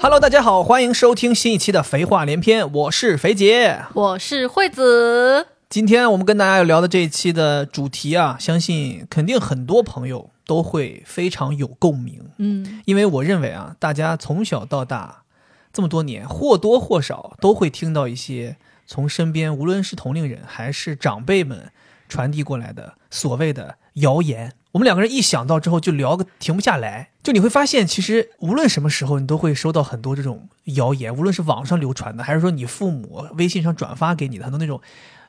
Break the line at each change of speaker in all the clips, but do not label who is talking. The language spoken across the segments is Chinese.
Hello，大家好，欢迎收听新一期的《肥话连篇》，我是肥姐。
我是惠子，
今天我们跟大家要聊的这一期的主题啊，相信肯定很多朋友都会非常有共鸣，
嗯，
因为我认为啊，大家从小到大这么多年，或多或少都会听到一些从身边无论是同龄人还是长辈们传递过来的所谓的谣言。我们两个人一想到之后就聊个停不下来，就你会发现，其实无论什么时候，你都会收到很多这种谣言，无论是网上流传的，还是说你父母微信上转发给你的很多那种，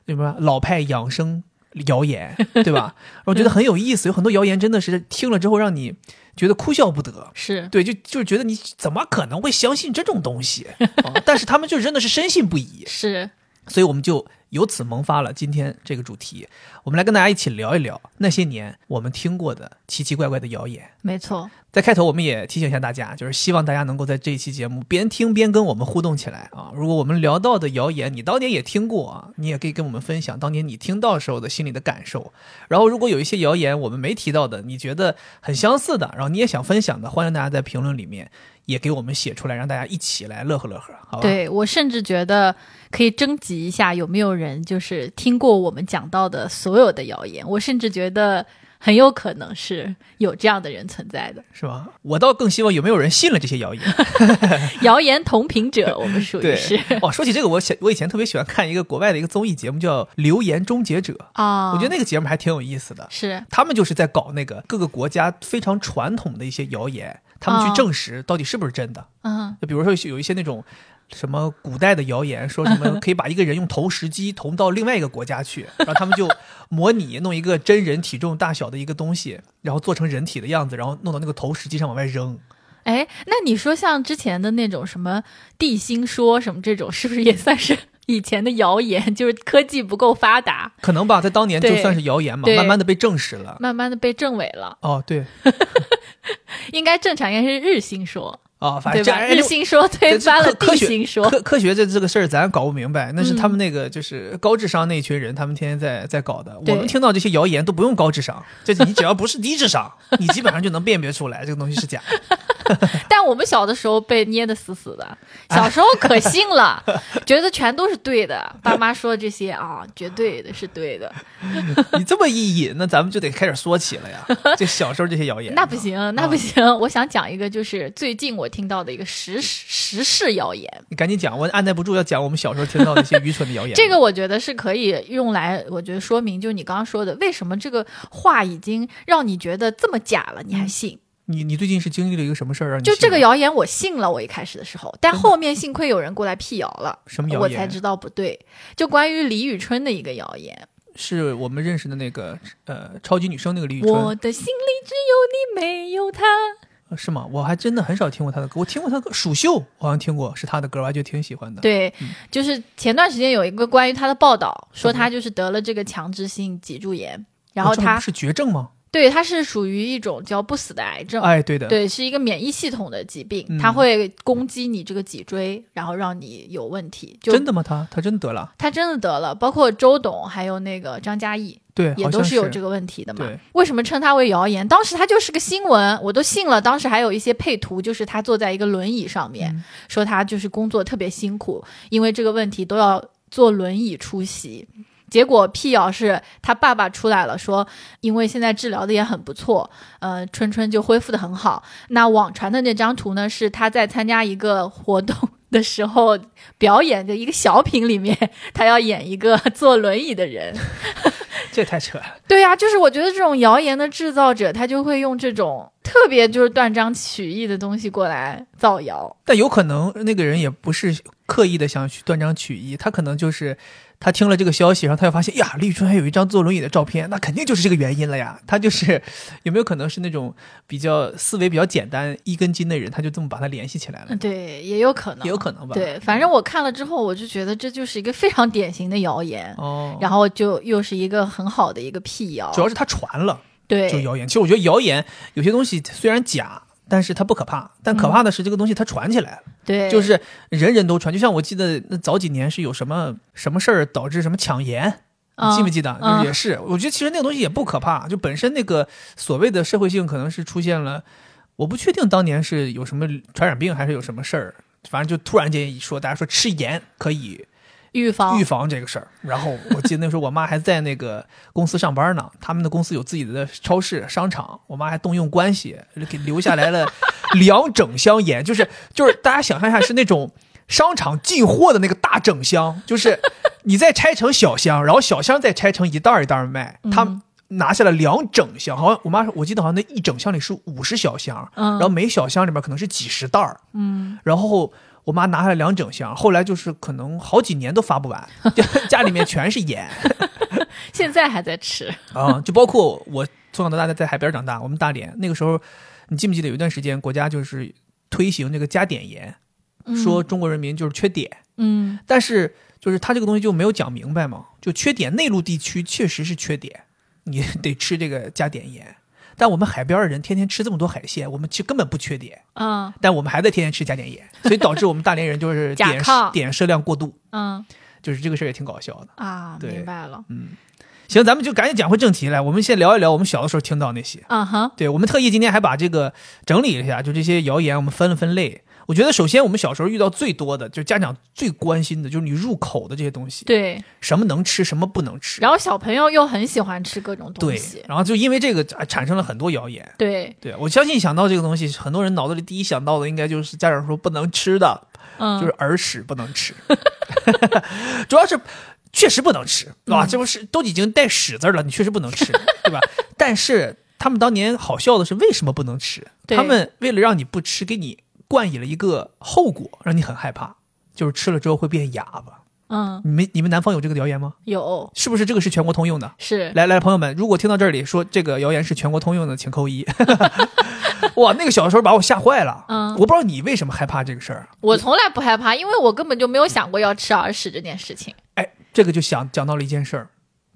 什么老派养生谣言，对吧？ 我觉得很有意思，有很多谣言真的是听了之后让你觉得哭笑不得。
是
对，就就是觉得你怎么可能会相信这种东西？啊但是他们就真的是深信不疑，
是，
所以我们就由此萌发了今天这个主题。我们来跟大家一起聊一聊那些年我们听过的奇奇怪怪的谣言。
没错，
在开头，我们也提醒一下大家，就是希望大家能够在这一期节目边听边跟我们互动起来啊！如果我们聊到的谣言，你当年也听过啊，你也可以跟我们分享当年你听到时候的心里的感受。然后，如果有一些谣言我们没提到的，你觉得很相似的，然后你也想分享的，欢迎大家在评论里面也给我们写出来，让大家一起来乐呵乐呵，好吧？，
对我甚至觉得可以征集一下有没有人就是听过我们讲到的所有的谣言，我甚至觉得很有可能是有这样的人存 在的，
是吧？我倒更希望有没有人信了这些谣言。
谣言同频者，我们属于是
哦，说起这个，我想我以前特别喜欢看一个国外的一个综艺节目，叫《留言终结者》，
啊，
我觉得那个节目还挺有意思的。
是
他们就是在搞那个各个国家非常传统的一些谣言，他们去
哦
证实到底是不是真的。
嗯
就比如说有一些那种什么古代的谣言，说什 么可以把一个人用投石机投到另外一个国家去，然后他们就模拟弄一个真人体重大小的一个东西，然后做成人体的样子，然后弄到那个投石机上往外扔。
哎，那你说像之前的那种什么地心说什么这种，是不是也算是以前的谣言？就是科技不够发达，
可能吧，在当年就
对
算是谣言嘛，
对
慢慢的被证实了。
慢慢的被证伪了，
哦，对，
应该正常应该是日心说。
哦，反
对
正
吧？
这
日心说推
这
翻了
这科
地
科学
心说，
科科学这这个事儿咱搞不明白，那是
嗯
他们那个就是高智商那一群人，他们天天在在搞的。我
对
们听到这些谣言都不用高智商，就是你只要不是低智 商，你基本上就能辨别出来这个东西是假的。
但我们小的时候被捏得死死的，
哎
小时候可信了，觉得全都是对的，爸妈说这些啊，绝对的是对的，
哎你这么一引，那咱们就得开始说起了呀。这小时候这些谣言，
那不行，那不
嗯
行。我想讲一个，就是最近我听到的一个时时事谣言，
你赶紧讲，我按耐不住要讲我们小时候听到的一些愚蠢的谣言。
这个我觉得是可以用来，我觉得说明就是你刚刚说的，为什么这个话已经让你觉得这么假了，你
嗯
还信？
你你最近是经历了一个什么事儿让你
就这个
信
谣言我信了，我一开始的时候，
嗯
但
真的
后面幸亏有人过来辟谣了。
什么谣
我才
言？
知道不对。就关于李宇春的一个谣言，
是我们认识的那个呃超级女生那个李宇
我
春
的心里只有你，没有他。
呃是吗？我还真的很少听过她的歌，我听过她的歌《蜀绣》，我好像听过是她的歌，我还觉得挺喜欢的。
对，就是前段时间有一个关于他的报道，说
嗯
他就是得了这个强制性脊柱炎，然
哦
后
这种
他
不是绝症吗？
对他是属于一种叫不死的癌症。
哎，对的，
对，是一个免疫系统的疾病，
嗯
它会攻击你这个脊椎，然后让你有问题。就
真的吗？他他真得了，
他真的得了，包括周董还有那个张嘉译，
对，哎
也
好
都
像
是
是
有这个问题的嘛
对。
为什么称它为谣言？当时它就是个新闻，我都信了。当时还有一些配图，就是他坐在一个轮椅上面，
嗯
说他就是工作特别辛苦，因为这个问题都要坐轮椅出席。结果辟谣是他爸爸出来了，说因为现在治疗的也很不错，呃，春春就恢复的很好。那网传的那张图呢，是他在参加一个活动的时候表演的一个小品里面，他要演一个坐轮椅的人。
这也太扯了。
对呀、就是我觉得这种谣言的制造者，他就会用这种特别就是断章取义的东西过来造谣。
但有可能那个人也不是刻意的想去断章取义，他可能就是他听了这个消息，然后他又发现呀，李宇春还有一张坐轮椅的照片，那肯定就是这个原因了呀。他就是有没有可能是那种比较思维比较简单、一根筋的人，他就这么把它联系起来了
嗯，，对，也有可能，
也有可能吧？
对，反正我看了之后，我就觉得这就是一个非常典型的谣言，
哦，
然后就又是一个很好的一个辟谣。
主要是他传了。
对
就是谣言。其实我觉得谣言有些东西虽然假，但是它不可怕，但可怕的是这个东西它传起来了，
嗯对，
就是人人都传。就像我记得那早几年是有什么什么事儿导致什么抢盐，
嗯
你记不记得？就是也
是
是，我觉得其实那个东西也不可怕，就本身那个所谓的社会性可能是出现了，我不确定当年是有什么传染病还是有什么事儿，反正就突然间一说，大家说吃盐可以
预防
预防这个事儿。然后我记得那时候我妈还在那个公司上班呢，他们的公司有自己的超市、商场，我妈还动用关系给留下来 了两整箱盐，就是就是大家想象一下是那种商场进货的那个大整箱，就是你再拆成小箱，然后小箱再拆成一袋儿一袋儿卖，他们
嗯
拿下了两整箱，好像我妈说我记得好像那一整箱里是五十小箱，
嗯
然后每小箱里面可能是几十袋儿，
嗯，
然后我妈拿下来两整箱，后来就是可能好几年都发不完，家 家里面全是盐
现在还在吃，
啊、就包括我从小到大在在海边长大，我们大连那个时候，你记不记得有一段时间国家就是推行这个加碘盐，
嗯
说中国人民就是缺碘，
嗯
但是就是他这个东西就没有讲明白嘛，就缺碘，内陆地区确实是缺碘，你 得吃这个加碘盐。但我们海边的人天天吃这么多海鲜，我们其实根本不缺碘，
嗯
但我们还在天天吃加碘盐，所以导致我们大连人就是
甲
碘
亢
碘摄量过度。
嗯
就是这个事儿也挺搞笑的。
啊，
对嗯
明白了，
行，咱们就赶紧讲回正题来，我们先聊一聊我们小的时候听到那些。
啊哈，
对，我们特意今天还把这个整理了一下，就这些谣言，我们分了分类。我觉得首先我们小时候遇到最多的，就是家长最关心的，就是你入口的这些东西，
对，
什么能吃，什么不能吃。
然后小朋友又很喜欢吃各种东
对
西，，
然后就因为这个、啊产生了很多谣言。
对，
对我相信想到这个东西，很多人脑子里第一想到的应该就是家长说不能吃的，
嗯，
就是耳屎不能吃， 主要是确实不能吃，对
嗯
吧？这不是都已经带“屎”字儿了，你确实不能 吃，对吧？但是他们当年好笑的是，为什么不能吃？
对
他们为了让你不吃，给你冠以了一个后果，让你很害怕，就是吃了之后会变哑巴。
嗯，
你们你们南方有这个谣言吗？
有
是不是这个是全国通用的？
是
来来，朋友们，如果听到这里说这个谣言是全国通用的，请扣一。 哇，那个小时候把我吓坏了。
嗯
我不知道你为什么害怕这个事儿。
我从来不害怕，因为我根本就没有想过要吃耳屎这件事情。
哎，这个就想讲到了一件事儿，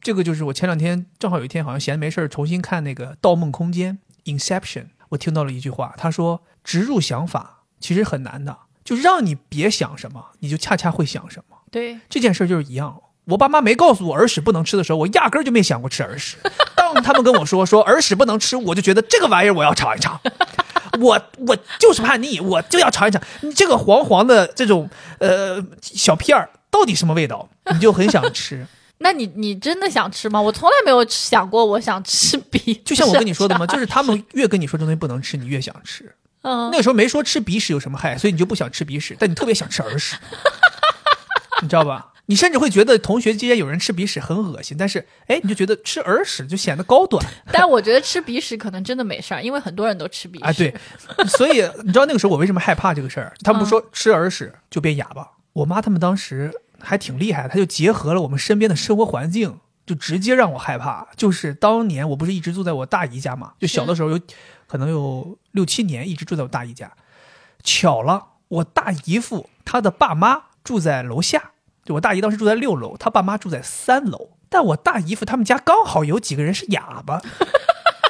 这个就是我前两天正好有一天好像闲没事儿重新看那个《盗梦空间》（Inception），我听到了一句话，他说植入想法其实很难的，就让你别想什么，你就恰恰会想什么。
对，
这件事儿就是一样。我爸妈没告诉我耳屎不能吃的时候，我压根儿就没想过吃耳屎。 当他们跟我说说耳屎不能吃，我就觉得这个玩意儿我要尝一尝。 我我就是叛逆，我就要尝一尝。你这个黄黄的这种呃小片儿到底什么味道？你就很想吃。
那你你真的想吃吗？我从来没有想过我想吃鼻，
就像我跟你说的 嘛，就是他们越跟你说这东西不能吃，你越想吃。
嗯
那个时候没说吃鼻屎有什么害，所以你就不想吃鼻屎，但你特别想吃耳屎， 你知道吧？你甚至会觉得同学之间有人吃鼻屎很恶心，但是哎，你就觉得吃耳屎就显得高端
但我觉得吃鼻屎可能真的没事儿，因为很多人都吃鼻屎。
啊、哎，对，所以你知道那个时候我为什么害怕这个事儿？他们不说吃耳屎就变哑巴，我妈他们当时还挺厉害的，她就结合了我们身边的生活环境，就直接让我害怕。就是当年我不是一直住在我大姨家嘛，就小的时候有可能有六七年一直住在我大姨家。巧了，我大姨夫他的爸妈住在楼下，就我大姨当时住在六楼，他爸妈住在三楼。但我大姨夫他们家刚好有几个人是哑巴，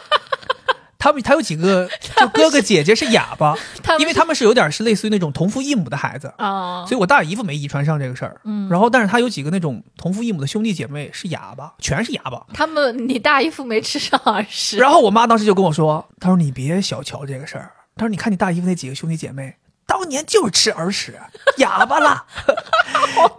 他 们他有几个就哥哥姐姐是哑巴，
他们
因为 他们是有点是类似于那种同父异母的孩子，
啊，
所以我大姨夫没遗传上这个事儿。嗯，然后但是他有几个那种同父异母的兄弟姐妹是哑巴，全是哑巴。
他们你大姨夫没吃上耳屎，
然后我妈当时就跟我说：“她说你别小瞧这个事儿，她说你看你大姨夫那几个兄弟姐妹，当年就是吃耳屎，哑巴啦。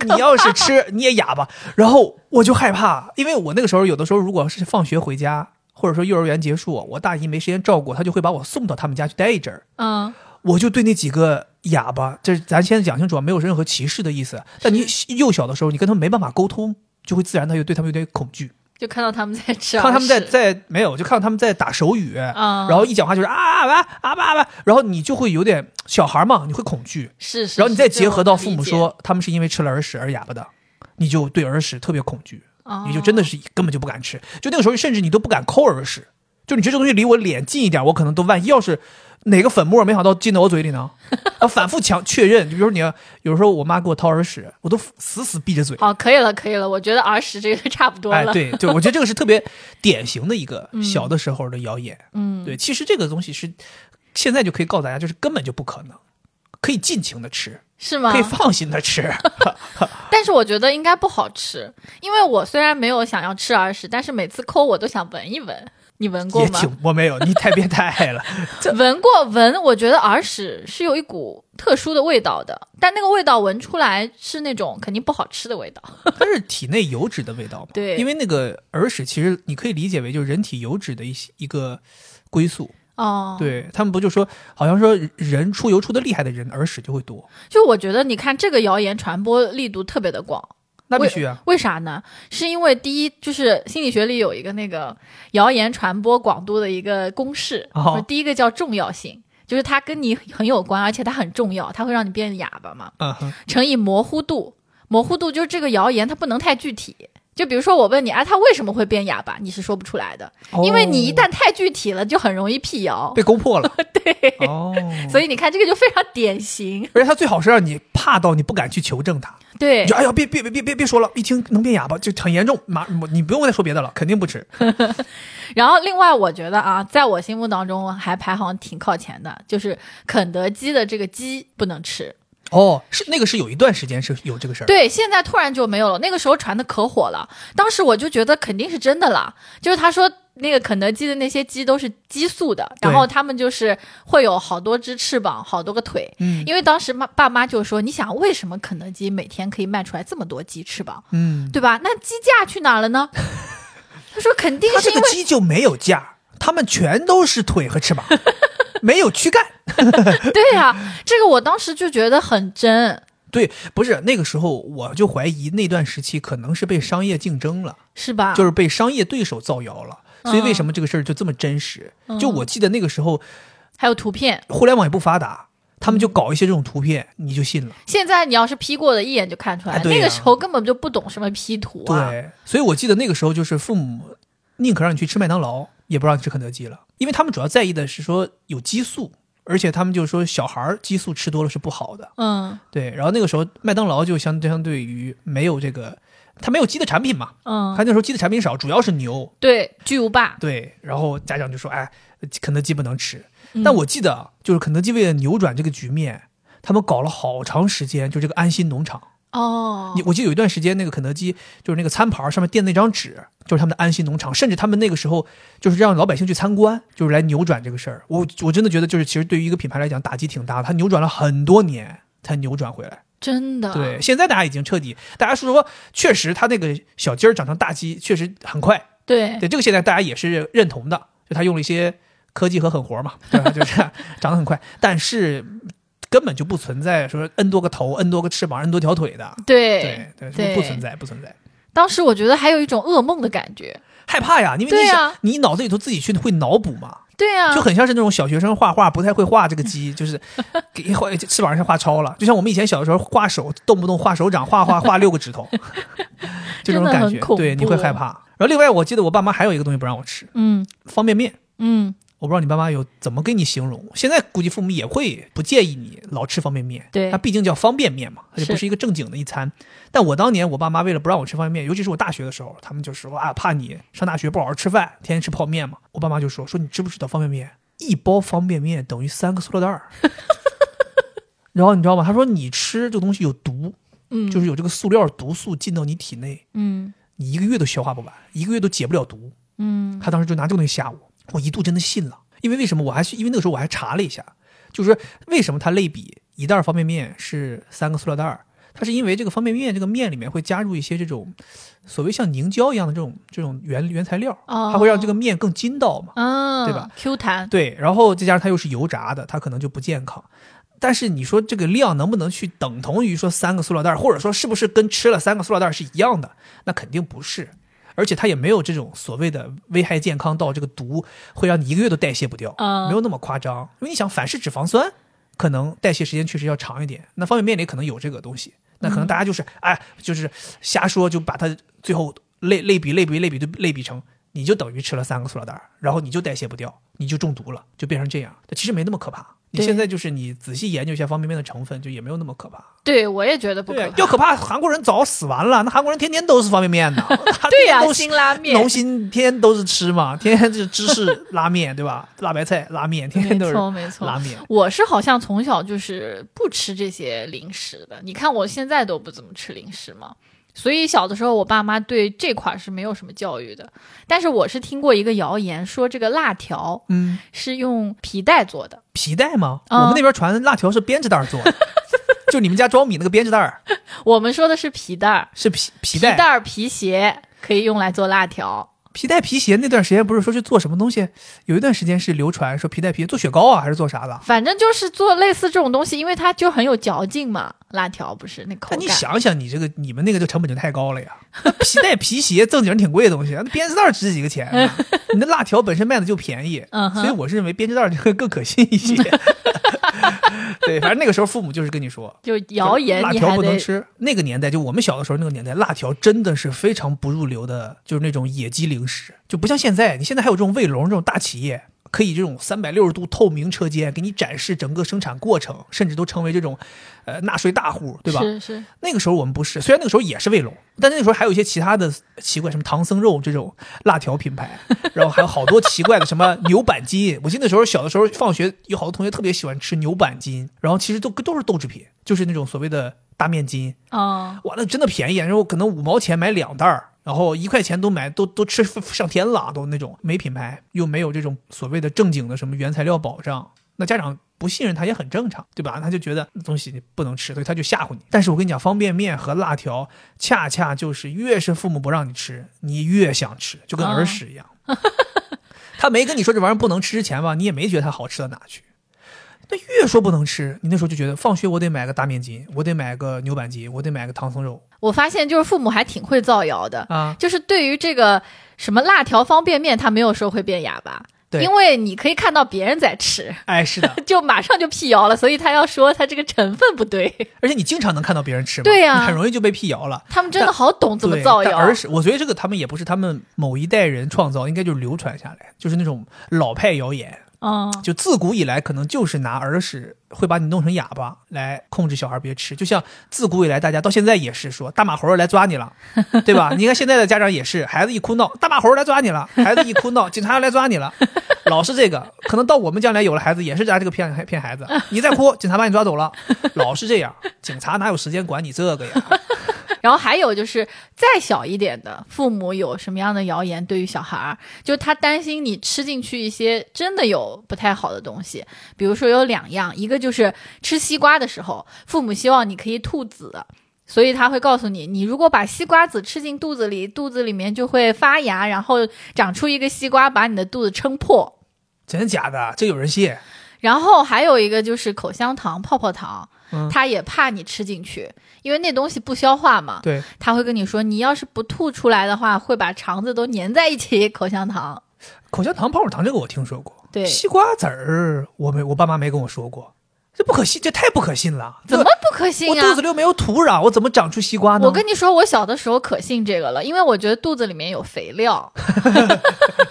你要是吃你也哑巴。”然后我就害怕，因为我那个时候有的时候如果是放学回家，或者说幼儿园结束，我大姨没时间照顾，她就会把我送到他们家去待一阵儿。
嗯，
我就对那几个哑巴，这咱先讲清楚啊，没有任何歧视的意思。但你幼小的时候，你跟他们没办法沟通，就会自然的有对他们有点恐惧。
就看到他们在吃
看
耳屎，
到他们在在没有，就看到他们在打手语，
啊
然后一讲话就是啊啊啊啊啊啊，然后你就会有点小孩嘛，你会恐惧，
是是，
然后你再
是这
结合到
我能
父母
理解，
说他们是因为吃了耳屎而哑巴的，你就对耳屎特别恐惧，
哦
你就真的是根本就不敢吃，就那个时候甚至你都不敢抠耳屎，就你这种东西离我脸近一点，我可能都万一要是。哪个粉末没想到进到我嘴里 呢？啊，反复强确认，就比如说你要有时候我妈给我掏耳屎，我都死死闭着嘴，
好，可以了，可以了，我觉得耳屎这个 差不多
哎，
了。
对对，我觉得这个是特别典型的一个小的时候的谣言。
嗯，
对，其实这个东西是现在就可以告诉大家，就是根本就不可能，可以尽情的吃，
是吗
可以？放心的吃。
但是我觉得应该不好吃，因为我虽然没有想要吃耳屎，但是每次抠我都想闻一闻。你闻 过
也
吗？
挺我没有，你太变态了。
闻过闻，我觉得耳屎是有一股特殊的味道的，但那个味道闻出来是那种肯定不好吃的味道。
它是体内油脂的味道嘛？
对
因为那个耳屎其实你可以理解为就是人体油脂的一些一个归宿。
哦，，
对他们不就说，好像说人出油出的厉害的人，耳屎就会多，
就我觉得你看这个谣言传播力度特别的广，
那必须啊。
为啥呢？是因为第一，就是心理学里有一个那个谣言传播广度的一个公式，
哦
就第一个叫重要性，就是它跟你很有关，而且它很重要，它会让你变哑巴嘛。
嗯哼，
乘以模糊度，模糊度就是这个谣言它不能太具体。就比如说我问你，哎，它为什么会变哑巴？你是说不出来的，因为你一旦太具体了，就很容易辟谣
哦。被攻破 了，对，哦，
所以你看，这个就非常典型。
而且他最好是让你怕到你不敢去求证它，
对
你就，哎呀，别别别别别别说了，一听能变哑巴就很严重，马我你不用再说别的了，肯定不吃。
然后另外我觉得啊，在我心目当中还排行挺靠前的，就是肯德基的这个鸡不能吃。
哦，是那个是有一段时间是有这个事儿，
对，现在突然就没有了。那个时候传的可火了，当时我就觉得肯定是真的啦。就是他说那个肯德基的那些鸡都是激素的，
对
然后他们就是会有好多只翅膀，好多个腿。
嗯
因为当时妈爸妈就说，你想为什么肯德基每天可以卖出来这么多鸡翅膀，
嗯，
对吧？那鸡架去哪儿了呢？ 他说肯定
他
是
这
因为
个鸡就没有架，他们全都是腿和 翅膀，没有躯干。
对呀、这个我当时就觉得很真，
对，不是那个时候，我就怀疑那段时期可能是被商业竞争了，
是吧？
就是是被商业对手造谣了。所以为
嗯
什么这个事儿就这么真实？就我记得那个时候，
还有图片，
互联网也不发达，他们就搞一些这种图片，你就信了。
现在你要是 P 过的，一眼就看出来。
哎对呀
那个时候根本就不懂什么 P 图啊。
对，所以我记得那个时候就是父母宁可让你去吃麦当劳，也不让你吃肯德基了，因为他们主要在意的是说有激素，而且他们就说小孩儿激素吃多了是不好的。
嗯
对，然后那个时候麦当劳就相相对于没有这个，它没有鸡的产品嘛，它
嗯，
那时候鸡的产品少，主要是牛，
对，巨无霸。
对，然后家长就说：“哎，肯德基不能吃。
嗯
但我记得啊，就是肯德基为了扭转这个局面，他们搞了好长时间，就这个安心农场。
哦
你，我记得有一段时间，那个肯德基就是那个餐盘上面垫那张纸，就是他们的安心农场，甚至他们那个时候就是让老百姓去参观，就是来扭转这个事儿。我我真的觉得，就是其实对于一个品牌来讲，打击挺大的，它扭转了很多年才扭转回来。
真的。啊
对，，现在大家已经彻底，大家说说，确实它那个小鸡儿长成大鸡，确实很快，
对，
对这个现在大家也是认同的，就他用了一些科技和狠活嘛，对吧？ 就是长得很快，但是根本就不存在说 n 多个头、n 多个翅膀、n 多条腿的，
对
对对，
对
不存在，不存在。
当时我觉得还有一种噩梦的感觉。
害怕呀，因为
对
你想，
啊
你脑子里头自己去会脑补嘛，
对啊，
就很像是那种小学生画画不太会画这个鸡， 就是给画翅膀上画超了，就像我们以前小的时候画手，动不动画手掌，画画画六个指头， 就这种
真的
感
很
觉
恐，
对，你会
怖啊
害怕。然后另外，我记得我爸妈还有一个东西不让我吃，
嗯
方便面。
嗯，
我不知道你爸妈有怎么给你形容，现在估计父母也会不介意你老吃方便面，
对
它毕竟叫方便面嘛，它就是不是一个正经的一餐。但我当年我爸妈为了不让我吃方便面，尤其是我大学的时候，他们就说啊，怕你上大学不好好吃饭，天天吃泡面嘛。我爸妈就说说你知不知道方便面一包方便面等于三个塑料袋儿， 然后你知道吗？他说你吃这个东西有毒，
嗯
就是有这个塑料毒素进到你体内，
嗯
你一个月都消化不完，一个月都解不了毒。
嗯
他当时就拿这个东西吓我，我一度真的信了，因为为什么我还去因为那个时候我还查了一下，就是为什么他类比一袋儿方便面是三个塑料袋儿，它是因为这个方便面这个面里面会加入一些这种所谓像凝胶一样的这种这种原原材料，
哦
它会让这个面更筋道嘛。
啊，
对吧
？Q 弹，
对，然后再加上它又是油炸的，它可能就不健康。但是你说这个量能不能去等同于说三个塑料袋儿，或者说是不是跟吃了三个塑料袋儿是一样的？那肯定不是，而且它也没有这种所谓的危害健康到这个毒会让你一个月都代谢不掉，
嗯
没有那么夸张。因为你想，反式脂肪酸可能代谢时间确实要长一点，那方便面里可能有这个东西，那
嗯
可能大家就是、哎，就是瞎说，就把它最后类类比类比类比就类比成。你就等于吃了三个塑料袋儿，然后你就代谢不掉，你就中毒了，就变成这样。但其实没那么可怕，你
对
现在就是你仔细研究一下方便面的成分，就也没有那么可怕。
对我也觉得不
对
可
啊，
怕。
要可怕，韩国人早死完了。那韩国人天天都是方便面 呢，他天天
对呀、
都是
辛拉面，
农心天天都是吃嘛，天天就是芝士拉面，对吧？辣白菜拉面，天天
没
都是
错没错。
拉面。
我是好像从小就是不吃这些零食的，你看我现在都不怎么吃零食嘛。所以小的时候，我爸妈对这块儿是没有什么教育的。但是我是听过一个谣言，说这个辣条
嗯，
是用皮带做的。
皮带吗？
嗯
我们那边传辣条是编织袋儿做 的，就你们家装米那个编织袋儿
我们说的是皮带儿，
是皮皮
皮
带
带儿、皮鞋可以用来做辣条。
皮带皮鞋那段时间不是说去做什么东西，有一段时间是流传说皮带皮鞋做雪糕啊，还是做啥的？
反正就是做类似这种东西，因为它就很有嚼劲嘛。辣条不是那口
那
感，
你想想，你这个你们那个就成本就太高了呀！那皮带皮鞋正经挺贵的东西，那 编织袋儿值几个钱啊？你那辣条本身卖的就便宜，
嗯
所以
哼，
我是认为编织袋儿这个更可信一 些。对，反正那个时候父母就是跟你说，
就谣言
辣
你
条
还
不能
得
吃。那个年代，就我们小的时候那个年代，辣条真的是非常不入流的，就是那种野鸡零食，就不像现在，你现在还有这种卫龙这种大企业。可以这种三百六十度透明车间给你展示整个生产过程，甚至都成为这种，呃纳税大户，对吧？
是是，
那个时候我们不是，虽然那个时候也是卫龙，但那个时候还有一些其他的奇怪，什么唐僧肉这种辣条品牌，然后还有好多奇怪的什么牛板筋。我记得那时候小的时候放学有好多同学特别喜欢吃牛板筋，然后其实都都是豆制品，就是那种所谓的大面筋，
嗯，
哇，那真的便宜，啊然后可能五毛钱买两袋儿。然后一块钱都买都都吃上天了，啊都那种没品牌，又没有这种所谓的正经的什么原材料保障，那家长不信任他也很正常，对吧？他就觉得那东西你不能吃，所以他就吓唬你。但是我跟你讲，方便面和辣条恰恰就是越是父母不让你吃，你越想吃，就跟儿时一样。 他没跟你说这玩意儿不能吃之前吧，你也没觉得它好吃到哪去。那越说不能吃，你那时候就觉得放学我得买个大面筋，我得买个牛板筋，我得买个唐僧肉
我发现就是父母还挺会造谣的，
啊。
就是对于这个什么辣条方便面，他没有说会变哑巴，
对
因为你可以看到别人在吃，
哎，是的，
就马上就辟谣了，所以他要说他这个成分不对。
而且你经常能看到别人吃嘛，
对呀
你很容易就被辟谣了。
他们真的好懂怎么
对
造
但
谣，
儿时，我觉得这个他们也不是他们某一代人创造，应该就是流传下来，就是那种老派谣言。
嗯，
就自古以来，可能就是拿耳屎会把你弄成哑巴来控制小孩别吃。就像自古以来，大家到现在也是说大马猴儿来抓你了，对吧？ 你看现在的家长也是，孩子一哭闹，大马猴儿来抓你了；孩子一哭闹，警察要来抓你了。老是这个，可能到我们将来有了孩子，也是拿这个骗骗孩子。你再哭，警察把你抓走了。老是这样，警察哪有时间管你这个呀？
然后还有就是再小一点的，父母有什么样的谣言对于小孩儿，就他担心你吃进去一些真的有不太好的东西，比如说有两样，一个就是吃西瓜的时候，父母希望你可以吐籽。所以他会告诉你，你如果把西瓜籽吃进肚子里，肚子里面就会发芽，然后长出一个西瓜，把你的肚子撑破。
真的假的？这有人信？
然后还有一个就是口香糖、泡泡糖
嗯，
他也怕你吃进去，因为那东西不消化嘛。
对，
他会跟你说，你要是不吐出来的话，会把肠子都粘在一起。口 香糖，
口香糖、泡泡糖这个我听说过。
对，
西瓜籽儿，我没，我爸妈没跟我说过，这不可信，这太不可信了。
怎么不可
这
信
我
啊？
肚子里又没有土壤，我怎么长出西瓜呢？
我跟你说，我小的时候可信这个了，因为我觉得肚子里面有肥料。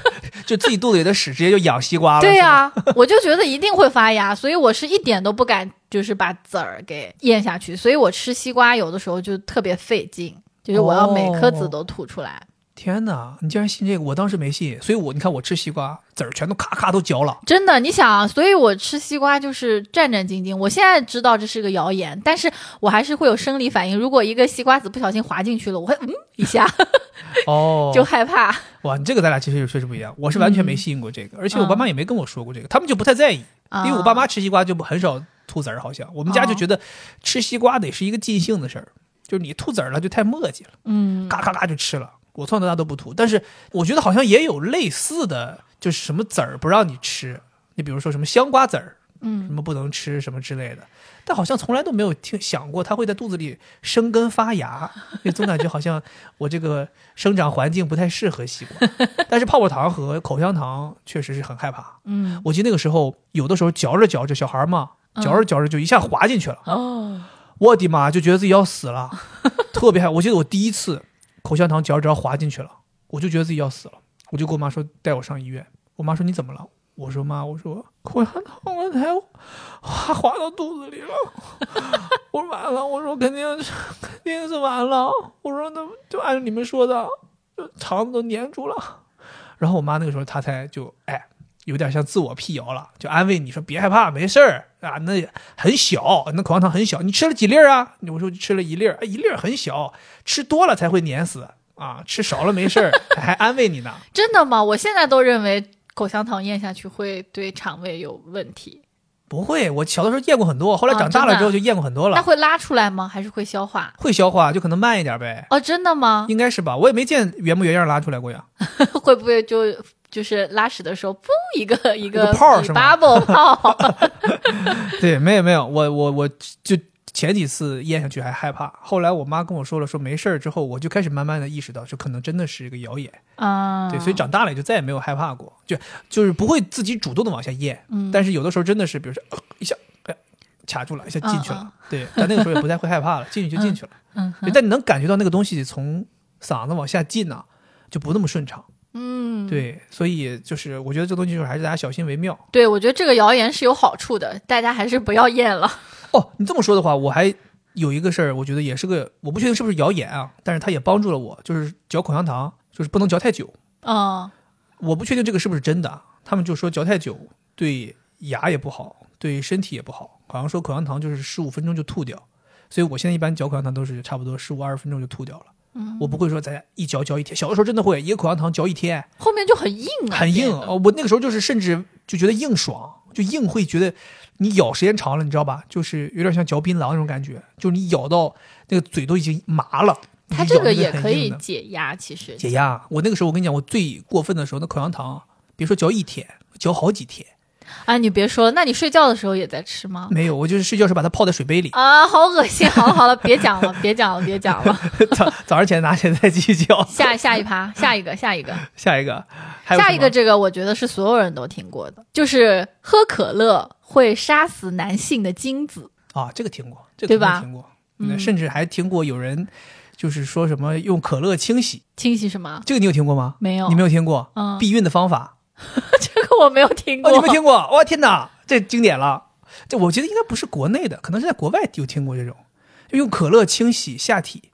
就自己肚子里的屎直接就养西瓜了。
对
是吧、
呀、 我就觉得一定会发芽，所以我是一点都不敢，就是把籽儿给咽下去。所以我吃西瓜有的时候就特别费劲，就是我要每颗
哦
籽都吐出来，
天哪，你竟然信这个？我当时没信，所以我你看我吃西瓜籽儿全都咔咔都嚼 了。
真的。你想，所以我吃西瓜就是战战兢兢。我现在知道这是个谣言，但是我还是会有生理反应。如果一个西瓜籽不小心滑进去了，我会嗯一下。
哦，
就害怕。
哇，你这个咱俩其实有确实不一样，我是完全没信过这个，而且我爸妈也没跟我说过这个，他们就不太在意，
嗯啊
因为我爸妈吃西瓜就不很少吐籽儿，好像我们家就觉得吃西瓜得是一个尽兴的事儿，就是你吐籽儿了就太墨迹了。
嗯，
嘎嘎嘎就吃了。我从小到大都不吐，但是我觉得好像也有类似的，就是什么籽儿不让你吃，你比如说什么香瓜籽儿，
嗯，
什么不能吃什么之类的，但好像从来都没有听想过它会在肚子里生根发芽，也总感觉好像我这个生长环境不太适合西 瓜。但是泡泡糖和口香糖确实是很害怕，
嗯，
我记得那个时候有的时候嚼着嚼着，小孩儿嘛，
嗯
嚼着嚼着就一下滑进去了。
哦，
我的妈，就觉得自己要死了， 特别害怕。我记得我第一次口香糖嚼着嚼着滑进去了，我就觉得自己要死了，我就跟我妈说带我上医院。我妈说你怎么了？我说妈，我说我让他们才滑滑到肚子里了， 我说完了，我说肯定是肯定是完了，我说那就按你们说的，就肠子都粘住了。然后我妈那个时候她才就哎，有点像自我辟谣了，就安慰你说别害怕，没事儿啊，那也很小，那口香糖很小，你吃了几粒儿啊？我说吃了一粒儿，哎一粒儿很小，吃多了才会粘死啊，吃少了没事 儿，还安慰你呢。
真的吗？我现在都认为口香糖咽下去会对肠胃有问题。
不会，我小的时候验过很多，后来
啊
长大
真的
了之后就验过很多了。
那会拉出来吗？还是会消化？
会消化，就可能慢一点呗，
哦，真的吗？
应该是吧？我也没见原模原样拉出来过呀。
会不会就就是拉屎的时候，噗一个一
一个泡儿
比
是吗
bubble 泡？
对，没有没有，我我我就前几次咽下去还害怕，后来我妈跟我说了，说没事儿之后，我就开始慢慢的意识到，这可能真的是一个谣言。
啊，
对，所以长大了也就再也没有害怕过，就就是不会自己主动的往下咽，
嗯
但是有的时候真的是，比如说、呃一下，哎、卡住了，一下进去了。
嗯嗯
对，但那个时候也不太会害怕了，进去就进去了。
嗯哼
对但你能感觉到那个东西从嗓子往下进呢、就不那么顺畅。
嗯，
对，所以就是我觉得这东西就是还是大家小心为妙。
对，我觉得这个谣言是有好处的，大家还是不要
嗯
咽了。
哦，你这么说的话，我还有一个事儿，我觉得也是个，我不确定是不是谣言啊，但是它也帮助了我，就是嚼口香糖，就是不能嚼太久。
嗯，
我不确定这个是不是真的啊，他们就说嚼太久对牙也不好，对身体也不好，好像说口香糖就是十五分钟就吐掉。所以我现在一般嚼口香糖都是差不多十五二十分钟就吐掉了，
嗯
我不会说咱一嚼嚼一天。小的时候真的会一个口香糖嚼一天，
后面就很硬啊，
很硬
变得
哦！我那个时候就是甚至就觉得硬爽，就硬会觉得你咬时间长了，你知道吧？就是有点像嚼槟榔那种感觉，就是你咬到那个嘴都已经麻了。
它
你就
这
咬那
个也
很
可
硬
以
的
解压，其实
解压。我那个时候我跟你讲，我最过分的时候，那口香糖别说嚼一天，嚼好几天
啊，你别说，那你睡觉的时候也在吃吗？
没有，我就是睡觉时把它泡在水杯里，
啊，好恶心！好了好了，别讲了，别讲了，别讲了。
早早上起来拿起来再继续嚼。
下下一趴，下一个，下一个，
下一个， 还有
下
什
一个，
么
这个我觉得是所有人都听过的，就是喝可乐会杀死男性的精子。
啊，这个听过，这个肯
对
定
吧
听过，
嗯
甚至还听过有人就是说什么用可乐清洗，
清洗什么？
这个你有听过吗？
没有，
你没有听过？
嗯，
避孕的方法。
这个我没有听
哦，
过。
你没听过？哇，天哪，这经典了！这我觉得应该不是国内的，可能是在国外有听过这种，就用可乐清洗下体，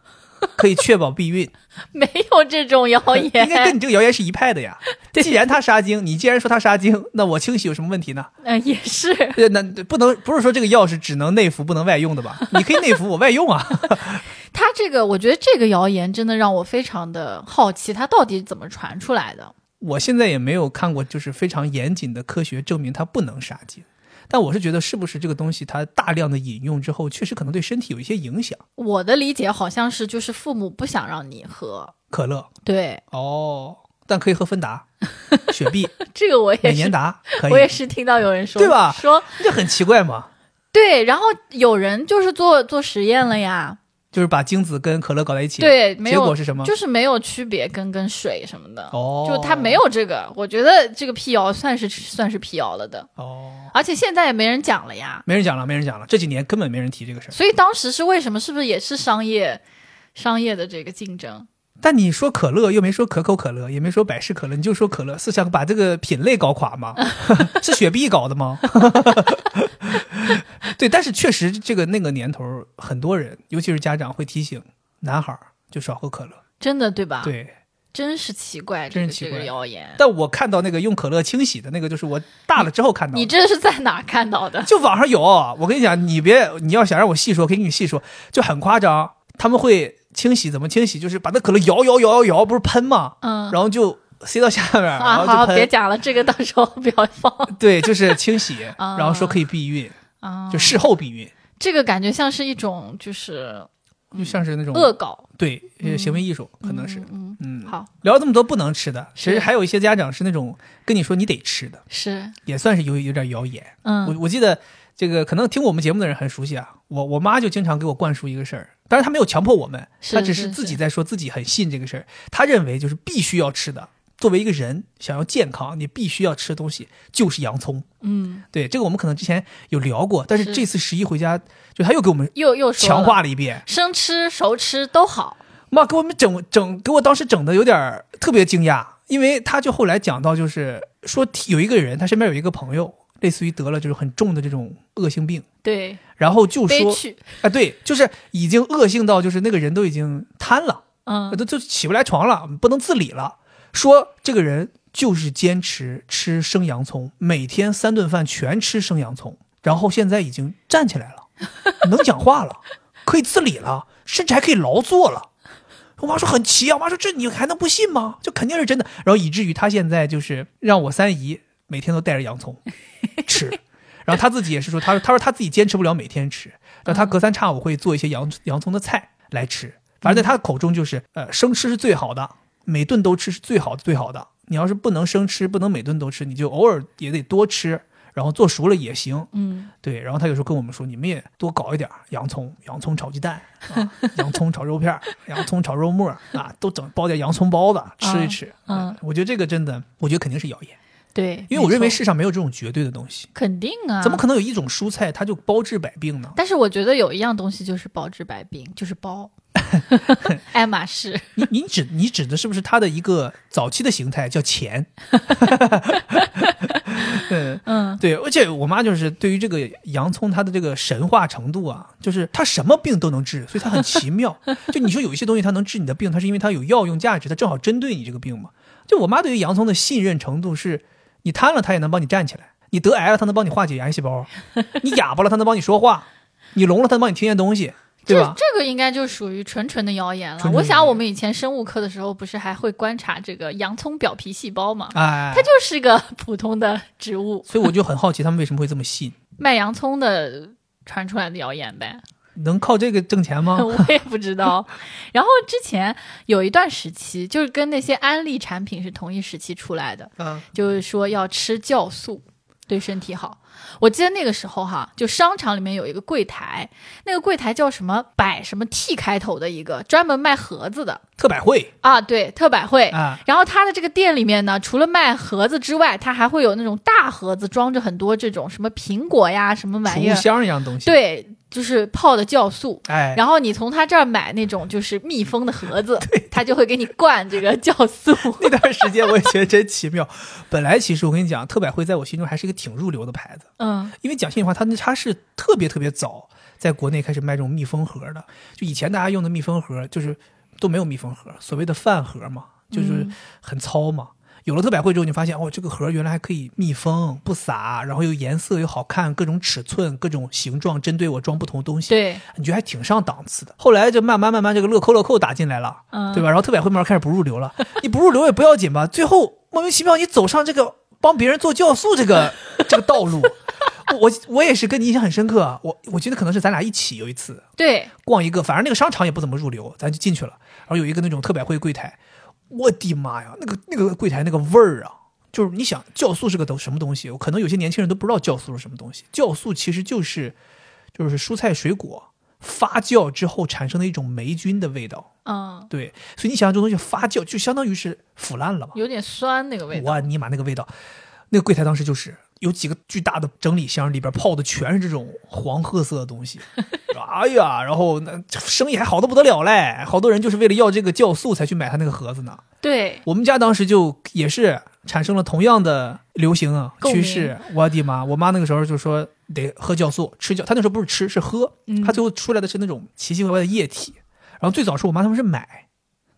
可以确保避孕。
没有这种谣
应该跟
言？
你这个谣言是一派的呀。
哦 对
既然它杀精，你既然说它杀精，那我清洗有什么问题呢？
嗯，也是。
呃那不能不是说这个药是只能内服不能外用的吧？你可以内服，我外用啊。
他这个，我觉得这个谣言真的让我非常的好奇，他到底怎么传出来的？
我现在也没有看过就是非常严谨的科学证明它不能杀精，但我是觉得是不是这个东西它大量的饮用之后，确实可能对身体有一些影响。
我的理解好像是，就是父母不想让你喝。
可乐
对，
哦，但可以喝芬达、雪 碧、
这个我也
美年
是，
达，可以。
我也是听到有人说，
对吧
说
这很奇怪嘛，
对，然后有人就是做做实验了呀，
就是把精子跟可乐搞在一起，，
对，没
结
有
果，是什么？
就是没有区别跟跟水什么的，
哦，
就他没有这个，我觉得这个辟谣算是算是辟谣了的，
哦，
而且现在也没人讲了呀，
没人讲了，没人讲了，这几年根本没人提这个事儿。
所以当时是为什么？是不是也是商业商业的这个竞争？
但你说可乐又没说可口可乐，也没说百事可乐，你就说可乐，是想把这个品类搞垮吗？ 是雪碧搞的吗？ 对，但是确实这个那个年头儿，很多人，尤其是家长会提醒男孩儿就少喝可乐。
真的对吧？，
对，
真是奇怪，
真是
这
奇怪
个这个谣言，
但我看到那个用可乐清洗的那个，就是我大了之后看到的
你这是在哪看到 的？
就网上有，我跟你讲，你别，你要想让我细说，可以给你细说，就很夸张。他们会清洗，怎么清洗？就是把那可乐摇摇摇摇摇，不是喷吗？
嗯，
然后就塞到下 面，然
啊，
后就
好，别
喷。
讲了，这个到时候不要放
对，就是清洗，
啊
然后说可以避孕，
啊。
就事后避孕，
这个感觉像是一种就是
就像是那种
恶搞，
对呃
嗯
行为艺术，可能是
嗯，
嗯。
嗯好
聊了这么多不能吃的，其实
是
还有一些家长是那种跟你说你得吃的，
是
也算是有有点谣言。
嗯
我我记得这个可能听我们节目的人很熟悉啊，我我妈就经常给我灌输一个事儿，当然她没有强迫我们，
是
她只
是
是自
是
己在说自己很信这个事儿，她认为就是必须要吃的。作为一个人想要健康，你必须要吃的东西就是洋葱。
嗯，
对这个我们可能之前有聊过，但是
是
这次十一回家就她又给我们
又又说了
强化了一遍，
生吃熟吃都好，
妈给我们整整给我当时整的有点儿特别惊讶，因为她就后来讲到就是说有一个人，她身边有一个朋友类似于得了就是很重的这种恶性病，
对，
然后就
悲
说
剧，
啊，对，就是已经恶性到就是那个人都已经瘫了，
嗯
呃都就起不来床了，不能自理了。说这个人就是坚持吃生洋葱，每天三顿饭全吃生洋葱，然后现在已经站起来了，能讲话了，可以自理了，甚至还可以劳作了。我妈说很奇啊，我妈说这你还能不信吗？这肯定是真的。然后以至于她现在就是让我三姨每天都带着洋葱吃，然后她自己也是说，她说她说她自己坚持不了每天吃，但她隔三差五会做一些洋洋葱的菜来吃。反正在她的口中就是，呃，生吃是最好的，每顿都吃是最好的最好的。你要是不能生吃，不能每顿都吃，你就偶尔也得多吃，然后做熟了也行。
嗯，
对，然后他有时候跟我们说，你们也多搞一点儿洋葱，洋葱炒鸡蛋，啊、洋葱炒肉片儿，洋葱炒肉末儿啊，都整包点洋葱包子吃一吃。
啊嗯
我觉得这个真的，我觉得肯定是谣言，
对，
因为我
没
认为
错
世上没有这种绝对的东西，
肯定啊，
怎么？可能有一种蔬菜它就包治百病呢？
但是我觉得有一样东西就是包治百病，就 是包， 爱马仕，
你你指你指的是不是它的一个早期的形态叫钱？ 嗯，
嗯，
对，而且我妈就是对于这个洋葱它的这个神话程度啊，就是它什么病都能治，所以它很奇妙。就你说有一些东西它能治你的病，它是因为它有药用价值，它正好针对你这个病嘛。就我妈对于洋葱的信任程度是，你瘫了它也能帮你站起来，你得癌了它能帮你化解癌细胞，你哑巴了它能帮你说话，你聋了它能帮你听见东西，对
这
吧？
这个应该就属于纯纯的谣言了。
纯纯的
我
谣
想
言
我们以前生物课的时候，不是还会观察这个洋葱表皮细胞吗？
哎
它，就是个 普通的植物，
所以我就很好奇他们为什么会这么信，
卖洋葱的传出来的谣言呗。
能靠这个挣钱吗？
我也不知道。然后之前有一段时期，就是跟那些安利产品是同一时期出来的，
啊，
就是说要吃酵素，对身体好。我记得那个时候哈，就商场里面有一个柜台，那个柜台叫什么百什么 T 开头的一个，专门卖盒子的
特百惠
啊，对，特百惠。
啊，
然后它的这个店里面呢，除了卖盒子之外，它还会有那种大盒子，装着很多这种什么苹果呀、什么玩
储
意
物
儿，
箱一样东西，，
对，就是泡的酵素。
哎，
然后你从他这儿买那种就是密封的 盒子，他就会给你灌这个酵素。
那段时间我也觉得真奇妙。 本来其实我跟你讲，特百惠在我心中还是一个挺入流的牌子，
嗯，
因为讲心里话，它它是特别特别早在国内开始卖这种密封盒的。就以前大家用的密封盒，就是都没有密封盒，所谓的饭盒嘛，
嗯
就是很糙嘛。有了特百惠之后，你发现哦，这个盒原来还可以密封，不洒，然后又颜色又好看，各种尺寸、各种形状，针对我装不同东西，
对，
你觉得还挺上档次的。后来就慢慢慢慢，这个乐扣乐扣打进来了，
嗯，
对吧？然后特百惠慢慢开始不入流了，你不入流也不要紧吧？最后莫名其妙你走上这个帮别人做酵素这个这个道路，我我也是跟你印象很深刻啊。我我觉得可能是咱俩一起有一次
对，
逛一个，反正那个商场也不怎么入流，咱就进去了。然后有一个那种特百惠柜台，我的妈呀，那个那个柜台那个味儿啊！就是你想酵素是个都什么东西？可能有些年轻人都不知道酵素是什么东西。酵素其实就是就是蔬菜水果发酵之后产生的一种霉菌的味道。
嗯，
对，所以你想想这种东西发酵，就相当于是腐烂了嘛。
有点酸那个味道。
我尼玛那个味道，那个柜台当时就是有几个巨大的整理箱，里边泡的全是这种黄褐色的东西。 哎呀，然后那生意还好的不得了嘞，好多人就是为了要这个酵素才去买他那个盒子呢。
对，
我们家当时就也是产生了同样的流行啊
共
趋
鸣
势。我的妈！我妈那个时候就说得喝酵素，吃酵，她那时候不是吃是喝，
嗯
她最后出来的是那种奇奇怪怪的液体。然后最早是我妈他们是买，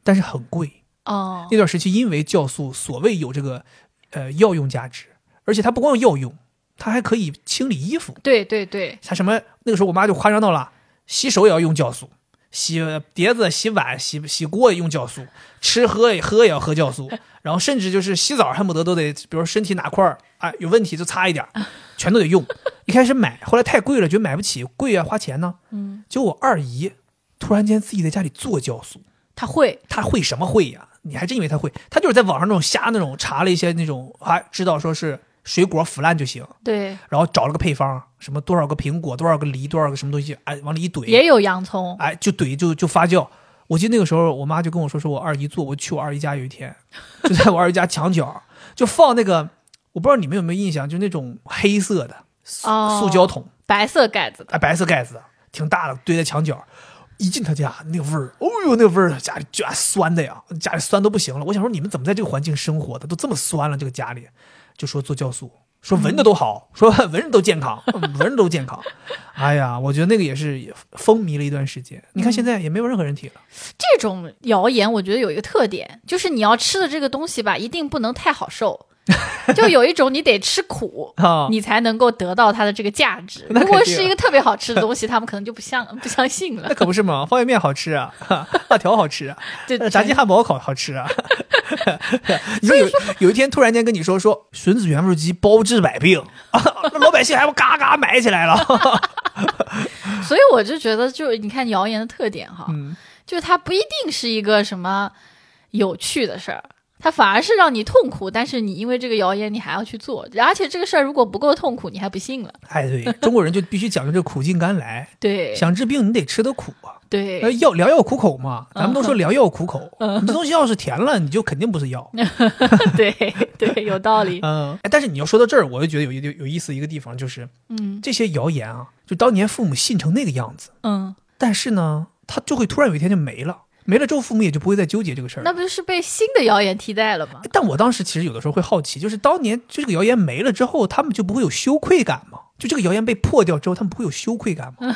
但是很贵。
哦
那，段时期因为酵素所谓有这个呃药用价值，而且它不光有药用，它还可以清理衣服。
对对对，
像什么那个时候我妈就夸张到了，洗手也要用酵素，洗碟子、洗碗、洗洗锅也用酵素，吃喝也喝也要喝酵素，然后甚至就是洗澡恨不得都得，比如身体哪块儿啊、哎有问题就擦一点儿，全都得用。一开始买，后来太贵了，觉得买不起，贵啊，花钱呢。
嗯，
结果我二姨突然间自己在家里做酵素，
他会，
他会什么会呀、你还真以为他会？他就是在网上那种瞎那种查了一些那种，还知道说是水果腐烂就行，
对，
然后找了个配方，什么多少个苹果，多少个梨，多少个什么东西，哎，往里一怼，
也有洋葱。
哎，就怼就就发酵。我记得那个时候，我妈就跟我说，说我二姨做，我去我二姨家有一天，就在我二姨家墙角就放那个，我不知道你们有没有印象，就那种黑色的塑
哦
塑胶桶，
白色盖子的，
哎，白色盖子的，挺大的，堆在墙角。一进他家，那个味儿，哦呦，那个味儿，家里就酸的呀，家里酸都不行了。我想说，你们怎么在这个环境生活的？都这么酸了，这个家里，就说做酵素，说闻着都好，说闻着都健康，闻着都健康。哎呀，我觉得那个也是也风靡了一段时间。你看现在也没有任何人提了，
这种谣言，我觉得有一个特点，就是你要吃的这个东西吧，一定不能太好受，就有一种你得 吃苦。
啊，
你才能够得到它的这个价值。
那
如果
肯定啊
是一个特别好吃的东西，他们可能就不相不相信了
那。可不是嘛，方便面好吃啊，辣条好吃啊，
对，
炸鸡汉堡烤好吃 啊。你说有有一天突然间跟你说说吮指圆柱肌包治百病， 啊那老百姓还不嘎嘎买起来了？
所以我就觉得，就是你看谣言的特点哈，
嗯，
就是它不一定是一个什么有趣的事儿，它反而是让你痛苦，但是你因为这个谣言你还要去做，而且这个事儿如果不够痛苦，你还不信了。
哎，对，中国人就必须讲究这苦尽甘来，
对
想治病你得吃得苦啊。
对嗯
呃，药良药苦口嘛，咱们都说良药苦 口。你这东西要是甜了，你就肯定不是药。
对对，有 道理。
嗯，哎但是你要说到这儿，我就觉得有一有意思一个地方，就是
嗯
这些谣言啊，就当年父母信成那个样子，
嗯，
但是呢，他就会突然有一天就没了，没了之后，父母也就不会再纠结这个事儿
那
了。
不是被新的谣言替代了吗？
但我当时其实有的时候会好奇，就是当年就这个谣言没了之后，他们就不会有羞愧感吗？就这个谣言被破掉之后，他们不会有羞愧感 吗？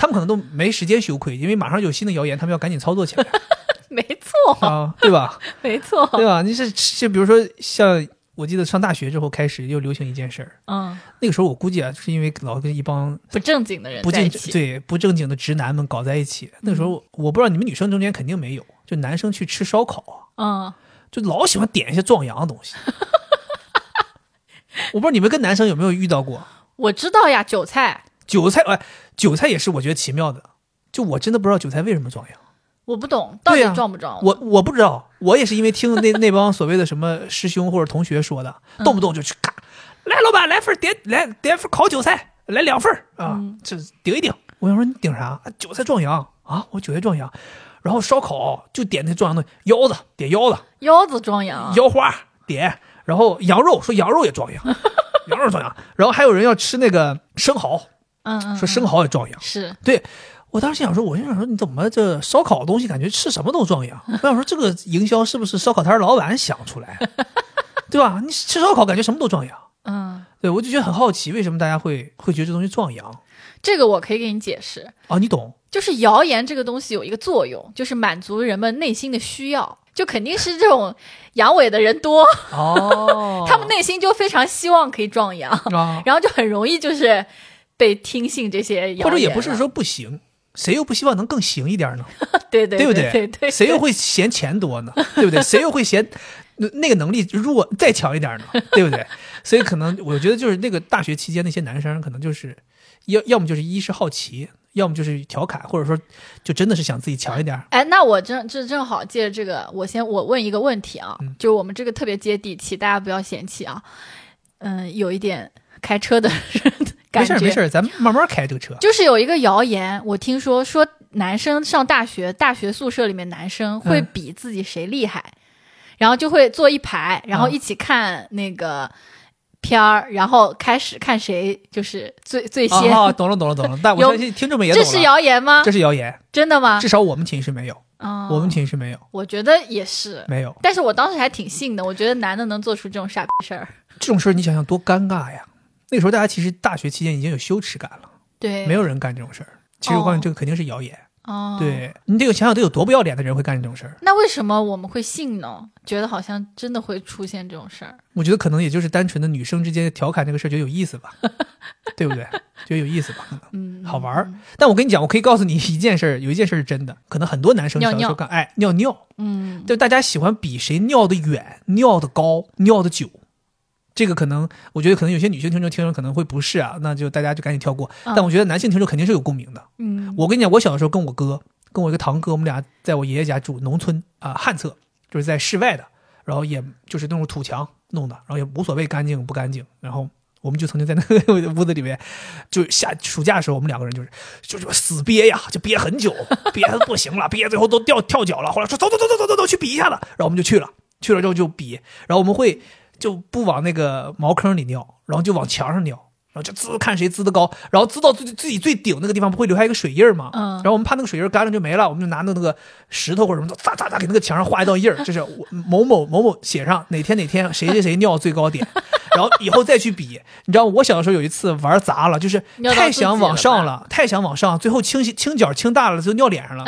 他们可能都没时间羞愧，因为马上有新的谣言，他们要赶紧操作起来
没错，
啊，对吧？
没错。
对吧？你是就比如说像我记得上大学之后开始又流行一件事儿，
嗯，
那个时候我估计啊，就是因为老跟一帮
不正经的人
不
在一
正
起。嗯
对不正经的直男们搞在一起。那个时候我不知道你们女生中间肯定没有，就男生去吃烧烤啊，
嗯，
就老喜欢点一些壮阳的东西。 我不知道你们跟男生有没有遇到过
我知道呀，韭菜。
韭菜，哎，韭菜也是我觉得奇妙的，就我真的不知道韭菜为什么壮阳。
我不懂，到
对
底
呀
撞不撞？
我我不知道，我也是因为听那 那帮所谓的什么师兄或者同学说的，动不动就去咔，来老板来份儿点来点份儿烤韭菜，来两份儿啊，这顶一顶。我想说你顶啥？啊韭菜壮阳啊，我韭菜壮阳，然后烧烤就点那壮阳的腰子，点腰子，
腰子壮阳，
腰花点，然后羊肉说羊肉也 壮阳，羊肉壮阳，然后还有人要吃那个生蚝，
嗯嗯，
说生
嗯
蚝也壮阳。
是
对我当时想说，我就想说，你怎么这烧烤东西感觉吃什么都壮阳？我想说，这个营销是不是烧烤摊老板想出 来，对吧？你吃烧烤感觉什么都壮阳，
嗯，
对我就觉得很好奇，为什么大家会会觉得这东西壮阳
这个我可以给你解释，
啊？你懂？
就是谣言这个东西有一个作用，就是满足人们内心的需要，就肯定是这种阳痿的人多，
哦
他们内心就非常希望可以壮阳，
啊，
然后就很容易就是被听信这些谣言了，
或者也不是说不行，谁又不希望能更行一点呢？
对对
对不
对
对？
对，
谁又会嫌钱多呢？ 对不对？谁又会嫌 那那个能力弱再强一点呢？对不对？ 所以可能我觉得就是那个大学期间那些男生，可能就是要要么就是一是好奇，要么就是调侃，或者说就真的是想自己强一点。
哎，那我正这正好借着这个，我先我问一个问题啊，
嗯
就是我们这个特别接地气，大家不要嫌弃啊。嗯，有一点开车的
没
感
事
觉，
儿没事儿，咱们慢慢开这个车。
就是有一个谣言，我听说说男生上大学，大学宿舍里面男生会
嗯
比自己谁厉害，然后就会坐一排，然后
啊
一起看那个片儿，然后开始看谁就是最最
啊
先。
啊，懂了懂了懂了。但我
有
相信听众们也懂
这
了，
是谣言吗
这？是谣言，
真的吗
至？少我们寝室没有，
啊
我们寝室没有，
我觉得也是，
没有
但是我当时还挺信的，我觉得男的能做出这种傻逼事儿，
这种事儿，你想想多尴尬呀！那个时候大家其实大学期间已经有羞耻感了，
对，
没有人干这种事儿。其实我告诉你，这个肯定是谣言。
哦，。
对你得有想想得有多不要脸的人会干这种事儿。
那为什么我们会信呢？觉得好像真的会出现这种事儿，
我觉得可能也就是单纯的女生之间调侃这个事儿觉得有意 思吧，对不对？觉得有意思吧，可
嗯
能，好玩儿。但我跟你讲，我可以告诉你一件事儿，有一件事儿是真的，可能很多男生
尿
小的时候
尿
干，哎，尿尿，
嗯，
对，大家喜欢比谁尿的远、尿的高、尿的久。这个可能，我觉得可能有些女性听众听着可能会不适啊，那就大家就赶紧跳过。
嗯
但我觉得男性听众肯定是有共鸣的。
嗯，
我跟你讲，我小的时候跟我哥，跟我一个堂哥，我们俩在我爷爷家住，农村啊、旱厕，就是在室外的，然后也就是那种土墙弄的，然后也无所谓干净不干净。然后我们就曾经在那个 屋子里面，就下暑假的时候，我们两个人就是就是死憋呀，就憋很久， 憋得不行了，憋最后都掉跳脚了。后来说走走走走走走走去比一下子，然后我们就去了，去了之后就比，然后我们会就不往那个茅坑里尿，然后就往墙上尿。然后就滋看谁滋的高，然后滋到自己自己最顶那个地方，不会留下一个水印儿吗？
嗯
然后我们怕那个水印儿干了就没了，我们就拿那个那个石头或者什么的，哒哒哒给那个墙上画一道印儿，就是我某某某某写上哪天哪天谁谁谁尿最高点，然后以后再去比。你知道我小的时候有一次玩砸了，就是
尿到
太
自己
想往
了
上
吧
了，太想往上，最后倾斜倾角倾大了就尿脸上了。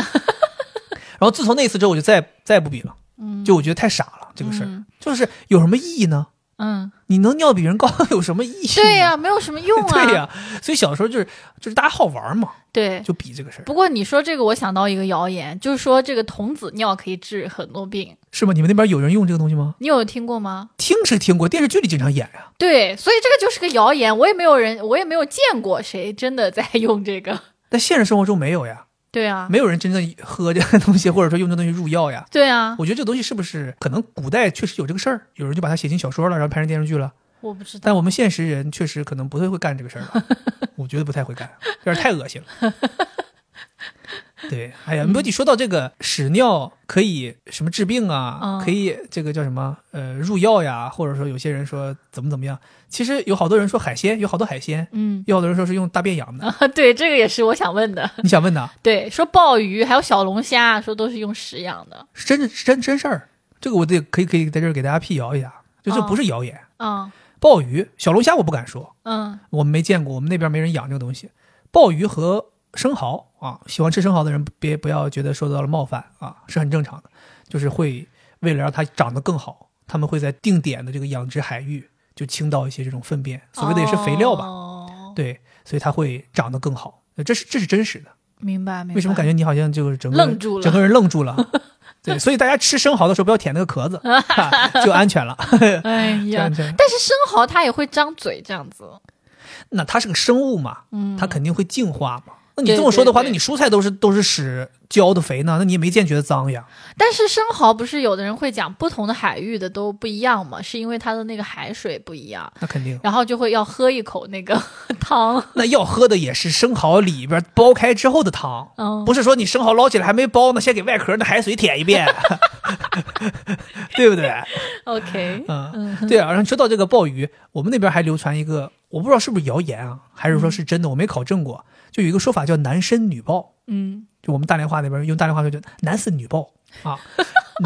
然后自从那次之后，我就再再也不比了。
嗯
就我觉得太傻了，这个事儿、
嗯
就是有什么意义呢？
嗯，
你能尿比人高 有什么意义呢？
对呀、没有什么用啊。
啊 对呀、所以小时候就是就是大家好玩嘛，
对
就比这个事儿，
不过你说这个，我想到一个谣言，就是说这个童子尿可以治很多病，
是吗？你们那边有人用这个东西吗？
你有听过吗？
听是听过，电视剧里经常演呀、
对，所以这个就是个谣言，我也没有人，我也没有见过谁真的在用这个。
但现实生活中没有呀，
对啊，
没有人真正喝这个东西，或者说用这东西入药呀。
对啊，
我觉得这个东西是不是可能古代确实有这个事儿，有人就把它写进小说了，然后拍成电视剧了。
我不知道。
但我们现实人确实可能不太会干这个事儿吧，我觉得不太会干，有点太恶心了。对，哎呀，
嗯
不，你说到这个屎尿可以什么治病啊，
嗯
可以这个叫什么呃入药呀，或者说有些人说怎么怎么样，其实有好多人说海鲜，有好多海鲜，
嗯，
有好多人说是用大便养的。
啊，对，这个也是我想问的。
你想问的，
对，说鲍鱼还有小龙虾，说都是用屎养的。
是真是真真事儿，这个我得可以可以在这儿给大家辟谣一下，就这
哦
不是谣言。
嗯
鲍鱼、小龙虾我不敢说，
嗯
我们没见过，我们那边没人养这个东西。鲍鱼和生蚝啊，喜欢吃生蚝的人别不要觉得受到了冒犯啊，是很正常的。就是会为了让它长得更好，他们会在定点的这个养殖海域就倾倒一些这种粪便，所谓的也是肥料吧？
哦、
对，所以它会长得更好，这是这是真实的。
明白明白。
为什么感觉你好像就是整个
愣住了
整个人愣住了？ 对，所以大家吃生蚝的时候不要舔那个 壳子，哈就安全了。
觉？哎
就
呀
安，全了。
但是生蚝它也会张嘴这样子。
那它是个生物嘛，
嗯，
它肯定会净化嘛。那你
对
这么说的话，
对对
那你蔬菜都是都是屎浇的肥呢，那你也没见觉得脏呀。
但是生蚝不是有的人会讲不同的海域的都不一样嘛，是因为它的那个海水不一样，
那 肯定，
然后就会要喝一口那个 汤，
那要喝的也是生蚝里边剥开之后的汤，
嗯，
不是说你生蚝捞起来还没剥呢，先给外壳的海水舔一 遍，对不对？
，OK，
嗯，对啊。然后说到这个鲍鱼，我们那边还流传一个，我不知道是不是谣言啊，还是
嗯
说是真的，我没考证过。就有一个说法叫“男参女抱
嗯”，
就我们大连话那边用大连话说就“男似女抱”啊，“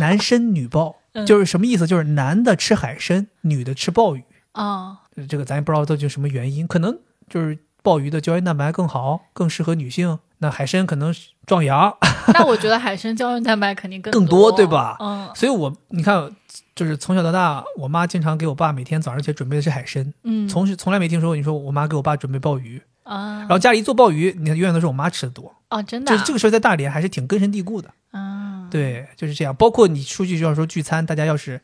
男参女抱”就是什么意思？就是男的吃海参，女的吃鲍鱼。
哦，
呃这个咱也不知道究竟什么原因，可能就是鲍鱼的胶原蛋白更好，更适合女性。那海参可能是壮阳，
那我觉得海参胶原蛋白肯定更
更多
多，
对吧
嗯
所以我你看，就是从小到大，我妈经常给我爸每天早上起来准备的是海参。
嗯，
从从来没听说过你说我妈给我爸准备鲍鱼，
啊
然，后家里一做鲍鱼，你看永远都是我妈吃的多，
哦，真的
这
啊，
这个事儿在大连还是挺根深蒂固的。
嗯，
对，就是这样。包括你出去就要说聚餐，大家要是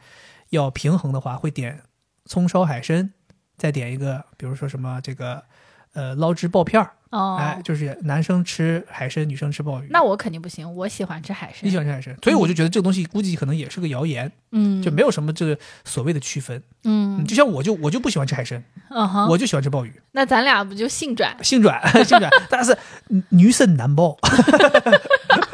要平衡的话，会点葱烧海参，再点一个，比如说什么这个呃捞汁鲍片儿，
哦，
哎，就是男生吃海参，女生吃鲍鱼。
那我肯定不行，我喜欢吃海参
你喜，欢吃海参，所以我就觉得这个东西估计可能也是个谣言，
嗯，
就没有什么这个所谓的区分。
嗯
嗯就像我就我就不喜欢吃海参，
嗯哼，
我就喜欢吃鲍鱼。，
那咱俩不就性转
性转 性转，但是嗯女胜男抱。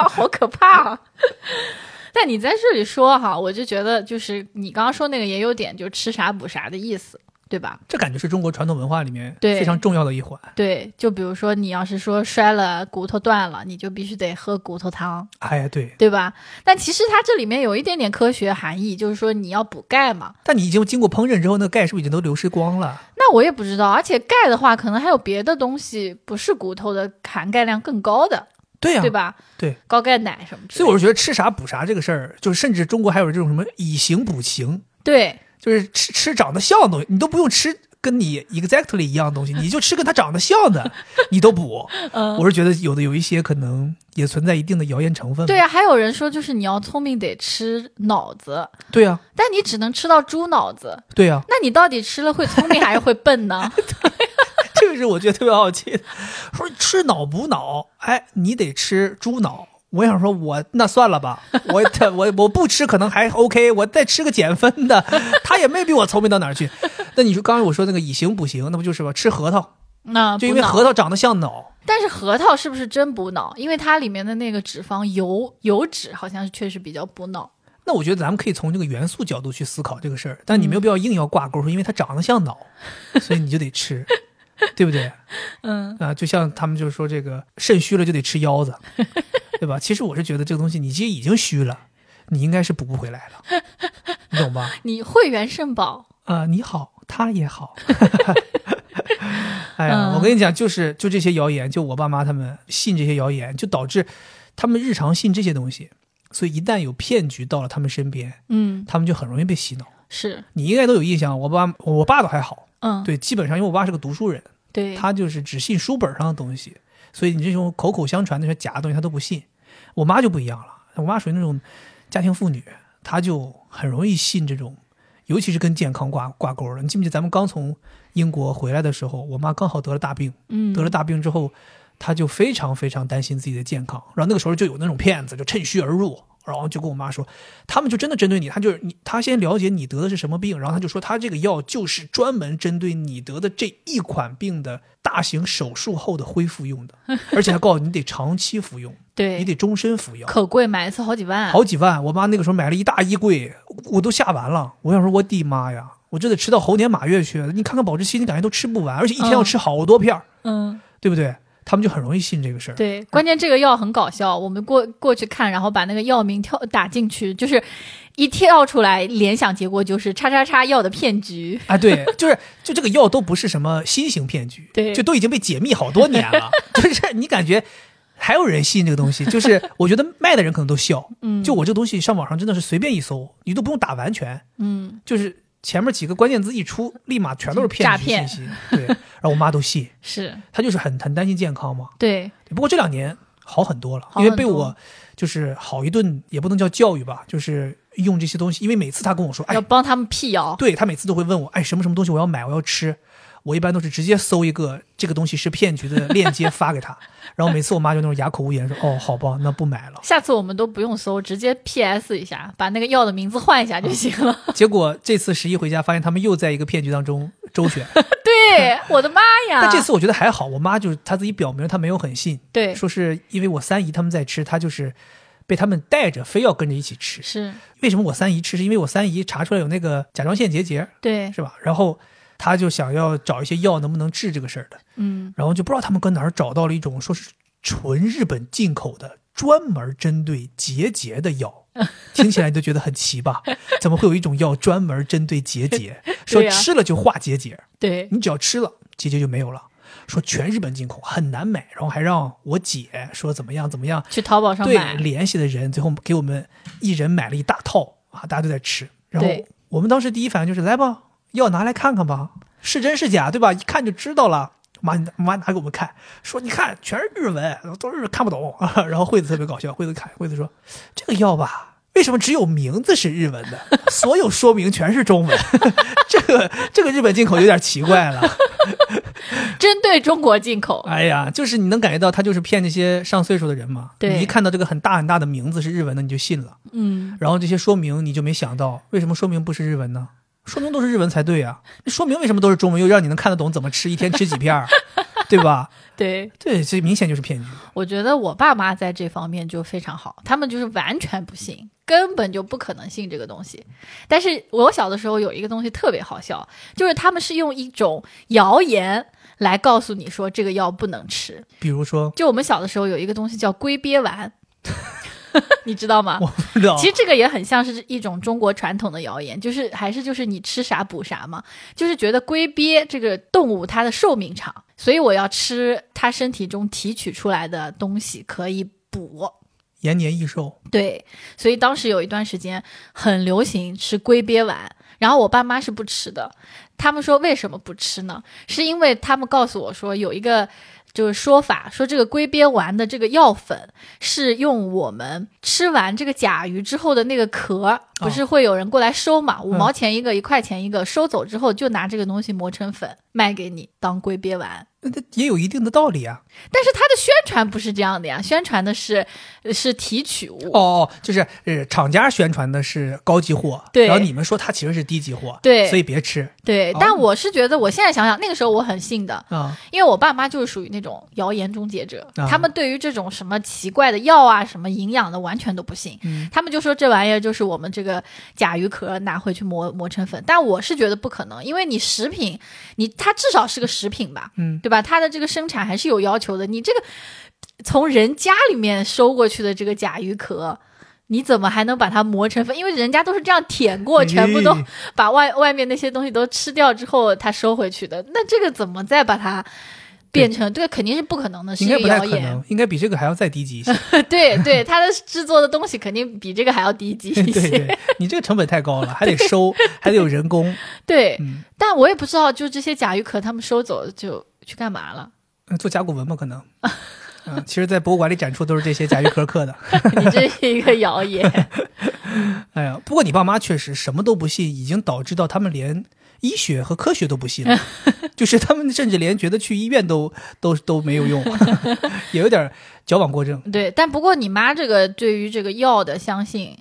好可怕啊！ 但你在这里说哈，我就觉得就是你刚刚说那个也有点就吃啥补啥的意思，对吧？
这感觉是中国传统文化里面
对
非常重要的一环
对，就比如说你要是说摔了骨头断了，你就必须得喝骨头汤，
哎呀，对，
对吧？但其实它这里面有一点点科学含义，就是说你要补钙嘛。
但你已经经过烹饪之后，那钙是不是已经都流失光了？
那我也不知道，而且钙的话，可能还有别的东西不是骨头的含钙量更高的，
对呀、
对？吧？
对，
高钙奶什么之类的。
所以我是觉得吃啥补啥这个事儿，就是甚至中国还有这种什么以形补形，
对
就是吃吃长得像的东西，你都不用吃跟你 exactly 一样的 东西，你就吃跟它长得像的，你都补。
嗯
我是觉得有的有一些可能也存在一定的谣言成分。
对啊，还有人说就是你要聪明得吃脑子，
对呀、
但你只能吃到猪脑子，
对啊呀、
那你到底吃了会聪明还是会 笨呢？
这个是我觉得特别好奇的，说吃脑补脑，哎，你得吃猪脑。我想说我，那算了吧，我 我我不吃可能还 OK，我再吃个减分的， 他也没比我聪明到哪儿去。那你说刚才我说那个以形补形，那不就是吗？吃核桃，
那
就因
补
为
啊脑
核桃长得像脑，
但是核桃是不是真补脑？因为它里面的那个脂肪油油脂好像是确实比较补脑。
那我觉得咱们可以从这个元素角度去思考这个事儿，但你没有必要硬要挂钩，说因为它长得像脑，所以你就得吃，对不对？
嗯
啊，就像他们就是说这个肾虚了就得吃腰子，对吧？其实我是觉得这个东西你既已经虚了，你应该是补不回来了，你懂吧？
你会员肾宝
呃，你好，他也好。 哎呀，我跟你讲，就是就这些谣言，就我爸妈他们信这些谣言，就导致他们日常信这些东西，所以一旦有骗局到了他们身边，
嗯，
他们就很容易被洗脑。
是，
你应该都有印象，我爸我爸倒还好，
嗯，
对，基本上因为我爸是个读书人，
对，
他就是只信书本上的东西，所以你这种口口相传那些假的东西他都不信。我妈就不一样了，我妈属于那种家庭妇女，她就很容易信这种，尤其是跟健康挂挂钩的。你记不记得咱们刚从英国回来的时候，我妈刚好得了大病，
嗯，
得了大病之后，她就非常非常担心自己的健康。然后那个时候就有那种骗子就趁虚而入，然后就跟我妈说，他们就真的针对你，他就是你，他先了解你得的是什么病，然后他就说他这个药就是专门针对你得的这一款病的大型手术后的恢复 用的，而且还告诉你得长期服用，
对，
你得终身服药。
可贵，买一次好几万，啊
好几万，我妈那个时候买了一大衣柜，我都吓完了。我想说，我的妈呀，我这得吃到猴年马月去。你看看保质期，你感觉都吃不完，而且一天要吃好多片儿。
嗯，
对不对？他们就很容易信这个事儿。
对，关键这个药很搞笑，我们过过去看，然后把那个药名跳打进去，就是一跳出来，联想结果就是叉叉叉药的骗局，
啊，对， 就是就这个药都不是什么新型骗局，
对
就都已经被解密好多年 了。就是你感觉还有人信这个东西，就是我觉得卖的人可能都笑。
嗯，
就我这个东西上网上真的是随便一搜，你都不用打完全，
嗯
就是前面几个关键字一出，立马全都是骗
诈
局
骗
信息。对，然后我妈都信，
是
她就是很很担心健康嘛。
对，
对不过这两年好很多了，
好
因为被
很多
我就是好一顿，也不能叫教育吧，就是用这些东西。因为每次她跟我说，哎
要，帮他们辟谣，
对他每次都会问我，哎，什么什么东西我要买，我要吃。我一般都是直接搜一个这个东西是骗局的链接发给他，然后每次我妈就那种哑口无言说，哦，好吧，那不买了。
下次我们都不用搜，直接 PS 一下，把那个药的名字换一
嗯
下就行了。
结果这次十一回家发现他们又在一个骗局当中周旋，
对，我的妈呀！
但这次我觉得还好，我妈就是她自己表明她没有很信，
对
说是因为我三姨他们在吃，她就是被他们带着非要跟着一起吃。
是
为什么我三姨吃？是因为我三姨查出来有那个甲状腺结节，
对，
是吧？然后她就想要找一些药能不能治这个事儿的。
嗯，
然后就不知道他们搁哪儿找到了一种说是纯日本进口的，专门针对结节的 药。听起来你就觉得很奇吧？怎么会有一种药专门针对结 节？说
对啊
吃了就化结节，
对，
你只要吃了结节就没有了。说全日本进口很难买，然后还让我姐说怎么样怎么样，
去淘宝上
对
买，
联系的人最后给我们一人买了一大套啊，大家都在吃。然后
对
我们当时第一反应就是来吧，药拿来看看吧，是真是假，对吧？一看就知道了。妈妈拿给我们看，说你看全是日文，都是看不懂。 啊、然后惠子特别搞笑，惠子看惠子说这个药吧，为什么只有名字是日文的，所有说明全是中文？ 这个这个日本进口有点奇怪了。
针对中国进口。
哎呀，就是你能感觉到他就是骗这些上岁数的人嘛。
对
你一看到这个很大很大的名字是日文的，你就信了。
嗯，
然后这些说明你就没想到，为什么说明不是日文呢？说明都是日文才对啊！说明为什么都是中文，又让你能看得懂怎么吃，一天吃几片儿， 对吧？
对，
对，这明显就是骗局。
我觉得我爸妈在这方面就非常好，他们就是完全不信，根本就不可能信这个东西。但是我小的时候有一个东西特别好笑，就是他们是用一种谣言来告诉你说这个药不能吃。
比如说，
就我们小的时候有一个东西叫龟鳖丸， 你知道吗？
我不知道
其实这个也很像是一种中国传统的谣言，就是还是就是你吃啥补啥嘛，就是觉得龟鳖这个动物它的寿命长，所以我要吃它身体中提取出来的东西可以补。
延年益寿，
对，所以当时有一段时间很流行吃龟鳖丸，然后我爸妈是不吃的。他们说为什么不吃呢？是因为他们告诉我说有一个就是说法，说这个龟鳖丸的这个药粉是用我们吃完这个甲鱼之后的那个壳，不是会有人过来收嘛？五、毛钱一个，一块钱一个，收走之后就拿这个东西磨成粉卖给你当龟鳖丸。
那它也有一定的道理啊。
但是它的宣传不是这样的呀，宣传的是呃是提取物。
哦，就是呃，厂家宣传的是高级货，
对
然后你们说它其实是低级货，
对
所以别吃
对
哦，
但我是觉得，我现在想想，那个时候我很信的，
啊。
因为我爸妈就是属于那种谣言终结者，
啊
他们对于这种什么奇怪的药啊、什么营养的完全都不信，
嗯
他们就说这玩意儿就是我们这个甲鱼壳拿回去磨磨成粉，但我是觉得不可能，因为你食品，你它至少是个食品吧，
嗯，
对吧？它的这个生产还是有要求的，你这个从人家里面收过去的这个甲鱼壳。你怎么还能把它磨成粉？因为人家都是这样舔过，全部都
哎
把外外面那些东西都吃掉之后，它收回去的。那这个怎么再把它变成？对，肯定是不可能的，是
应
一
该
个
不太
谣
可
言。
能，应该比这个还要再低 级一些。
对对，它的制作的东西肯定比这个还要低 级
对
一些。
对，你这个成本太高了，还得收，还得有人工。
对
嗯，
但我也不知道，就这些甲鱼壳他们收走就去干嘛了？
呃做甲骨文嘛，可能。嗯，其实，在博物馆里展出都是这些甲鱼壳刻的。
你这是一个谣言。
哎呀，不过你爸妈确实什么都不信，已经导致到他们连医学和科学都不信了，就是他们甚至连觉得去医院都都都没有用， 也有点矫枉过正。
对，但不过你妈这个对于这个药的相信，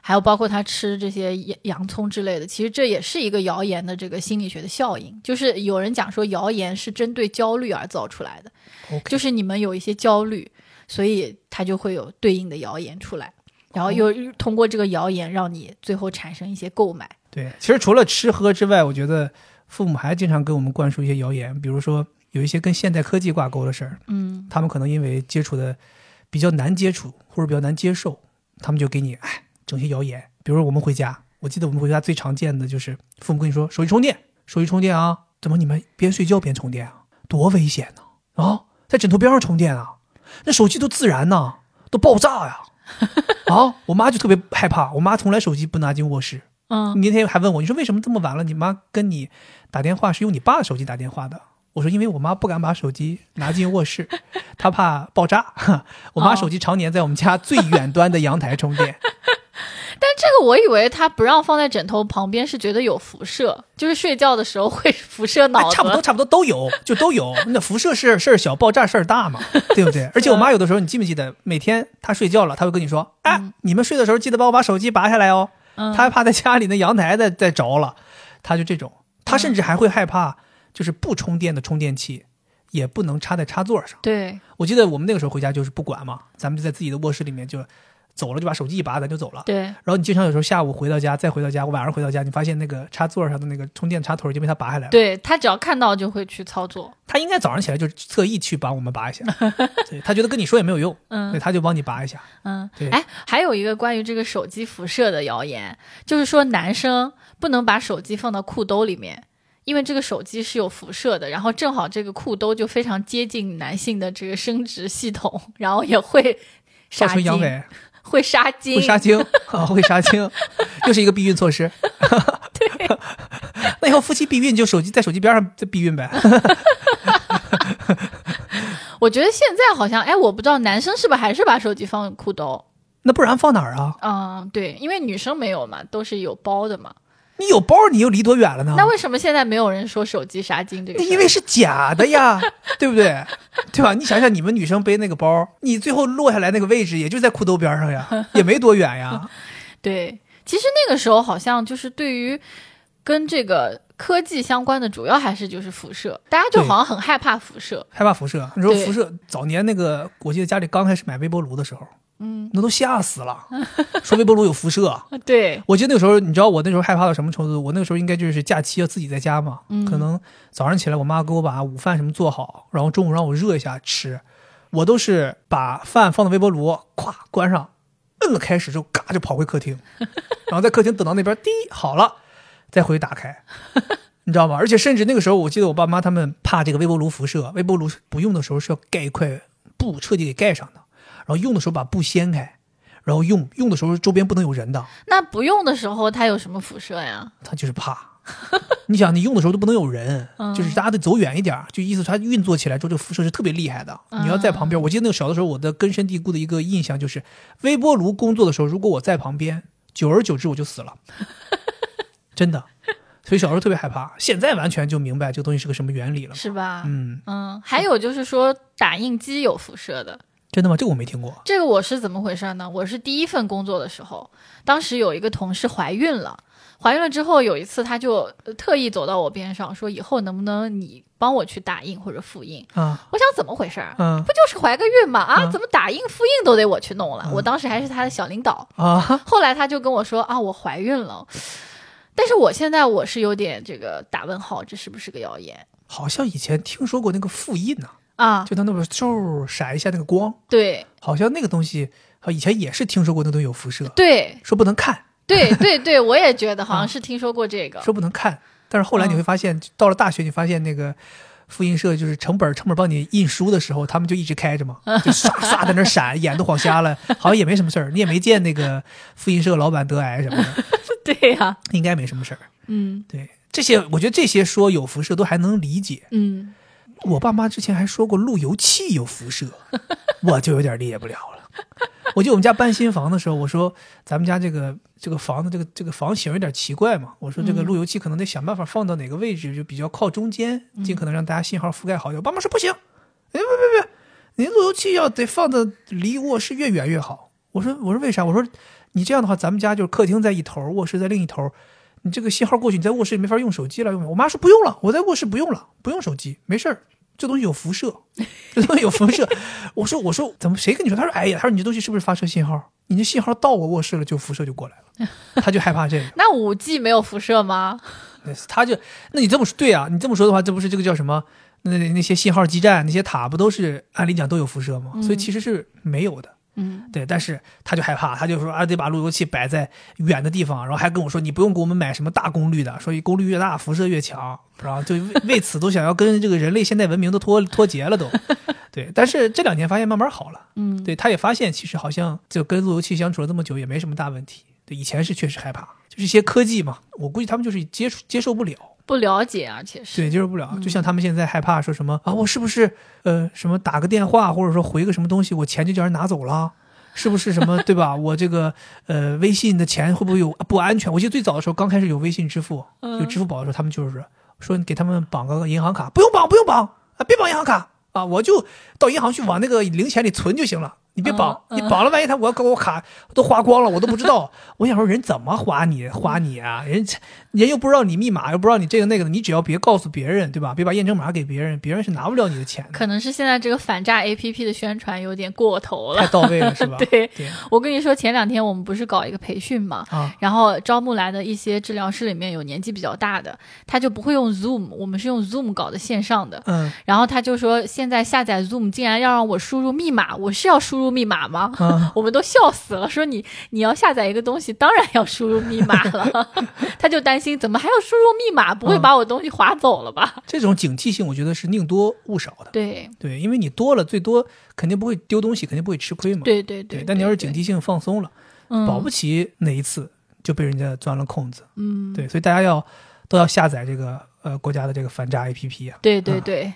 还有包括她吃这些洋洋葱之类的，其实这也是一个谣言的这个心理学的效应。就是有人讲说，谣言是针对焦虑而造出来的，
OK，
就是你们有一些焦虑，所以它就会有对应的谣言出来，然后又通过这个谣言让你最后产生一些购买。
对，其实除了吃喝之外，我觉得父母还经常给我们灌输一些谣言，比如说有一些跟现代科技挂钩的事儿，
嗯，
他们可能因为接触的比较难接触，或者比较难接受，他们就给你哎整些谣言。比如说我们回家，我记得我们回家最常见的就是父母跟你说手机充电，手机充电啊，怎么你们边睡觉边充电啊，多危险呢啊在枕头边上充电啊，那手机都自燃呐、都爆炸呀、啊！我妈就特别害怕，我妈从来手机不拿进卧室。
嗯，
你那天还问我，你说为什么这么晚了，你妈跟你打电话是用你爸的手机打电话的？我说因为我妈不敢把手机拿进卧室，她怕爆炸。我妈
哦
手机常年在我们家最远端的阳台充电。
但这个我以为她不让放在枕头旁边，是觉得有辐射，就是睡觉的时候会 辐射脑
哎，
子。
差不多，差不多都有，就都有。那辐射事儿事儿小，爆炸事儿大嘛， 对不对？
啊
而且我妈有的时候，你记不记得，每天她睡觉了，她会跟你说：“哎，你们睡的时候记得帮我把手机拔下来哦。
嗯
她害怕在家里那阳台再再着了，她就这种。
嗯
她甚至还会害怕，就是不充电的充电器也不能插在插座上。
对。
我记得我们那个时候回家就是不管嘛，咱们就在自己的卧室里面就走了，就把手机一拔，咱就走了。
对，
然后你经常有时候下午回到家，再回到家，晚上回到家，你发现那个插座上的那个充电插头已经被她拔下来了。
对他只要看到就会去操作。
他应该早上起来就特意去帮我们拔 一下，对他觉得跟你说也没有用，对，
嗯
他就帮你拔一下。
嗯
对，
哎，还有一个关于这个手机辐射的谣言，就是说男生不能把手机放到裤兜里面，因为这个手机是有辐射的，然后正好这个裤兜就非常接近男性的这个生殖系统，然后也会
造
杀
成阳
精，
痿
会杀精，
会杀精 啊，会杀 精，又是一个避孕措施。对， 那以后夫妻避孕就手机在手机边上就避孕呗。
我觉得现在好像，哎，我不知道男生是不是还是把手机放裤兜。
那不然放哪儿啊？
嗯，对，因为女生没有嘛，都是有包的嘛。
你有包你又离多远了呢
那？为什么现在没有人说手机杀精这个
那
事儿？
啊因为是假的 呀，对不对？对吧？你想想，你们女生背那个包，你最后落下来那个位置，也就在裤兜边上呀，也没多远呀。
对，其实那个时候好像就是对于跟这个科技相关的，主要还是就是辐射，大家就
对
好像很害怕辐射。
害怕辐射。你说
对
辐射，早年那个，我记得家里刚开始买微波炉的时候，
嗯，
那都吓死了，说微波炉有辐射。
对，
我记得那个时候，你知道我那时候害怕到什么程度？我那个时候应该就是假期要自己在家嘛，
嗯
可能早上起来我妈给我把午饭什么做好，然后中午让我热一下吃，我都是把饭放到微波炉，咵关上，摁了开始之后，嘎就跑回客厅，然后在客厅等到那边滴好了，再回去打开，你知道吗？而且甚至那个时候，我记得我爸妈他们怕这个微波炉辐射，微波炉是不用的时候是要盖一块布彻底给盖上的，然后用的时候把布掀开。然后用用的时候，周边不能有人的，
那不用的时候它有什么辐射呀？
他就是怕。 你想，你用的时候都不能有人，
嗯
就是大家得走远一点儿，就意思它运作起来之后，这个辐射是特别厉害的。
嗯
你要在旁边，我记得那个小的时候，我的根深蒂固的一个印象就是，微波炉工作的时候，如果我在旁边，久而久之我就死了， 真的。所以小时候特别害怕，现在完全就明白这个东西是个什么原理了。
是吧？
嗯，
嗯，还有就是说打印机有辐射的，
真的吗？这个我没听过。
这个我是怎么回事呢？我是第一份工作的时候，当时有一个同事怀孕了，怀孕了之后有一次她就呃特意走到我边上说，以后能不能你帮我去打印或者复印？
啊，
我想怎么回事儿？
嗯
不就是怀个孕嘛啊，
嗯
怎么打印复印都得我去弄了？
嗯
我当时还是他的小领导，
啊，
后来他就跟我说啊，我怀孕了。但是我现在我是有点这个打问号，这是不是个谣言
好像以前听说过那个复印呢、
啊？
就它那边嗖闪一下那个光，
对
好像那个东西好，以前也是听说过那东西有辐射，
对
说不能看，
对对对，我也觉得好像是听啊说过这个。
说不能看，但是后来你会发现，到了大学你发现那个。复印社就是成本成本帮你印书的时候，他们就一直开着嘛，就唰唰在那儿闪，眼都晃瞎了，好像也没什么事儿，你也没见那个复印社老板得癌什么的，
对呀、
应该没什么事儿。
嗯
对这些，我觉得这些说有辐射都还能理解，
嗯，
我爸妈之前还说过路由器有辐射，我就有点理解不了了。我记得我们家搬新房的时候，我说咱们家这个这个房子这个这个房型有点奇怪嘛，我说这个
嗯
路由器可能得想办法放到哪个位置，就比较靠中间，尽可能让大家信号覆盖好一点。我爸妈说不行，哎别别别，您路由器要得放的离卧室越远越好。我说我说为啥？我说你这样的话，咱们家就是客厅在一头，卧室在另一头，你这个信号过去，你在卧室没法用手机了。用我妈说不用了，我在卧室不用了，不用手机，没事儿。这东西有辐射， 这东西有辐射。我说我说怎么谁跟你说？他说哎呀，他说你这东西是不是发射信号？你这信号到我卧室了，就辐射就过来了。他就害怕这个，
那五 G 没有辐射吗？
他就那你这么说对啊，你这么说的话，这不是这个叫什么？那那些信号基站那些塔不都是按理讲都有辐射吗？所以其实是没有的。
嗯
对，但是他就害怕，他就说啊，得把路由器摆在远的地方，然后还跟我说你不用给我们买什么大功率的，说功率越大辐射越强，然后就为为此都想要跟这个人类现代文明都脱脱节了都。对，但是这两年发现慢慢好了，
嗯，
对，他也发现其实好像就跟路由器相处了这么久也没什么大问题。对，以前是确实害怕，就是一些科技嘛，我估计他们就是接触接受不了。
不了解，啊而且是
对，接受不了。就
嗯
像他们现在害怕说什么啊，我是不是呃什么打个电话或者说回个什么东西，我钱就叫人拿走了。是不是什么对吧？我这个呃，微信的钱会不会有不安全？我记得最早的时候，刚开始有微信支付，
嗯
有支付宝的时候，他们就是说你给他们绑个银行卡，不用绑，不用绑啊，别绑银行卡啊，我就到银行去往那个零钱里存就行了，你别绑，
嗯
你绑了万一他我要搞我卡都花光了，我都不知道。我想说人怎么花你花你啊？人人又不知道你密码，又不知道你这个那个的，你只要别告诉别人，对吧？别把验证码给别人，别人是拿不了你的钱的，
可能是现在这个反诈 APP 的宣传有点过头
太
了。？
到位了，是吧
对
对
我跟你说，前两天我们不是搞一个培训嘛，
啊，
然后招募来的一些治疗师里面有年纪比较大的，他就不会用 Zoom，我们是用 Zoom 搞的线上的。
嗯
然后他就说，现在下载 Zoom 竟然要让我输入密码，我是要输入密码吗？
啊，
我们都笑死了，说你你要下载一个东西，当然要输入密码 了。他就担心怎么还要输入密码，
啊
不会把我东西划走了吧？
这种警惕性，我觉得是宁多勿少的。
对
对，因为你多了，最多肯定不会丢东西，肯定不会吃亏嘛。
对对
对
对，
但你要是警惕性放松了，
嗯
保不齐哪一次就被人家钻了空子。
嗯，
对，所以大家要都要下载这个呃国家的这个反诈 APP 啊。
对对对，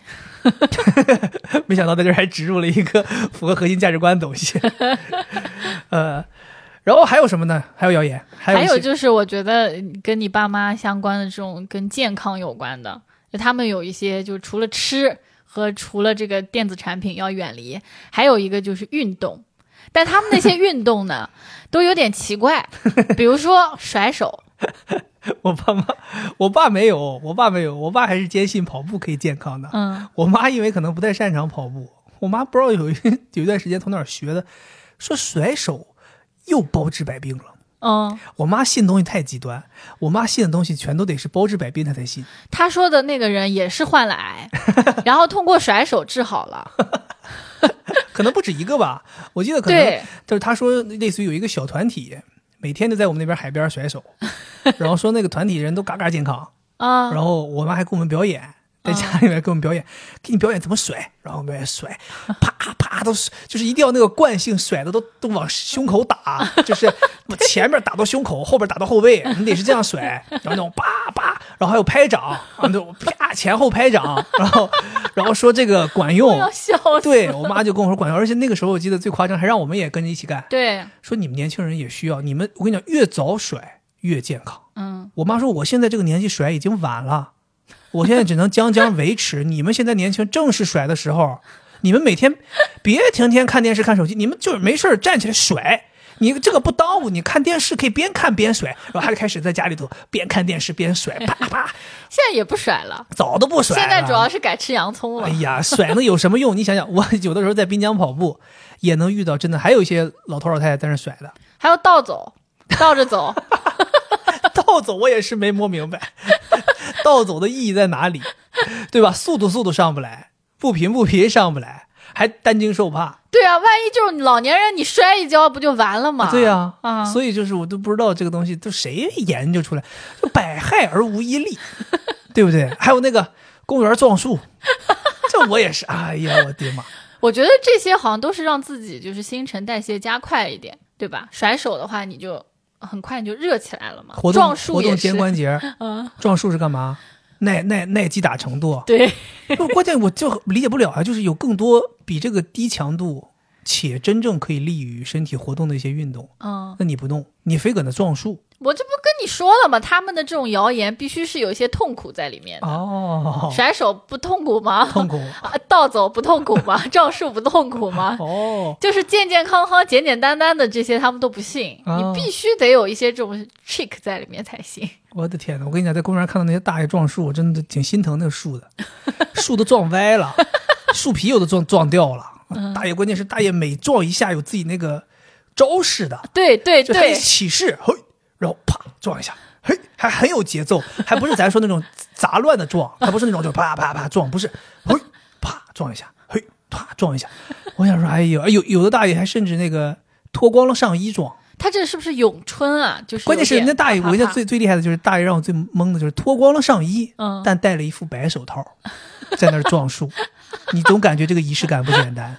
没想到在这儿还植入了一个符合核心价值观的东西。呃，然后还有什么呢？还有谣言，还有
还
一
有
些
就是，我觉得跟你爸妈相关的这种跟健康有关的，就他们有一些，就除了吃和除了这个电子产品要远离，还有一个就是运动。但他们 那些运动呢，都有点奇怪，比如说甩手。
我爸妈，我爸没有，我爸没有，我爸还是坚信跑步可以健康的。
嗯，
我妈因为可能不太擅长跑步，我妈不知道有一 有一段时间从哪儿学的，说甩手又包治百病了。
嗯，
我妈信的东西太极端，我妈信的东西全都得是包治百病，她才信。
他说的那个人也是患 了癌，然后通过甩手治好了。
可能不止一个吧，我记得可能
对，
就是他说，类似于有一个小团体，每天就在我们那边海边甩 手，然后说那个团体人都嘎嘎健康，
啊、
然后我妈还给我们表演，在家里面给我们表演，给你表演怎么甩，然后我们也甩，啪啪都是，就是一定要那个惯性甩的都都往胸口 打，就是前面打到胸口，后边打到后背，你得是这样甩， 然后那种叭叭，然后还有拍掌，然后那种啪前后拍掌，然后然后说这个管
我
用
要。笑 死。
对我妈就跟我说管用，而且那个时候我记得最夸张，还让我们也跟着一起干，
对，
说你们年轻人也需要，你们我跟你讲，越早甩越健康。
嗯，
我妈说我现在这个年纪甩已经晚了，我现在只能将将维持。你们现在年轻正是甩的时候，你们每天别天天看电视看手机，你们就是没事儿站起来甩。你这个不耽误，你看电视可以边看边甩，然后她就开始在家里头边看电视边甩，啪啪，
现在也不甩了，
早都不甩了。
现在主要是改吃洋葱了
哎。呀，甩那有什么用？你 想想，我有的时候在滨江跑步，也能遇到真的，还有一些老头老太太在那甩的，
还要倒走，倒着走。
倒走我也是没摸明白， 倒走的意义在哪里，对吧？速度速度上不来，步频步频上不来，还担惊受怕。
对啊，万一就是老年人你摔一跤不就完了吗？
对
呀、
呀、
啊，
所以就是我都不知道这个东西都谁研究出来，就百害而无一利， 对不对？还有那个公园撞树，这我也是，哎呀，我的妈！
我觉得这些好像都是让自己就是新陈代谢加快一点，对吧？甩手的话，你就很快你就热起来了嘛。
活动
撞树
活动
也是
肩，关节，
嗯，，
撞树是干嘛？耐耐耐击打程度
对，
不关键我就理解不了啊！就是有更多比这个低强度且真正可以利于身体活动的一些运动，
嗯，
那你不动，你非搁那撞树
我这不跟你说了吗？他们的这种谣言必须是有一些痛苦在里面的。
哦，
甩手不痛苦吗？
痛苦
啊，倒走不痛苦吗？ 撞树不痛苦吗？
哦，
就是健健康康、简简单单的这些，他们都不信。
啊
你必须得有一些这种 trick 在里面才行。
我的天呐，我跟你讲，在公园看到那些大爷撞树，我真的挺心疼那个树 的，树都撞歪了，树皮有的撞撞掉了。
嗯
大爷，关键是大爷每撞一下有自己那个招式的，
对对
就他一
对，
起势，嘿，然后啪撞一下，嘿，还很有节奏，还不是咱说那种杂乱的撞，还不是那种就啪啪啪撞，不是，嘿，啪撞一下，嘿，啪撞一下。我想说，哎呦，哎有有的大爷还甚至那个脱光了上衣撞，
他这是不是咏春啊？就是
关键是
有
人
点
家大爷，
啪
我觉得
啪
最最厉害的就是大爷让我最懵的就是脱光了上衣，
嗯
但戴了一副白手套，在那儿撞树，你总感觉这个仪式感不简单，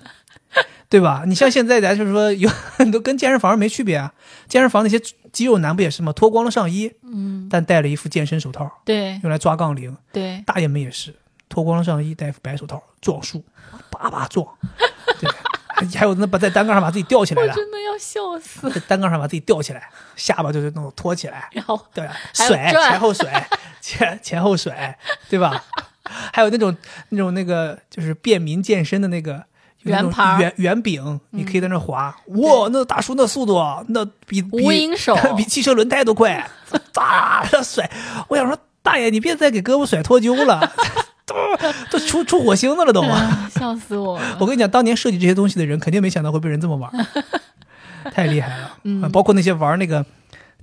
对吧？你像现在咱就是说有很多跟健身房没区别啊，健身房那些肌肉男不也是吗？脱光了上衣，
嗯，
但戴了一副健身手套，
对
用来抓杠铃。
对，
大爷们也 是脱光了上衣，戴一副白手套撞树，叭叭撞，对，还还有那把在单杠上把自己吊起来
我
的，
真的要笑死。
在单杠上把自己吊起来，下巴就是那种托起来。
然后
对啊，
还有
甩
转
前后甩 前前后甩，对吧？ 还有那种那种那个就是便民健身的那个有那种
圆盘儿嗯
圆圆饼，你可以在那儿滑。哇，那大叔那速度，啊那比比
无影手
比汽车轮胎都 快，咋那甩？我想说，大爷，你别再给胳膊甩脱臼了， 都都出出火星子了都。
啊笑死我 了。
我跟你讲，当年设计这些东西的人，肯定没想到会被人这么玩 儿，太厉害了。嗯，包括那些玩那个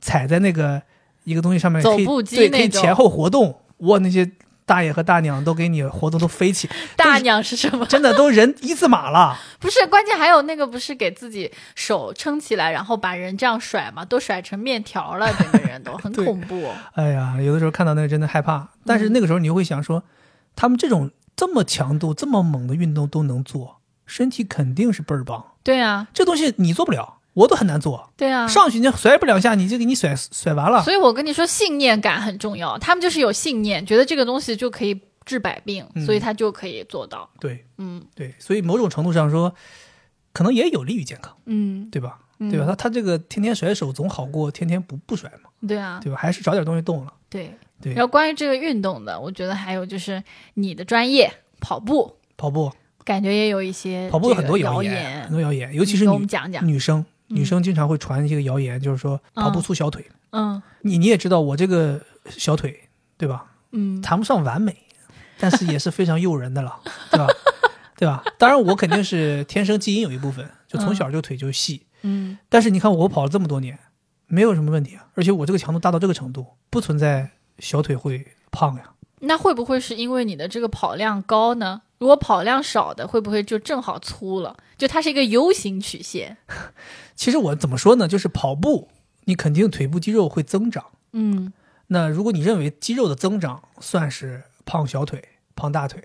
踩在那个一个东西上面，
走
可以
步机
对，
那
可以
种
前后活动。哇，那些大爷和大娘都给你活动都飞 起，
大娘是什么？
真的都人一字马了。
不是，关键还有那个不是给自己手撑起来，然后把人这样甩嘛，都甩成面条了，整个人都 很
对
恐怖。哦
哎呀，有的时候看到那个真的害怕，但是那个时候你会想说，他们这种这么强度、这么猛的运动都能做，身体肯定是倍儿棒。
对啊，
这东西你做不了，我都很难做。
对啊。
上去你甩不两下，你就给你甩甩完了。
所以我跟你说，信念感很重要。他们就是有信念，觉得这个东西就可以治百病，
嗯
所以他就可以做到。
对，
嗯
对，所以某种程度上说，可能也有利于健康，
嗯，
对吧？
嗯
对吧？他他这个天天甩手总好过天天不不甩嘛，
对啊，
对吧？还是找点东西动了。
对。
对
然后关于这个运动的，我觉得还有就是你的专业跑步，
跑步，
感觉也有一些
跑步有很多
这个
谣
谣嗯
言，很多谣言，尤其是
你给我们
女
讲讲。
女生，
嗯
女生经常会传一个谣言，就是说跑步粗小腿。
嗯
你你也知道我这个小腿，对吧？
嗯，
谈不上完美，但是也是非常诱人的了，对吧？ 对吧？当然，我肯定是天生基因有一部分，就从小就腿就细，
嗯
但是你看我跑了这么多年，没有什么问题啊，而且我这个强度大到这个程度，不存在小腿会胖呀。
那会不会是因为你的这个跑量高呢？如果跑量少的，会不会就正好粗了？就它是一个 U 型曲线。
其实我怎么说呢，就是跑步，你肯定腿部肌肉会增长。
嗯
那如果你认为肌肉的增长算是胖小腿、胖大腿，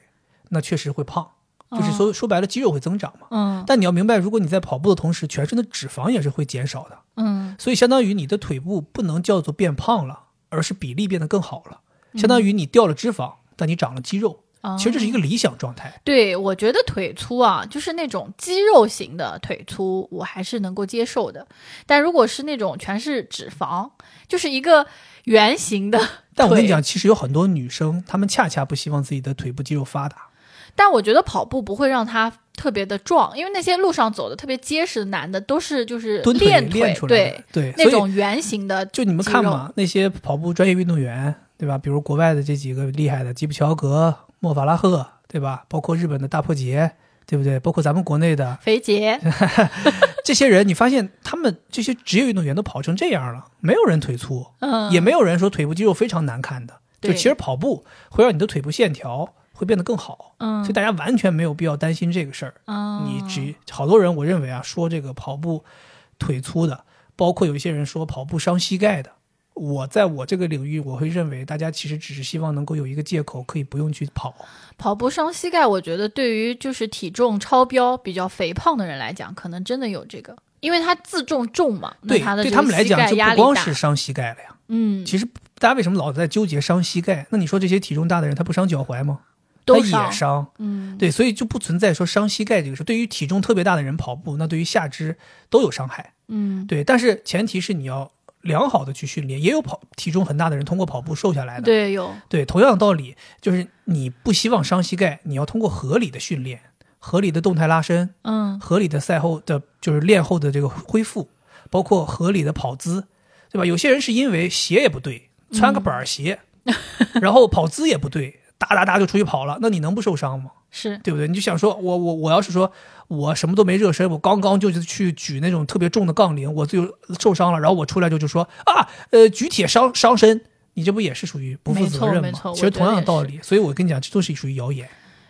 那确实会胖，就是说、说白了，肌肉会增长嘛。
嗯
但你要明白，如果你在跑步的同时，全身的脂肪也是会减少的，
嗯
所以相当于你的腿部不能叫做变胖了，而是比例变得更好了，相当于你掉了脂肪，但你长了肌肉，
嗯，
其实这是一
个。
个理想状态。
对，我觉得腿粗啊，就是那种肌肉型的腿粗，我还是能够接受的。但如果是那种全是脂肪，就是一个圆形的，
但我跟你，讲，其实有很多女生，她们恰恰不希望自己的腿部肌肉发达。
但我觉得跑步不会让它特别的壮，因为那些路上走的特别结实的男的都是就是
蹲腿
练
练
腿，
出来的
对，
对
那
所以
种圆形的，
就你们看嘛，那些跑步专业运动员，对吧？比如国外的这几个厉害的，吉普乔格、莫法拉赫，对吧？包括日本的大破节，对不对？包括咱们国内的
肥杰，
这些人，你发现他们这些职业运动员都跑成这样了，没有人腿粗，
嗯，
也没有人说腿部肌肉非常难看的。就
对
其实跑步会让你的腿部线条会变得更好。
嗯，
所以大家完全没有必要担心这个事儿。
啊，
你只好多人，我认为啊，说这个跑步腿粗的，包括有一些人说跑步伤膝盖的。我在我这个领域，我会认为大家其实只是希望能够有一个借口，可以不用去跑。
跑步伤膝盖，我觉得对于就是体重超标、比较肥胖的人来讲，可能真的有这个，因为他自重重嘛，那
对，
他的
对
这
他
个
们来
膝
讲，
盖
这
压
不
力
光
大
是伤膝盖了呀。
嗯，
其实大家为什么老在纠结伤膝盖？那你说这些体重大的人，他不伤脚踝吗？
都
他也
伤，
伤。
嗯，
对，所以就不存在说伤膝盖这个事。对于体重特别大的人跑步，那对于下肢都有伤害。
嗯，
对，但是前提是你要良好的去训练，也有跑体重很大的人通过跑步瘦下来的。
对，有，
对同样的道理，就是你不希望伤膝盖，你要通过合理的训练、合理的动态拉伸、
嗯，
合理的赛后的，就是练后的这个恢复，包括合理的跑姿，对吧？有些人是因为鞋也不对，穿个板儿鞋，然后跑姿也不对，哒哒哒就出去跑了，那你能不受伤吗？
是，
对不对？你就想说，我我我要是说我什么都没热身，我刚刚就是去举那种特别重的杠铃，我就受伤了，然后我出来就就说啊，呃，举铁伤伤身，你这不也是属于不负责任
没
吗
错没错？
其实同样的道
我觉得
理，所以我跟你讲，这都是属于谣言。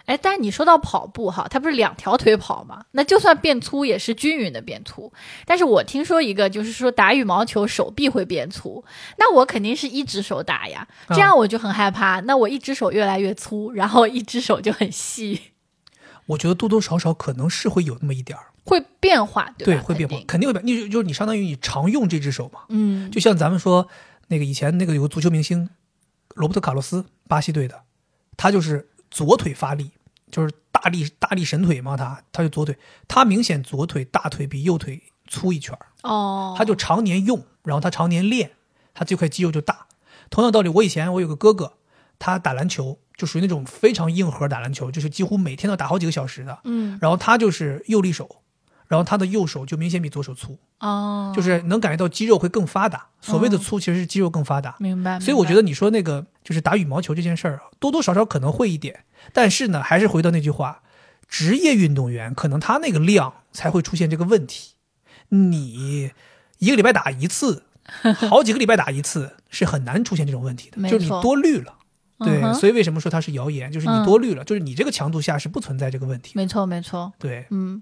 哎，但是你说到跑步哈，它不是两条腿跑嘛？那就算变粗，也是均匀的变粗。但是我听说一个，就是说打羽毛球手臂会变粗，那我肯定是一只手打呀，
嗯
这样我就很害怕。那我一只手越来越粗，然后一只手就很细。
我觉得多多少少可能是会有那么一点儿，
会变化，对
对，
吧？
会变化
肯，定
肯定会变。你就就是你相当于你常用这只手嘛，
嗯，
就像咱们说那个以前那个有个足球明星罗伯特卡洛斯，巴西队的，他就是左腿发力，就是大力大力神腿嘛，他他就左腿，他明显左腿大腿比右腿粗一圈儿，
哦，
他就常年用，然后他常年练，他这块肌肉就大。同样道理，我以前我有个哥哥，他打篮球就属于那种非常硬核打篮球，就是几乎每天都打好几个小时的，
嗯
然后他就是右利手，然后他的右手就明显比左手粗。
哦，
就是能感觉到肌肉会更发达。所谓的粗，其实是肌肉更发达。
明白。
所以我
明
觉得
白
你说那个就是打羽毛球这件事儿啊，多多少少可能会一点，但是呢，还是回到那句话，职业运动员可能他那个量才会出现这个问题。你一个礼拜打一次，好几个礼拜打一次是很难出现这种问题的，
没
就是你
错
多虑了。对
嗯，哼
所以为什么说它是谣言？就是
嗯
你多虑了，就是你这个强度下是不存在这个问题的。
没错没错，
对，
嗯，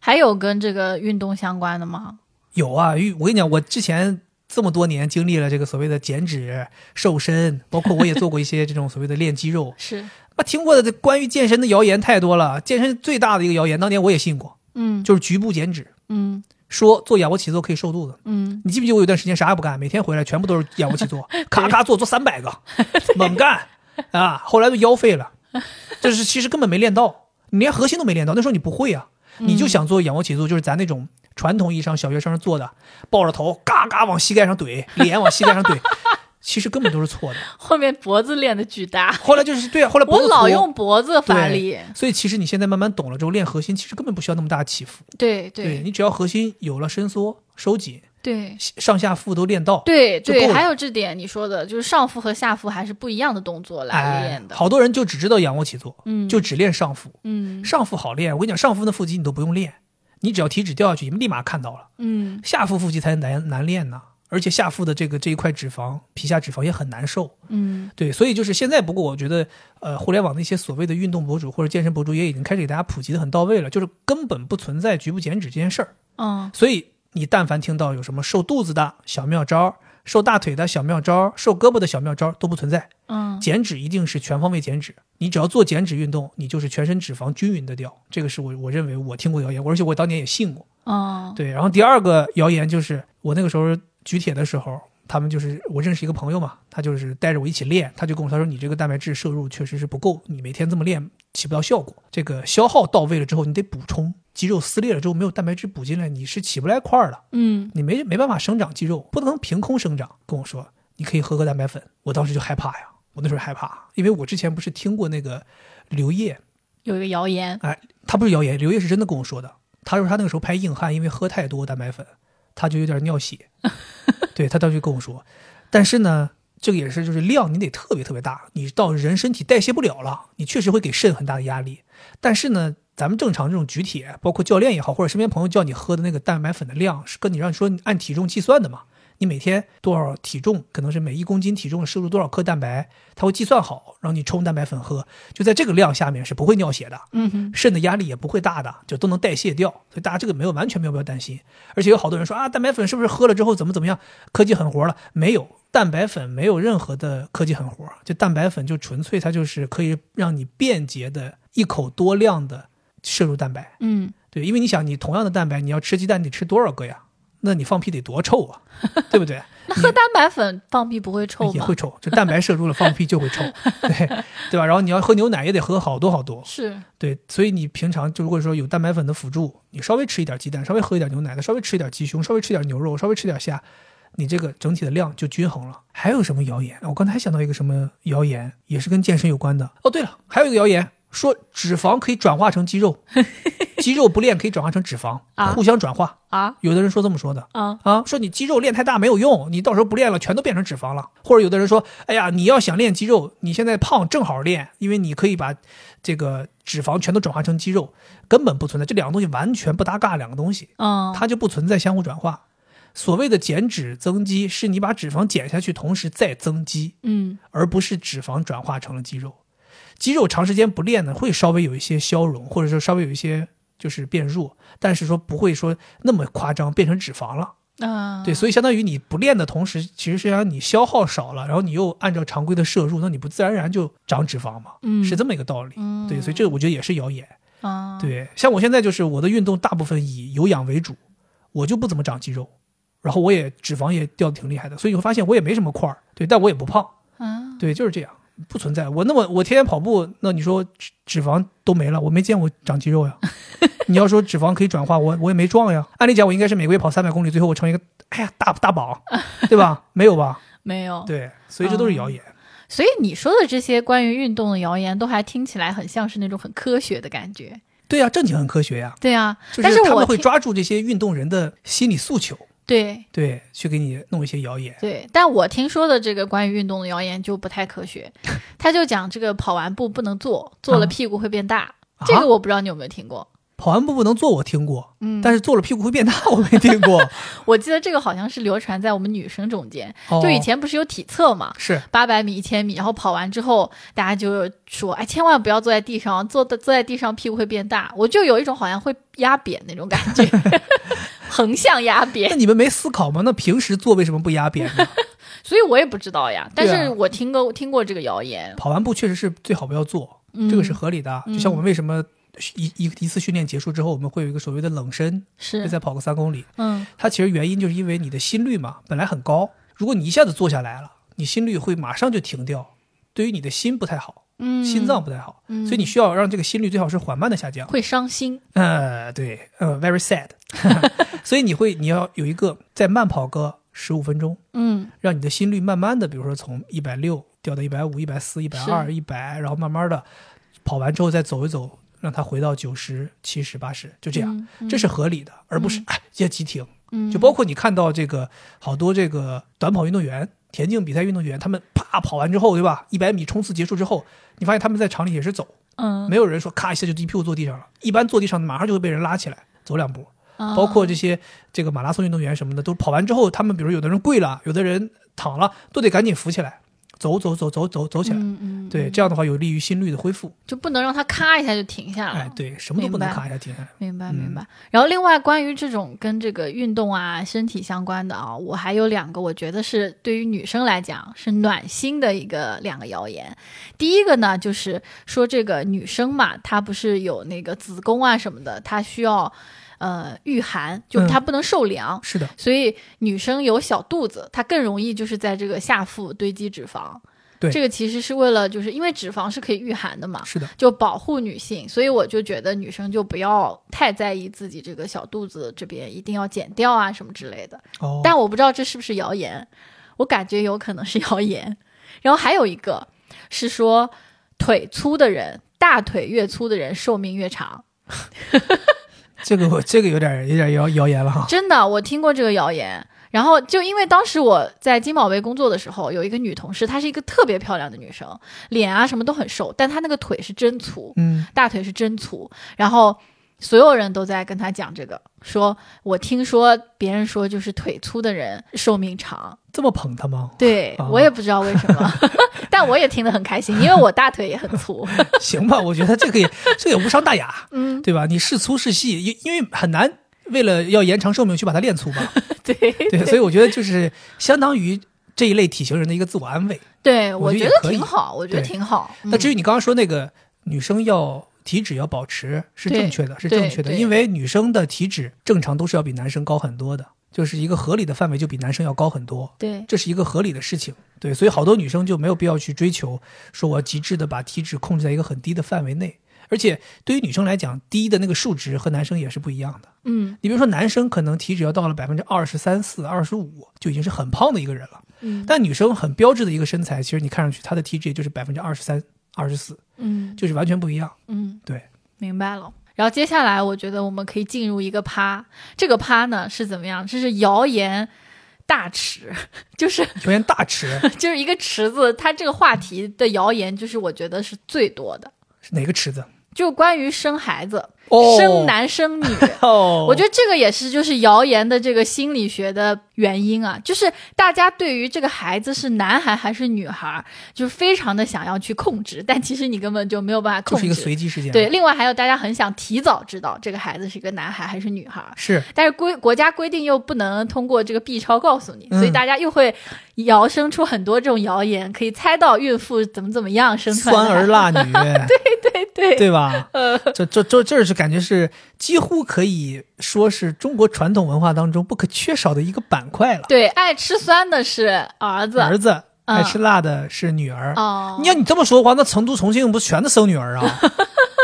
还有跟这个运动相关的吗？
有啊，因为我跟你讲，我之前这么多年经历了这个所谓的减脂、瘦身，包括我也做过一些这种所谓的练肌肉。
是，
那听过的这关于健身的谣言太多了，健身最大的一个谣言，当年我也信过，
嗯
就是局部减脂，
嗯
说做仰卧起坐可以瘦肚子。
嗯，
你记不记得我有段时间啥也不干，每天回来全部都是仰卧起 坐，咔咔做做三百个，猛干啊！后来都腰废了，这是其实根本没练到，你连核心都没练到。那时候你不会啊，
嗯
你就想做仰卧起坐，就是咱那种传统意义上小学生做的，抱着头嘎嘎往膝盖上怼，脸往膝盖上怼，其实根本都是错的。
后面脖子练的巨大，
后来就是对啊，后来 脖
我
子
老
粗
用脖子发
对
力，
所以其实你现在慢慢懂了之后，练核心其实根本不需要那么大的起伏，
对
对
对
你只要核心有了伸缩、收紧，
对
上下腹都练到，
对
就
对，
够了
还有这点你说的，就是上腹和下腹还是不一样的动作来
哎
练，的，
好多人就只知道仰卧起坐，
嗯
就只练上腹。
嗯
上腹好练，我跟你讲，上腹的腹肌你都不用练，你只要体脂掉下去，你们立马看到了。
嗯
下腹腹肌才难难练呢，而且下腹的这个这一块脂肪，皮下脂肪也很难受。
嗯，
对，所以就是现在，不过我觉得，呃，互联网的一些所谓的运动博主或者健身博主也已经开始给大家普及的很到位了，就是根本不存在局部减脂这件事儿。
嗯
所以你但凡听到有什么瘦肚子的小妙招、瘦大腿的小妙招、瘦胳膊的小妙招都不存在。
嗯
减脂一定是全方位减脂，你只要做减脂运动，你就是全身脂肪均匀的掉。这个是我我认为我听过的谣言，而且我当年也信过。
嗯，
对，然后第二个谣言就是我那个时候举铁的时候，他们就是我认识一个朋友嘛，他就是带着我一起练，他就跟我说他说你这个蛋白质摄入确实是不够，你每天这么练起不到效果，这个消耗到位了之后你得补充，肌肉撕裂了之后没有蛋白质补进来，你是起不来块儿的。
嗯
你没没办法生长肌肉，不能凭空生长。跟我说，你可以喝个蛋白粉。我当时就害怕呀，我那时候害怕，因为我之前不是听过那个刘烨，
有一个谣言，
哎，他不是谣言，刘烨是真的跟我说的。他说他那个时候拍硬汉，因为喝太多蛋白粉，他就有点尿血。对他当时就跟我说，但是呢，这个也是就是量你得特别特别大，你到人身体代谢不了了，你确实会给肾很大的压力。但是呢，咱们正常这种举铁，包括教练也好，或者身边朋友叫你喝的那个蛋白粉的量，是跟你让你说你按体重计算的嘛。你每天多少体重，可能是每一公斤体重摄入多少克蛋白，它会计算好，然后你冲蛋白粉喝，就在这个量下面是不会尿血的，
嗯哼，
肾的压力也不会大的，就都能代谢掉，所以大家这个没有完全没有必要担心。而且有好多人说啊，蛋白粉是不是喝了之后怎么怎么样，科技狠活了？没有，蛋白粉没有任何的科技狠活，就蛋白粉就纯粹它就是可以让你便捷的一口多量的摄入蛋白。
嗯，
对，因为你想，你同样的蛋白，你要吃鸡蛋得吃多少个呀？那你放屁得多臭啊，对不对？
那喝蛋白粉放屁不会臭
哎也
吗
会？臭，就蛋白摄入了，放屁就会臭，对对吧？然后你要喝牛奶也得喝好多好多，
是，
对，所以你平常就如果说有蛋白粉的辅助，你稍微吃一点鸡蛋，稍微喝一点牛奶，再稍微吃一点鸡胸，稍微吃一点牛肉，稍微吃点虾，你这个整体的量就均衡了。还有什么谣言？我刚才还想到一个什么谣言，也是跟健身有关的。哦，对了，还有一个谣言说脂肪可以转化成肌肉，肌肉不练可以转化成脂肪
啊，
互相转化。
啊
有的人说这么说的，
啊，
啊，说你肌肉练太大没有用，你到时候不练了，全都变成脂肪了。或者有的人说，哎呀，你要想练肌肉，你现在胖正好练，因为你可以把这个脂肪全都转化成肌肉，根本不存在。这两个东西完全不搭嘎，两个东西
嗯，
它就不存在相互转化。所谓的减脂增肌，是你把脂肪减下去，同时再增肌，
嗯
而不是脂肪转化成了肌肉。肌肉长时间不练呢，会稍微有一些消融，或者说稍微有一些就是变弱，但是说不会说那么夸张变成脂肪了。
啊，
对，所以相当于你不练的同时，其实是让你消耗少了，然后你又按照常规的摄入，那你不自然而然就长脂肪嘛，
嗯
是这么一个道理。
嗯
对，所以这个我觉得也是谣言。
啊，
对，像我现在就是我的运动大部分以有氧为主，我就不怎么长肌肉，然后我也脂肪也掉的挺厉害的，所以你会发现我也没什么块儿，对，但我也不胖，
啊，
对，就是这样，不存在。我那么我天天跑步，那你说脂脂肪都没了，我没见过长肌肉 呀。你要说脂肪可以转化，我我也没壮呀。按理讲，我应该是每个月跑三百公里，最后我成一个哎呀大大 膀，对吧？没有吧？
没有，
对，所以这都是谣言。
哦所以你说的这些关于运动的谣言，都还听起来很像是那种很科学的感觉。
对呀，正经很科学呀。
对啊，
就
但
是
是
他
我
们会
听
抓住这些运动人的心理诉求，
对
对，去给你弄一些谣言。
对，但我听说的这个关于运动的谣言就不太科 学。他就讲这个跑完步不能坐，坐了
啊
屁股会变大。
啊
这个我不知道你有没有听过。
跑完步不能坐，我听过，
嗯，
但是坐了屁股会变大，我没听过。
我记得这个好像是流传在我们女生中间。 就以
哦
前不是有体测嘛，
是
八百米、一千米，然后跑完之后，大家就说：“哎，千万不要坐在地上，坐的坐在地上屁股会变大。”我就有一种好像会压扁那种感觉， 横向压
那
扁。
你们没思考吗？那平时坐为什么不压扁呢？
所以我也不知道呀，但
对啊
是我听过、听过这个谣言，
跑完步确实是最好不要做，
嗯
这个是合理的。啊
嗯
就像我们为什么一一一次训练结束之后，我们会有一个所谓的冷身，会
是
再跑个三公里，
嗯
它其实原因就是因为你的心率嘛本来很高，如果你一下子坐下来了，你心率会马上就停掉，对于你的心不太好，
嗯，
心脏不太好，
嗯
所以你需要让这个心率最好是缓慢的下降。
会伤心，
呃，对，呃，very sad，所以你会你要有一个再慢跑个十五分钟，
嗯
让你的心率慢慢的，比如说从一百六掉到一百五、一百四、一百二、一百，然后慢慢的跑完之后再走一走，让它回到九十、七十、八十，就这样，
嗯
这是合理的，而不是哎也急停。
嗯，
就包括你看到这个好多这个短跑运动员、田径比赛运动员，他们啪跑完之后，对吧？一百米冲刺结束之后，你发现他们在场里也是走，
嗯，
没有人说咔一下就一屁股坐地上了，一般坐地上马上就会被人拉起来走两步。
啊
包括这些这个马拉松运动员什么的，都跑完之后，他们比如有的人跪了，有的人躺了，都得赶紧扶起来，走走走走走走起来。
嗯嗯，
对，
嗯
这样的话有利于心率的恢复。
就不能让它咔一下就停下了。
哎，对，什么都不能
明白
卡一下停下来。
明白
嗯
明白。然后另外关于这种跟这个运动啊、身体相关的啊，我还有两个，我觉得是对于女生来讲是暖心的一个两个谣言。第一个呢，就是说这个女生嘛，她不是有那个子宫啊什么的，她需要呃御寒，就是
嗯
她不能受凉。
是的，
所以女生有小肚子，她更容易就是在这个下腹堆积脂肪。
对
这个其实是为了，就是因为脂肪是可以御寒的嘛，
是的，
就保护女性，所以我就觉得女生就不要太在意自己这个小肚子这边一定要减掉啊什么之类的。
哦，
但我不知道这是不是谣言，我感觉有可能是谣言。然后还有一个是说，腿粗的人，大腿越粗的人寿命越长。
这个我这个有点有点谣谣言了哈。
真的，我听过这个谣言。然后就因为当时我在金宝贝工作的时候，有一个女同事，她是一个特别漂亮的女生，脸啊什么都很瘦，但她那个腿是真粗，
嗯，
大腿是真粗。然后所有人都在跟他讲这个，说我听说别人说就是腿粗的人寿命长，
这么捧他吗？
对、
啊
我也不知道为什么， 但我也听得很开心，因为我大腿也很 粗。
行吧，我觉得这个也这个也无伤大雅，
嗯，
对吧？你是粗是细，因因为很难为了要延长寿命去把它练粗嘛，
对
对，所以我觉得就是相当于这一类体型人的一个自我安慰。
对，
我
我
觉得也
觉得
可以
挺好，我觉得
对
挺好。嗯
那至
于
于你刚刚说那个女生要体脂要保持是
对
正确的，是
对
正确的，
对
因为女生的体脂正常都是要比男生高很多的，就是一个合理的范围就比男生要高很多，
对
这是一个合理的事情。对，所以好多女生就没有必要去追求说我要极致的把体脂控制在一个很低的范围内，而且对于女生来讲，低的那个数值和男生也是不一样的。
嗯
你比如说，男生可能体脂要到了百分之二十三四、二十五，就已经是很胖的一个人了。
嗯
但女生很标志的一个身材，其实你看上去她的体脂也就是百分之二十三、二十四，
嗯
就是完全不一样。
嗯，
对，
明白了。然后接下来，我觉得我们可以进入一个趴，这个趴呢是怎么样？这是谣言大池， 就是
有点大池，
就是一个池子，它这个话题的谣言，就是我觉得是最多的，
是哪个池子？
就关于生孩子，
哦，
生男生女。
哦，
我觉得这个也是，就是谣言的这个心理学的原因啊，就是大家对于这个孩子是男孩还是女孩，就是非常的想要去控制，但其实你根本就没有办法
就
控
是一个
制。
随啊机事件。
对，，另外还有大家很想提早知道这个孩子是一个男孩还是女孩，
是
但是规国家规定又不能通过这个 B 超告诉你，
嗯
所以大家又会摇生出很多这种谣言，可以猜到孕妇怎么怎么样生出来的
酸儿辣女，对
对对
对吧？
呃，
这这这这是感觉是几乎可以说是中国传统文化当中不可缺少的一个板块了。
对，爱吃酸的是儿子，
儿子
嗯
爱吃辣的是女儿，
哦
你，要你这么说的话，那成都、重庆不全都生女儿 啊？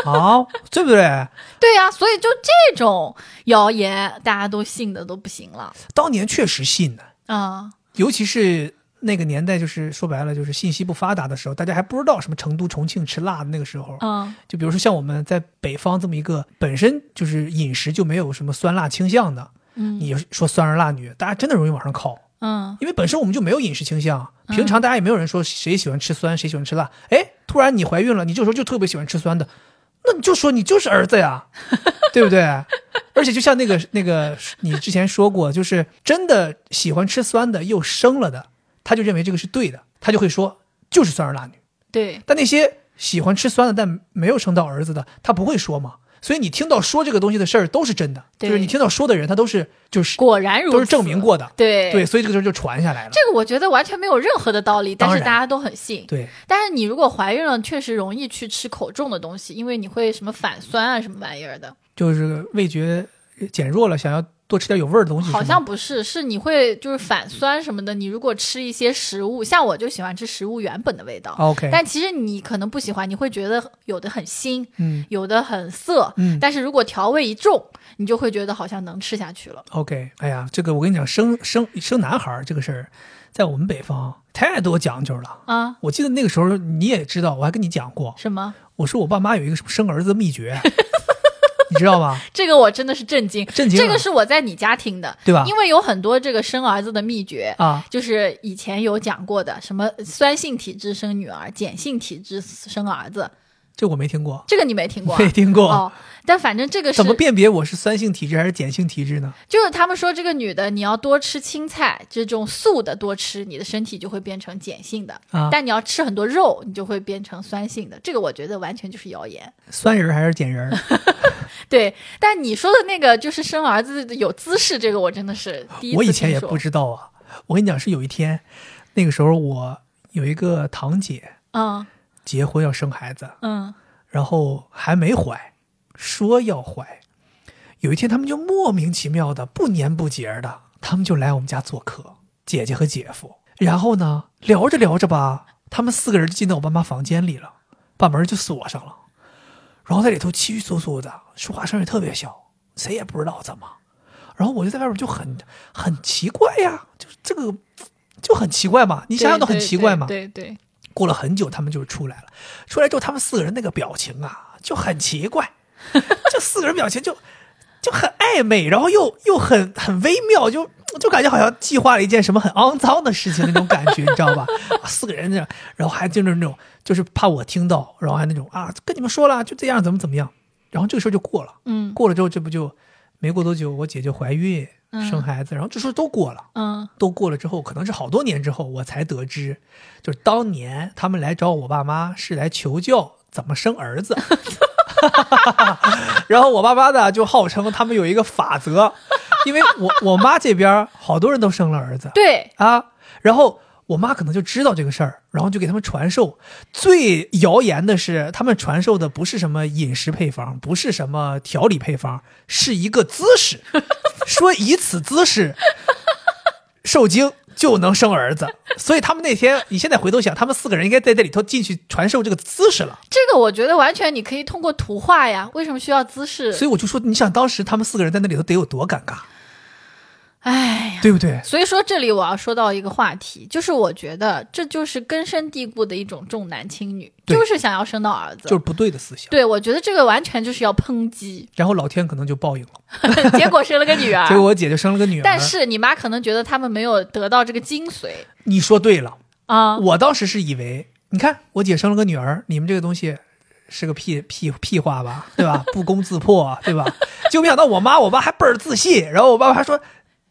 啊，对不对？
对呀、所以就这种谣言大家都信的都不行了
当年确实信呢，
啊、
尤其是那个年代，就是说白了，就是信息不发达的时候，大家还不知道什么成都、重庆吃辣的那个时候。
嗯
就比如说像我们在北方这么一个本身就是饮食就没有什么酸辣倾向的，
嗯
你说酸儿辣女，大家真的容易往上靠，
嗯
因为本身我们就没有饮食倾向，平常大家也没有人说谁喜欢吃酸，谁喜欢吃辣。哎，突然你怀孕了，你这时候就特别喜欢吃酸的，那你就说你就是儿子 呀，对不对？而且就像那个那个你之前说过，就是真的喜欢吃酸的又生了的，他就认为这个是对的，他就会说就是酸儿辣女。
对
但那些喜欢吃酸的但没有生到儿子的，他不会说嘛。所以你听到说这个东西的事儿都是真的，
对
就是你听到说的人，他都是就是
果然如此
都是证明过的，
对
对，所以这个事儿就传下来了。
这个我觉得完全没有任何的道理，但
当
是
然
大家都很信。
对，
但是你如果怀孕了，确实容易去吃口重的东西，因为你会什么反酸啊，什么玩意儿的。
就是味觉减弱了，想要多吃点有味儿的东西是吗，
好像不是，是你会就是反酸什么的。你如果吃一些食物，像我就喜欢吃食物原本的味道，
OK，
但其实你可能不喜欢，你会觉得有的很腥，
嗯
有的很涩。
嗯
但是如果调味一重，你就会觉得好像能吃下去了。
，OK，哎呀，这个我跟你讲，生生生男孩儿这个事儿，在我们北方太多讲究了。
啊？
我记得那个时候你也知道，我还跟你讲过，
什么？
我说我爸妈有一个什么生儿子秘诀，你知道吗？
这个我真的是震惊，
震惊了啊
这个是我在你家听的，
对吧
因为有很多这个生儿子的秘诀。
啊，
就是以前有讲过的，什么酸性体质生女儿，碱性体质生儿子，
这我没听过，
这个你没听过啊、
没听过。
哦。但反正这个是
怎么辨别我是酸性体质还是碱性体质呢？
就是他们说这个女的你要多吃青菜，这种素的多吃，你的身体就会变成碱性的；
啊，
但你要吃很多肉，你就会变成酸性的。这个我觉得完全就是谣言。
酸人儿还是碱人儿？
对，但你说的那个就是生儿子有姿势，这个我真的是第一次
我以前也
听说
不知道啊。我跟你讲，是有一天，那个时候我有一个堂姐
嗯
结婚要生孩子，
嗯
然后还没怀，说要怀。有一天，他们就莫名其妙的不年不节儿的，他们就来我们家做客，姐姐和姐夫。然后呢，聊着聊着吧，他们四个人就进到我爸妈房间里了，把门就锁上了，然后在里头窠窠窣窣的，说话声也特别小，谁也不知道怎么。然后我就在外边就很很奇怪呀，就是这个就很奇怪嘛，你
你
想想都很奇怪嘛。
对对对
过了很久，他们就出来了。出来之后，他们四个人那个表情啊，就很奇 怪，这四个人表情就就很暧昧，然后又又很很微妙，就就感觉好像计划了一件什么很肮脏的事情那种感觉，你知道 吧？啊四个人这样，然后还就是那种就是怕我听到，然后还那种啊，跟你们说了，就这样，怎么怎么样。然后这个事儿就过了，
嗯
过了之后，这不就没过多久，我姐就怀孕
嗯
生孩子，然后这事儿都过了。
嗯
都过了之后，可能是好多年之后，我才得知，就是当年他们来找我爸妈是来求教怎么生儿子。 然后我爸妈呢就号称他们有一个法则，因为我我妈这边儿好多人都生了儿子
对，
啊，然后我妈可能就知道这个事儿，然后就给他们传授。最谣言的是，他们传授的不是什么饮食配方，不是什么调理配方，是一个姿势，说以此姿势受精就能生儿子。所以他们那天，你现在回头想，他们四个人应该在这里头进去传授这个姿势了。
这个我觉得完全你可以通过图画呀，为什么需要姿势？
所以我就说，你想当时他们四个人在那里头得有多尴尬，
哎呀。
对不对？
所以说，这里我要说到一个话题，就是我觉得这就是根深蒂固的一种重男轻女，
对
就是想要生到儿子。
就是不对的思想。
对，我觉得这个完全就是要抨 击，
然后老天可能就报应了，
结果生了个女儿。
结果我姐就生了个女儿。
啊但是你妈可能觉得他们没有得到这个精 髓
你说对了。
啊，
我当时是以为，你看我姐生了个女儿，你们这个东西是个屁屁屁话吧，对吧？ 不攻自破，对吧？就没想到我妈，我爸还倍儿自信，然后我爸爸还说，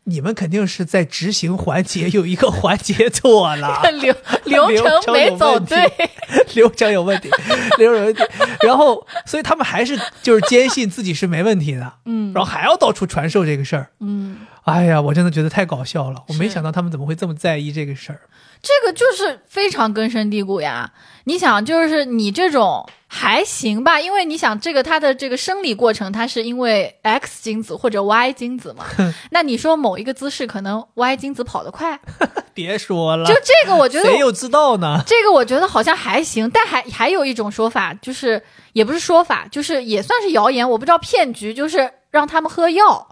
你们肯定是在执行环节有一个环节错了。
流流
流
程
程
没
有
走
问题
对，
流程有问题，流程有问题。然后，所以他们还是就是坚信自己是没问题的，
嗯
然后还要到处传授这个事儿。
嗯，
哎呀，我真的觉得太搞笑了，我没
是
想到他们怎么会这么在意这个事儿。
这个就是非常根深蒂固呀。你想，就是你这种还行吧，因为你想这个它的这个生理过程，它是因为 X 精子或者 Y 精子嘛。那你说某一个姿势可能 Y 精子跑得快，
别说了
就，这个我觉得
谁又知道呢？
这个我觉得好像还行，但还还有一种说法，就是也不是说法，就是也算是谣言，我不知道骗局，就是让他们喝 药，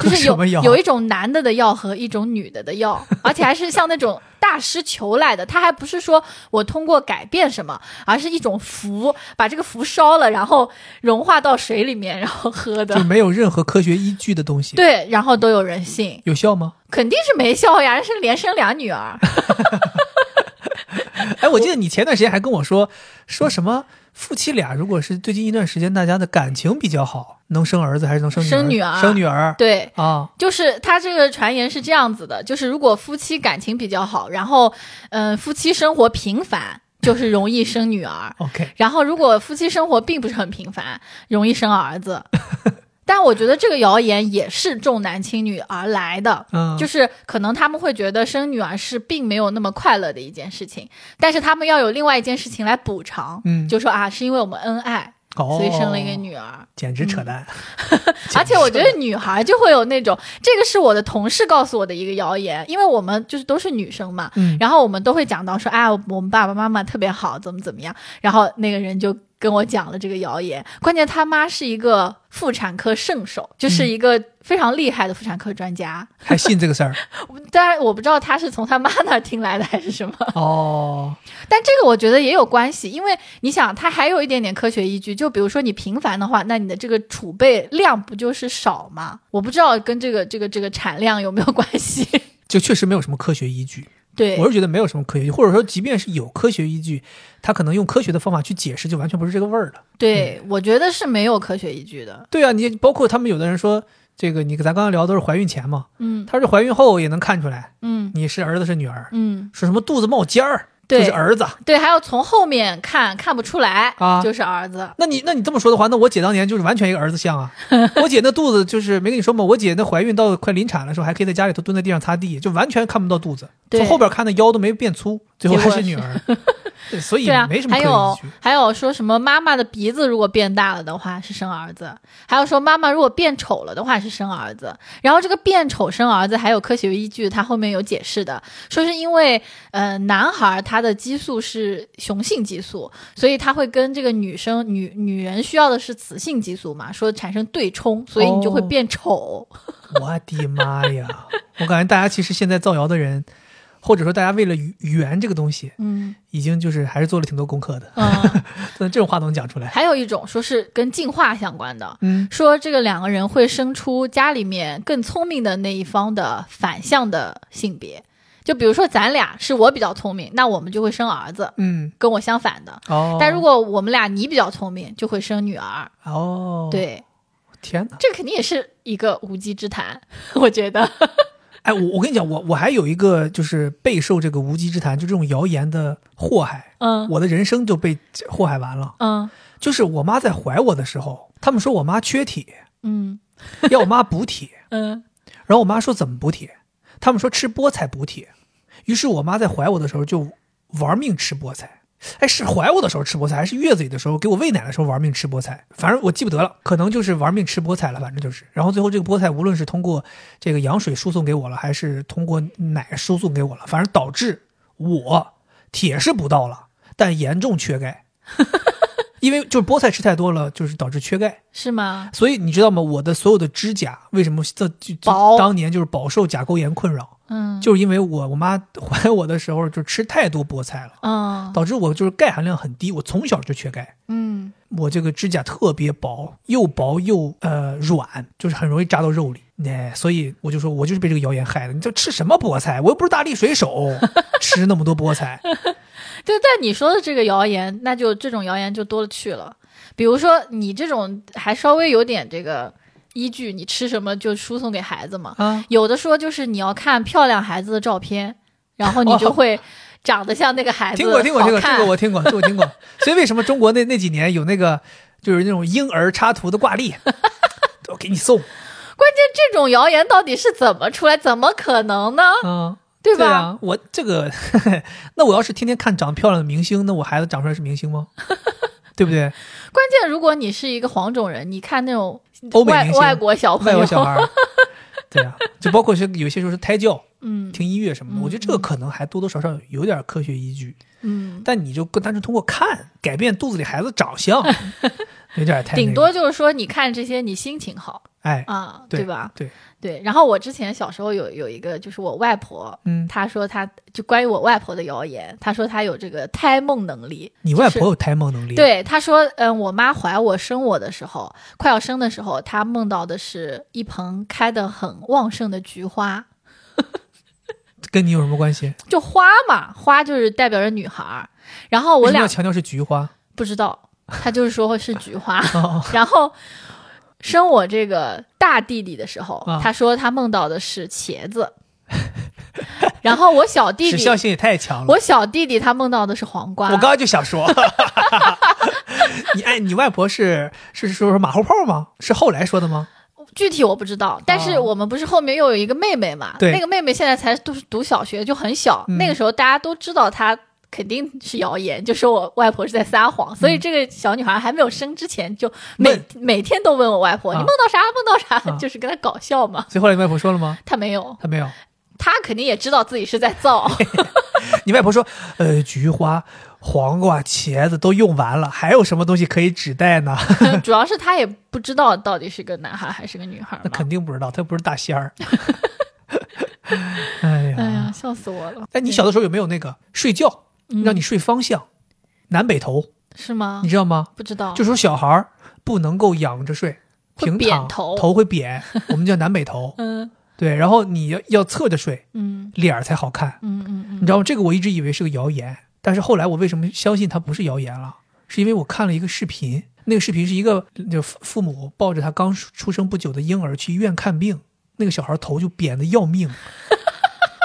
就是
什
有
么药？
有一种男的的药和一种女的的药， 而且还是像那种大师求来的，他还不是说我通过改变什么，而是一种符，把这个符烧了，然后融化到水里面，然后喝
就
的。
没有任何科学依据的东西。，
对，然后都有人信，
有效吗？
肯定是没效呀，是连生俩女儿。
哎，我记得你前段时间还跟我说，说什么夫妻俩如果是最近一段时间大家的感情比较好，能生儿子还是能生女儿？
生
生
女儿
生女儿
对，
啊，
就是他这个传言是这样子的，就是如果夫妻感情比较好，然后嗯、呃夫妻生活频繁，就是容易生女儿；
OK，
然后如果夫妻生活并不是很频繁，容易生 儿子。但我觉得这个谣言也是重男轻女而来的。
嗯，
就是是可能他们会觉得生女儿是并没有那么快乐的一件事情，但是他们要有另外一件事情来补偿，
嗯，
就说啊是因为我们恩爱，
哦，
所以生了一个，女儿。
简直扯淡。
而且我
简
觉
直扯
得女孩就会有那种，这个是我的同事告诉我的一个谣言，因为我们就是都是女生嘛，
淡，嗯，
然后我们都会讲到说，哎，我们爸爸妈妈特别好，怎么怎么样，然后那个人就跟我讲了这个谣言，关键他妈是一个妇产科圣手，就是一个非常厉害的妇产科专家，
还信这个事儿
当然我不知道他是从他妈那儿听来的还是什么，
哦，
但这个我觉得也有关系，因为你想，它还有一点点科学依据。就比如说你频繁的话，那你的这个储备量不就是少吗？我不知道跟这个这个这个产量有没有关系。
就确实没有什么科学依据。
对
我，是觉得没有什么科学依据，或者说即便是有科学依据，他可能用科学的方法去解释，就完全不是这个味儿了。
对，
嗯
我觉得是没有科学依据的。
对啊，你包括他们有的人说。这个你咱刚刚聊都是怀孕前嘛，
嗯
他是怀孕后也能看出来
嗯
你是儿子是女儿，
嗯，
说什么肚子冒尖儿，
对
就是儿子。
对，还要从后面看看不出来，
啊
就是儿子。
那你那你这么说的话，那我姐当年就是完全一个儿子像啊。我姐那肚子就是没跟你说吗？我姐那怀孕到快临产的时候，还可以在家里头蹲在地上擦地，就完全看不到肚子，
对
从后边看的腰都没变粗，最后
结
还
果
是女儿。 对，所以
对啊
没什，么
还
可以
有
依据。
还有说什么妈妈的鼻子如果变大了的话是生儿子，还有说妈妈如果变丑了的话是生儿子。然后这个变丑生儿子还有科学依据，它后面有解释的，说是因为呃男孩他的激素是雄性激素，所以他会跟这个女生女女人需要的是雌性激素嘛，说产生对冲，所以你就会
哦
变丑。
我的妈呀！我感觉大家其实现在造谣的人，或者说大家为了语语言这个东西，
嗯
已经就是还是做了挺多功课的，
嗯，
但这种话都能讲出来。
还有一种说是跟进化相关的，
嗯，
说这个两个人会生出家里面更聪明的那一方的反向的性别。就比如说咱俩是我比较聪明，那我们就会生儿子，
嗯，
跟我相反的。
哦，
但如果我们俩你比较聪明，就会生女儿。
哦，，
对，
天哪！
这肯定也是一个无稽之谈， 我觉得。
哎，我我跟你讲，我我还有一个就是备受这个无稽之谈，就这种谣言的祸害，
嗯
我的人生就被祸害完了。
嗯
就是我妈在怀我的时候，他们说我妈缺铁，
嗯
要我妈补铁，
嗯
然后我妈说怎么补铁，他们说吃菠菜补铁，于是我妈在怀我的时候就玩命吃菠菜。哎，是怀我的时候吃菠菜，还是月子里的时候给我喂奶的时候玩命吃菠菜？反正我记不得了，可能就是玩命吃菠菜了，反正就是。然后最后这个菠菜无论是通过这个羊水输送给我了，还是通过奶输送给我了，反正导致我铁是补到了，但严重缺钙， 因为就是菠菜吃太多了，就是导致缺钙。
是吗？
所以你知道吗？我的所有的指甲为什么这就
薄
当年就是饱受甲沟炎困扰，
嗯
就是因为我我妈怀我的时候就吃太多菠菜了，
嗯
导致我就是钙含量很低，我从小就缺钙。
嗯
我这个指甲特别薄，又薄又呃软，就是很容易扎到肉里。哎，所以我就说，我就是被这个谣言害的。你这吃什么菠菜？我又不是大力水手，吃那么多菠菜。
对，但你说的这个谣言，那就这种谣言就多了去了。比如说你这种还稍微有点这个依据，你吃什么就输送给孩子嘛。
啊
有的说就是你要看漂亮孩子的照片，然后你就会长得像那个孩子，
哦听过，听过，听过，这
哎好看
个我听过，这个我听过。所以为什么中国那那几年有那个就是那种婴儿插图的挂历，我给你 送
关键这种谣言到底是怎么出来？怎么可能呢？
啊，
对吧？
啊，我这个，那我要是天天看长得漂亮的明星，那我孩子长出来是明星吗？对不 对？
关键如果你是一个黄种人，你看那种
欧美
外
明星、
外国小朋
外
友，
国小孩 儿，对啊，就包括是有些时候是胎教、
嗯
听音乐什么的，我觉得这个可能还多多少少有点科学依据，
嗯，
但你就更单纯通过看改变肚子里孩子长相， 有点太那个
顶多就是说你看这些，你心情好
哎，
啊，
对
吧？
对，
对。然后我之前小时候有有一个，就是我外婆，
嗯，
她说她就关于我外婆的谣言，她说她有这个胎梦能力。
你外婆有胎梦能力，，
对，她说，嗯，我妈怀我生我的时候，快要生的时候，她梦到的是一盆开得很旺盛的菊花，
跟你有什么关系？
就花嘛，花就是代表着女孩儿。然后
为
我
什么要
俩
强调是菊花，
不知道，她就是说是菊花。
哦，
然后生我这个大弟弟的时候，
啊
他说他梦到的是茄子， 然后我小弟
时
弟
效，性也太强了。
我小弟弟他梦到的是黄瓜
我。刚刚就想说， 你哎，你外婆是是说说马后炮吗？是后来说的吗？
具体我不知道，但是
哦
我们不是后面又有一个妹妹嘛？
对
那个妹妹现在才读读小学，就很小，
嗯
那个时候大家都知道她。肯定是谣言，就说我外婆是在撒谎，所以这个小女孩还没有生之前，就每
嗯问
每天都问我外婆：“
啊
你梦到啥？梦到啥？”
啊
就是跟她搞笑嘛。
所以后来你外婆说了吗？
她没有，
她没有。
她肯定也知道自己是在造。
你外婆说，呃，菊花、黄瓜、茄子都用完了，还有什么东西可以指代呢？
主要是他也不知道到底是个男孩还是个女孩
那
嘛。
肯定不知道，她又不是大仙儿。 哎呀，
哎呀，笑死我了！
哎，你小的时候有没有那个睡觉
嗯
让你睡方向，南北头，
是吗
你？知道吗？
不知道，
就说小孩儿不能够仰着睡，
哦会
平
扁
躺
头
会 扁，我们叫南北头。
嗯
对，然后你要要侧着睡，
嗯
脸儿才好看。
嗯嗯嗯，
你知道吗？这个我一直以为是个谣言，但是后来我为什么相信它不是谣言了？是因为我看了一个视频，那个视频是一个就父父母抱着他刚出出生不久的婴儿去医院看病，那个小孩头就扁的要 命，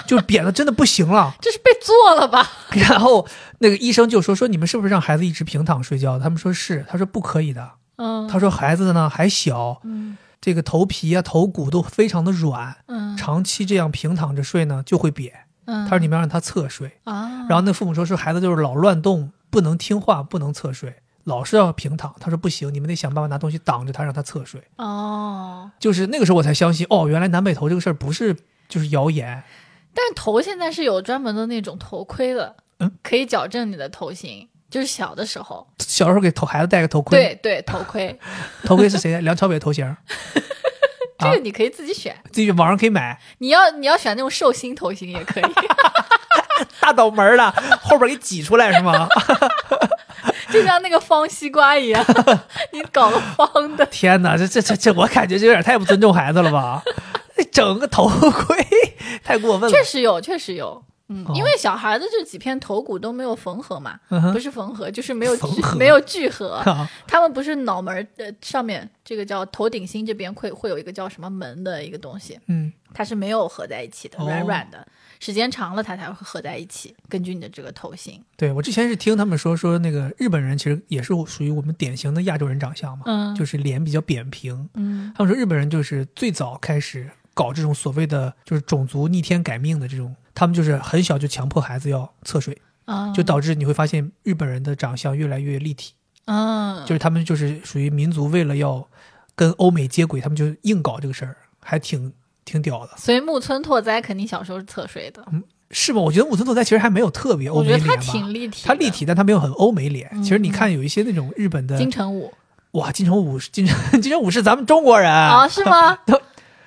就是扁的真的不行了。
这是被做了吧？
然后那个医生就说说你们是不是让孩子一直平躺睡觉的？他们说是，他说不可以的，
嗯
他说孩子呢还小，
嗯
这个头皮啊头骨都非常的软，
嗯
长期这样平躺着睡呢就会扁。
嗯，
他说你们要让他侧睡。
啊，
然后那父母说说孩子就是老乱动，不能听话，不能侧睡，老是要平躺。他说不行，你们得想办法拿东西挡着他，让他侧睡。
哦，
就是那个时候我才相信，哦，原来南北头这个事儿不是就是谣言。
但是头现在是有专门的那种头盔的
嗯，
可以矫正你的头型。就是小的时候，
小时候给头孩子戴个头盔，啊
对对，头 盔
头盔是谁的？梁朝伟头 型，
这个你可以自己选，
自己网上可以买，
你要你要选那种寿星头型也可以，
大倒门儿的，后边给挤出来是吗？
就像那个方西瓜 一样，你搞个方 的，
天哪，这这这这，我感觉这有点太不哎尊重孩子了吧？整个头盔太过分了
确。实有，确实有，嗯
哦，
因为小孩的这几片头骨都没有缝合嘛，
嗯
不
哼，
是缝合 就是没有
缝
聚
合
没有聚 合，
啊
他们不是脑门儿呃上面这个叫头顶心这边会会有一个叫什么门的一个东西，
嗯，
它是没有合在一起的，
哦
软软的，时间长了它才会合在一起，根据你的这个头型。
对我之前是听他们说说那个日本人其实也是属于我们典型的亚洲人长相嘛，
嗯
就是脸比较扁平。
嗯
他们说日本人就是最早开始搞这种所谓的就是种族逆天改命的这种，他们就是很小就强迫孩子要测水，
啊，
就导致你会发现日本人的长相越来越立体，
嗯，
就是他们就是属于民族为了要跟欧美接轨，他们就硬搞这个事儿，还挺挺屌的，
所以木村拓哉肯定小时候是侧睡的，
是吗？我觉得木村拓哉其实还没有特别嗯欧
我
美
觉
脸
得
吧，
他挺立体的，
他立体，但他没有很欧美脸。
嗯
其实你看有一些那种日本的，
金城武
哇，嗯金城武是金城金城武是咱们中国人，
啊，是吗
都？啊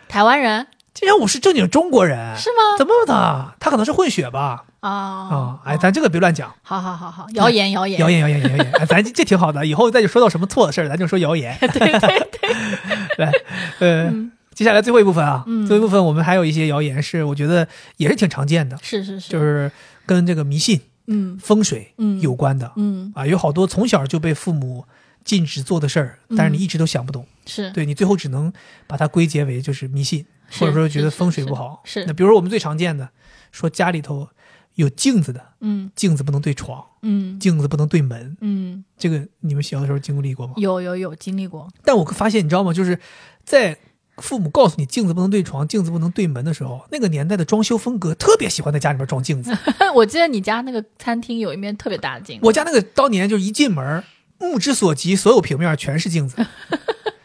台湾人
金城武是正经中国人，
是吗？
怎么的？他可能是混血吧？
啊
啊、哎，咱这个别乱讲，
好好好好，谣言谣言
啊谣言谣言谣言，哎，咱这这挺好的，以后再就说到什么错的事儿，咱就说谣 言。对对对， 来，呃。接下来最后一部分啊，
嗯
最后一部分我们还有一些谣言是我觉得也是挺常见的，
是是是，
就是跟这个迷信、
嗯
风水
嗯
有关的、
嗯
啊，有好多从小就被父母禁止做的事儿，但是你
嗯
一直都想不懂，
是
对你最后只能把它归结为就是迷信，
是
或者说觉得
是是
风水不好。
是
那比如说我们最常见的，说家里头有镜子的，
嗯
镜子不能对床，
嗯
镜子不能对门，
嗯，
这个你们小的时候经历过吗？
有有有经历过，
但我发现你知道吗？就是在父母告诉你镜子不能对床，镜子不能对门的时候，那个年代的装修风格特别喜欢在家里面装镜子。
我记得你家那个餐厅有一面特别大的镜子，
我家那个当年就一进门，目之所及，所有平面全是镜 子，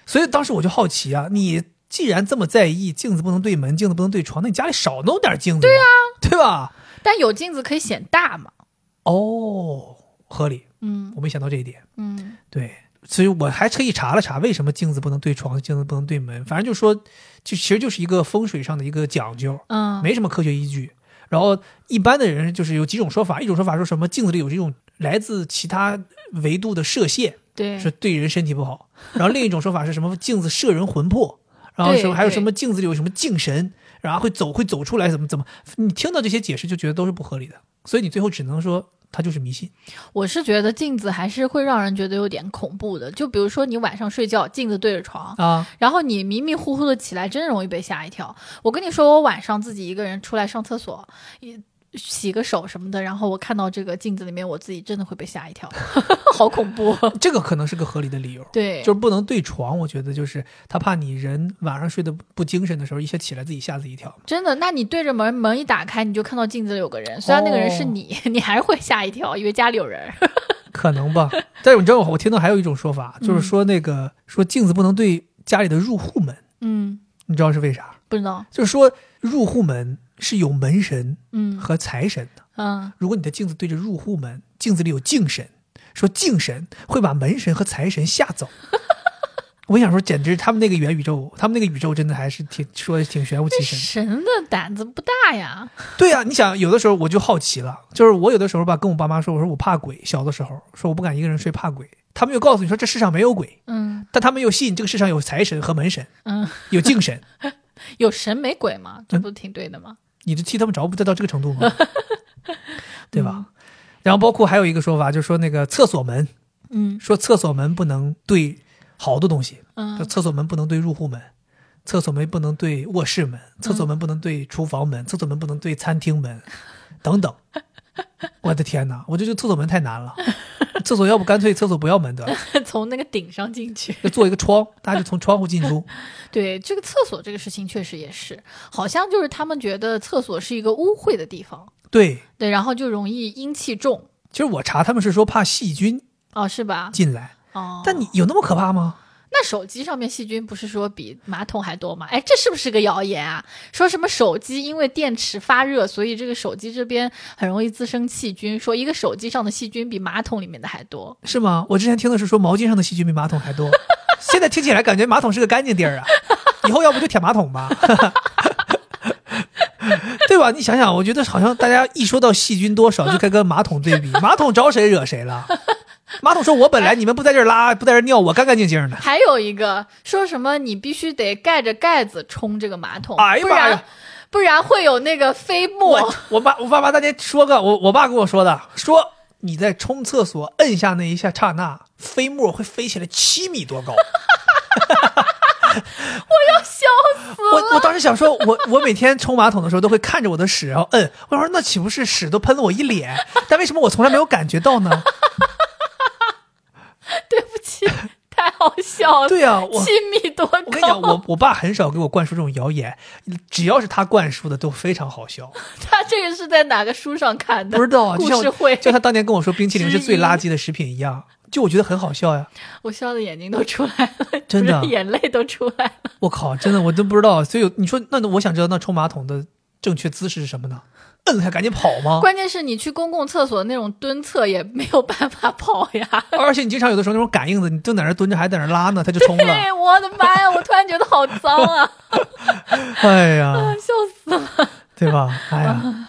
所以当时我就好奇啊，你既然这么在意镜子不能对门，镜子不能对床，那你家里少弄点镜子，对啊，对吧？
但有镜子可以显大嘛？
哦，合理，
嗯
我没想到这一点，
嗯
对。所以我还特意查了查，为什么镜子不能对床，镜子不能对门？反正就说，就其实就是一个风水上的一个讲究。
嗯，
没什么科学依据。然后一般的人就是有几种说法，一种说法说什么镜子里有这种来自其他维度的射线，
对
是对人身体不 好。然后另一种说法是什么镜子摄人魂魄，然后什么
对
还有什么镜子里有什么镜神，然后会走会走出来怎么怎么，你听到这些解释就觉得都是不合理的，所以你最后只能说它就是迷信。
我是觉得镜子还是会让人觉得有点恐怖的，就比如说你晚上睡觉，镜子对着床，
啊，
然后你迷迷糊糊的起来，真容易被吓一跳。我跟你说，我晚上自己一个人出来上厕所，一洗个手什么的，然后我看到这个镜子里面我自己，真的会被吓一 跳，好恐怖。
这个可能是个合理的理由。
对，
就是不能对床，我觉得就是他怕你人晚上睡得不精神的时候，一下起来自己吓自己一跳。
真的，那你对着门门一打开，你就看到镜子里有个人，虽然那个人是
哦
你， 你还是会吓一跳，以为家里 有人。
可能吧。 但是你知道，我听到还有一种说法，就是说那个、说镜子不能对家里的入户门，
嗯，
你知道是为啥？
不知道。
就是说入户门是有门神
嗯
和财神的。
嗯，
如果你的镜子对着入户门，镜子里有镜神，说镜神会把门神和财神吓走。我想说，简直他们那个元宇宙，他们那个宇宙真的还是挺说的挺玄乎其神的。
神的胆子不大呀。
对啊呀、你想，有的时候我就好奇了，就是我有的时候吧，跟我爸妈说，我说我怕鬼，小的时候说我不敢一个人睡，怕鬼。他们又告诉你说这世上没有鬼，
嗯
但他们又信这个世上有财神和门神，
嗯，
有敬神，
有神没鬼嘛，
嗯
这不挺对的吗？
你就替他们着不得到这个程度吗？ 对吧？然后包括还有一个说法，就是说那个厕所门，
嗯
说厕所门不能对好多东西，
嗯
说厕所门不能对入户门，厕所门不能对卧室门，
嗯
厕所门不能对厨房门，厕所门不能对餐厅门，等等。我的天哪，我就觉得厕所门太难了，厕所要不干脆厕所不要门得了，
从那个顶上进去。
就做一个窗，大家就从窗户进出。
对这个厕所这个事情，确实也是，好像就是他们觉得厕所是一个污秽的地方，
对，
对，然后就容易阴气重，
其实我查他们是说怕细菌
哦，是吧？
进来，
哦，
但你有那么可怕吗？
那手机上面细菌不是说比马桶还多吗？哎，这是不是个谣言啊？说什么手机因为电池发热，所以这个手机这边很容易滋生细菌，说一个手机上的细菌比马桶里面的还多。
是吗？我之前听的是说毛巾上的细菌比马桶还多，现在听起来感觉马桶是个干净地儿啊。以后要不就舔马桶吧， 对吧？你想想，我觉得好像大家一说到细菌多少，就该跟马桶对比，马桶招谁惹谁了？马桶说：“我本来你们不在这儿拉，不在这儿尿，我干干净净的。
还有一个说什么你必须得盖着盖子冲这个马桶，
哎呀
不
妈
然
呀
不然会有那个飞沫
我。我爸我爸爸当年说个我我爸跟我说的，说你在冲厕所摁下那一下刹那，飞沫会飞起来七米 多高。
笑死了！
我我当时想说，我我每天冲马桶的时候都会看着我的屎，然后摁。我说那岂不是屎都喷了我一脸？但为什么我从来没有感觉到呢？
对不起，太好笑了。
对呀、我
七米多高，
我跟你讲，我我爸很少给我灌输这种谣言，只要是他灌输的都非常好笑。
他这个是在哪个书上看的？
不知道啊，就
故
像
事会，
就像他当年跟我说冰淇淋是
之一
最垃圾的食品一样，就我觉得很好笑呀。
我笑的眼睛都出来了，
真的啊
不是眼泪都出来了。
我靠，真的我都不知道。所以你说，那我想知道，那冲马桶的正确姿势是什么呢？摁了还赶紧跑吗？
关键是你去公共厕所那种蹲厕也没有办法跑呀。
而且你经常有的时候那种赶应子，你正在那儿蹲着还在那儿拉呢，他就冲 了。
对，哎我的妈呀！我突然觉得好脏 啊，
哎呀，
笑死了。
对吧？哎 呀，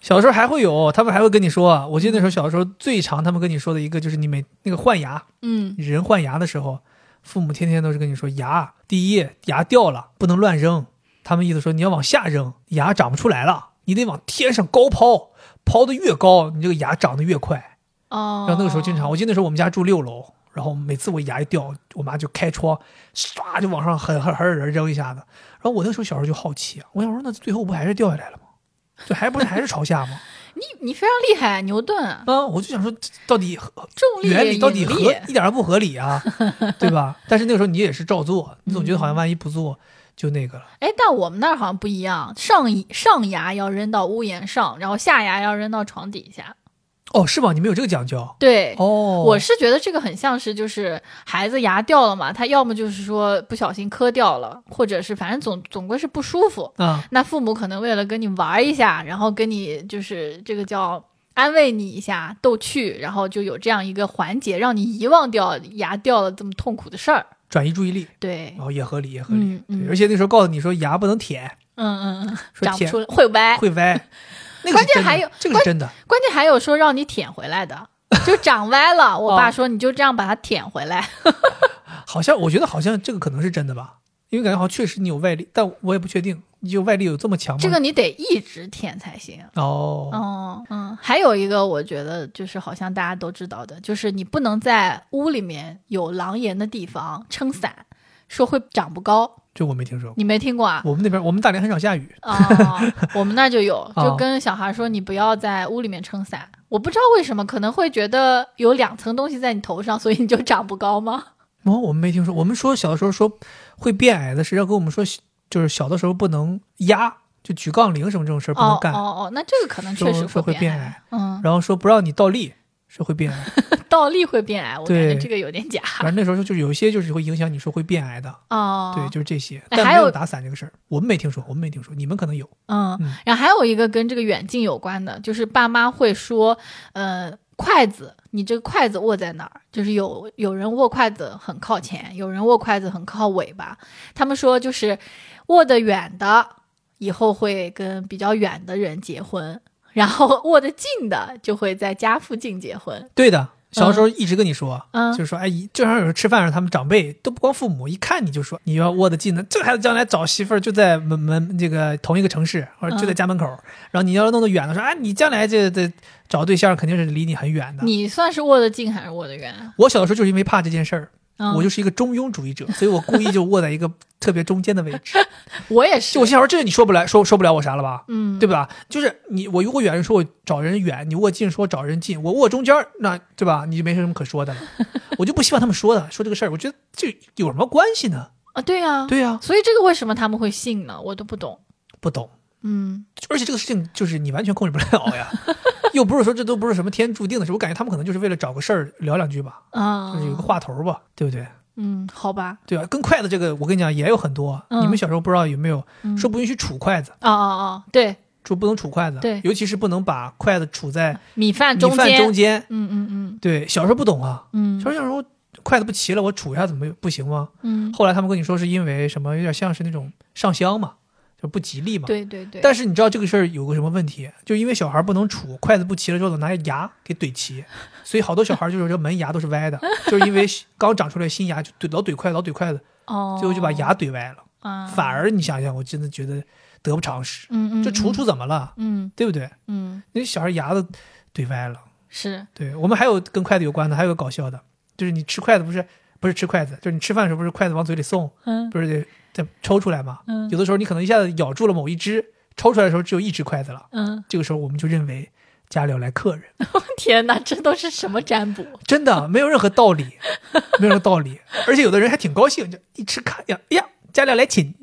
小时候还会有，他们还会跟你说啊。我记得那时候小时候最常他们跟你说的一个就是你每那个换牙，
嗯，
人换牙的时候，父母天天都是跟你说牙，第一牙掉了不能乱扔，他们意思说你要往下扔，牙长不出来了，你得往天上高抛，抛得越高，你这个牙长得越快。
哦，
然后那个时候经常，我记得那时候我们家住六楼，然后每次我牙一掉，我妈就开窗，唰就往上狠狠狠狠扔一下子。然后我那时候小时候就好奇啊，我想说那最后不还是掉下来了吗？这还不是还是朝下吗？
你你非常厉害，牛顿啊，
啊，我就想说这到底
重力
原理到底
引
合
力
一点儿都不合理 啊，对吧？但是那个时候你也是照做，你总觉得
嗯
好像万一不做就那个了。
哎，但我们那儿好像不一样，上一上牙要扔到屋檐上，然后下牙要扔到床底下。
哦，是吗？你们有这个讲究？
对，
哦，
我是觉得这个很像是就是孩子牙掉了嘛，他要么就是说不小心磕掉了，或者是反正总总归是不舒服。
啊，
那父母可能为了跟你玩一下，然后跟你就是这个叫安慰你一下、逗趣，然后就有这样一个环节，让你遗忘掉牙掉了这么痛苦的事儿。
转移注意力，
对
然，后也合理，也哦合理。
嗯
对
嗯
而且那时候告诉你说牙不能舔，
嗯嗯嗯，
说
长不
舔
出来会 歪，
会 歪。那个
哎关
是
键
真的
还有
这个
关
是真的，
关键还有说让你舔回来的，就长歪 了。我
哦
爸说你就这样把它舔回来。
好像我觉得好像这个可能是真的吧，因为感觉好像确实你有外力，但我也不确定，你有外力有这么强吗？
这个你得一直舔才行。
哦，
哦，嗯，还有一个我觉得就是好像大家都知道的，就是你不能在屋里面有廊檐的地方撑伞，说会长不高，
这我没听说过。
你没听过啊？
我们那边我们大连很少下雨，
啊、我们那儿就有，
哦
就跟小孩说你不要在屋里面撑伞。我不知道为什么，可能会觉得有两层东西在你头上，所以你就长不高吗？
哦，我们没听说。我们说小的时候说会变矮的是要跟我们说，就是小的时候不能压，就举杠铃什么这种事儿不能
哦
干。
哦哦，那这个可能
说
确实
说会
变
变
矮
矮，
嗯，
然后说不让你倒立是会变 矮，
倒立会变矮，我感觉
对
这个有点假
反正那时候就有一些就是会影响你说会变矮的，
哦。
对，就是这些。
哎
但
还
没
有
打伞这个事儿，我们没听说，我们没听说，你们可能有。
嗯
嗯，
然后还有一个跟这个远近有关的，就是爸妈会说，呃，筷子，你这个筷子握在哪儿？就是有有人握筷子很靠前，有人握筷子很靠尾巴。他们说就是握得远的，以后会跟比较远的人结婚。然后握得近的就会在家附近结婚，
对的，小的时候一直跟你说，
嗯
就是说，哎，就像有时候吃饭上他们长辈都不光父母，一看你就说你要握得近的，这孩子将来找媳妇儿就在门门这个同一个城市，或
嗯
者就在家门口。然后你要是弄得远的，说啊，你将来这这找对象肯定是离你很远的。
你算是握得近还是握得远啊？
我小的时候就是因为怕这件事儿，
嗯、
我就是一个中庸主义者，所以我故意就握在一个特别中间的位 置。
我也是
就我，心想说，这你说不来，说说不了我啥了吧？
嗯，
对吧？就是你我握远说我找人远，你握近说我找人近，我握中间儿，那对吧？你就没什么可说的了。 我就不希望他们说的说这个事儿，我觉得这有什么关系呢？
啊，对呀、
对呀、
所以这个为什么他们会信呢？我都不懂。
不懂。
嗯，
而且这个事情就是你完全控制不了呀， 又不是说这都不是什么天注定的事，我感觉他们可能就是为了找个事儿聊两句吧，
啊，
就是有个话头儿吧，对不对？
嗯，好吧，
对啊，跟筷子这个我跟你讲也有很多，
嗯
你们小时候不知道有没有
嗯
说不允许杵筷子，
哦哦哦，对，
说不能杵筷子，
对
尤其是不能把筷子杵在
米饭
米
中
饭
间，
中间，
嗯嗯
对，小时候不懂啊，
嗯
小
嗯
时候筷子不齐了，我杵一下怎么不行吗？
嗯，
后来他们跟你说是因为什么，有点像是那种上香嘛，就不吉利嘛。。
对对对，
但是你知道这个事儿有个什么问题？就因为小孩不能杵，筷子不齐了之后，拿牙给怼齐，所以好多小孩就是这门牙都是 歪的，就是因为刚长出来新牙就怼老怼筷子，老怼筷子，
哦，
最后就把牙怼歪了。
啊
反而你想想，我真的觉得得不偿失。
嗯嗯，
这楚楚怎么了？
嗯
对不对？
嗯
那小孩牙都怼歪了。
是
对我们还有跟筷子有关的，还有个搞笑的，就是你吃筷子不是不是吃筷子，就是你吃饭的时候不是筷子往嘴里送，
嗯
不是得得抽出来吗？
嗯
有的时候你可能一下子咬住了某一只，抽出来的时候只有一只筷子了，
嗯，
这个时候我们就认为家里要来客人，
天哪，这都是什么占卜？
真的没有任何道 理，没有任何道理，而且有的人还挺高兴，就一吃看呀哎呀，家里要来请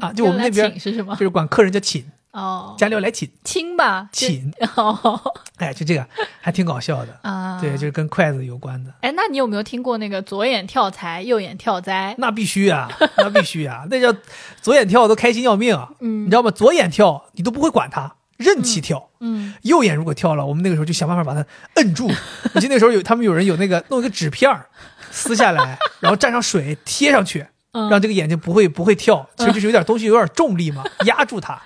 啊，就我们那
嗯要来
边
请是什么
就？是管客人叫请，
哦，
家里要来请
亲吧，这
请，
哦
哎，就这个还挺搞笑的，
啊，
对，就是跟筷子有关的。
哎，那你有没有听过那个左眼跳财，右眼跳灾？
那必须啊，那必须啊，那叫左眼跳都开心要命啊，
嗯
你知道吗？左眼跳你都不会管它，任其跳。
嗯
右眼如果跳了，我们那个时候就想办法把它摁 住。我记得那时候有他们有人有那个弄一个纸片儿撕下 来，然后蘸上水贴上去，
嗯
让这个眼睛不会不会跳。其实就是有点东西有点重力嘛，压住 它。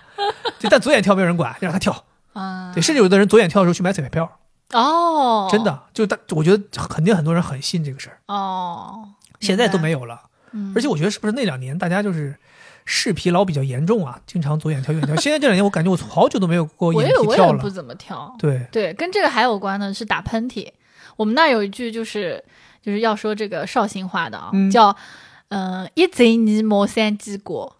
对但左眼跳没有人管，让它跳。
啊，
对，甚至有的人左眼跳的时候去买彩票，
哦，
真的就大，我觉得肯定很多人很信这个事儿，
哦，
现在都没
有，
有了。
嗯
而且我觉得是不是那两年大家就是视疲劳比较严重啊，经常左眼跳右眼跳。现在这两年我感觉我好久都没有过
我
眼
也
皮
我
跳
也不
了。
怎么跳，
对，
对，跟这个还有关的是打喷嚏。我们那儿有一句就是就是要说这个绍兴话的啊、
嗯
叫嗯、呃一贼泥磨三鸡果，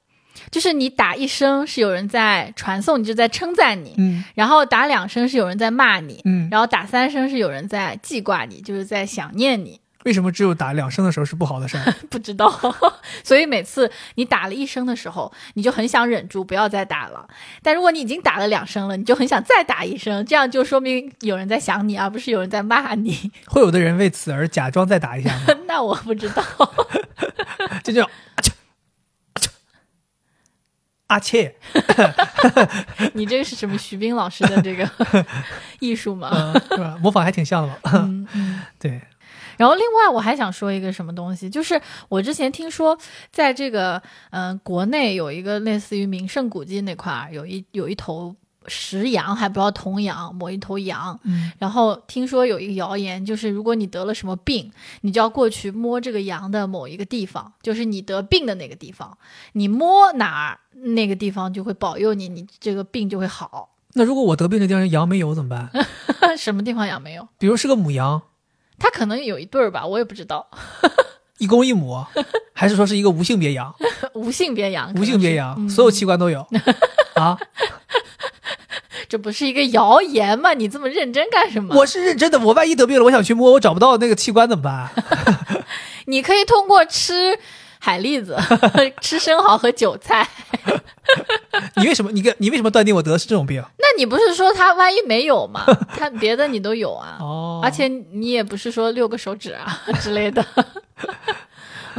就是你打一声是有人在传送你，就在称赞你；
嗯
然后打两声是有人在骂你，
嗯。
然后打三声是有人在记挂你，就是在想念你。
为什么只有打两声的时候是不好的事儿？
不知道， 所以每次你打了一声的时候，你就很想忍住不要再打了。但如果你已经打了两声了，你就很想再打一声，这样就说明有人在想你，而不是有人在骂你。
会有的人为此而假装再打一下吗？
那我不知道，
就这样，啊切
你这个是什么徐冰老师的这个 艺术
啊切，
吗？
嗯，对吧？模仿还挺像的嘛。
嗯嗯。
对，
然后另外我还想说一个什么东西，就是我之前听说，在这个嗯、呃国内有一个类似于名胜古迹那块儿，有一有一头石羊，还不知道铜羊，某一头羊，
嗯，
然后听说有一个谣言，就是如果你得了什么病，你就要过去摸这个羊的某一个地方，就是你得病的那个地方，你摸哪儿，那个地方就会保佑你，你这个病就会好。
那如果我得病的地方羊没有怎么办？
什么地方羊没有？
比如是个母羊，
它可能有一对儿吧，我也不知道。
一公一母，还是说是一个无性别羊？
无性别羊，
无性别
可能
羊，
是
所有
嗯
器官都 有啊？
这不是一个谣言吗？你这么认真干什么？
我是认真的，我万一得病了，我想去摸，我找不到那个器官怎么办？啊
你可以通过吃海 蛎子、吃生蚝和韭菜。
你为什么？你跟你为什么断定我得的是这种病？
那你不是说它万一没有吗？它别的你都有啊。
哦
而且你也不是说六个手指 啊之类的。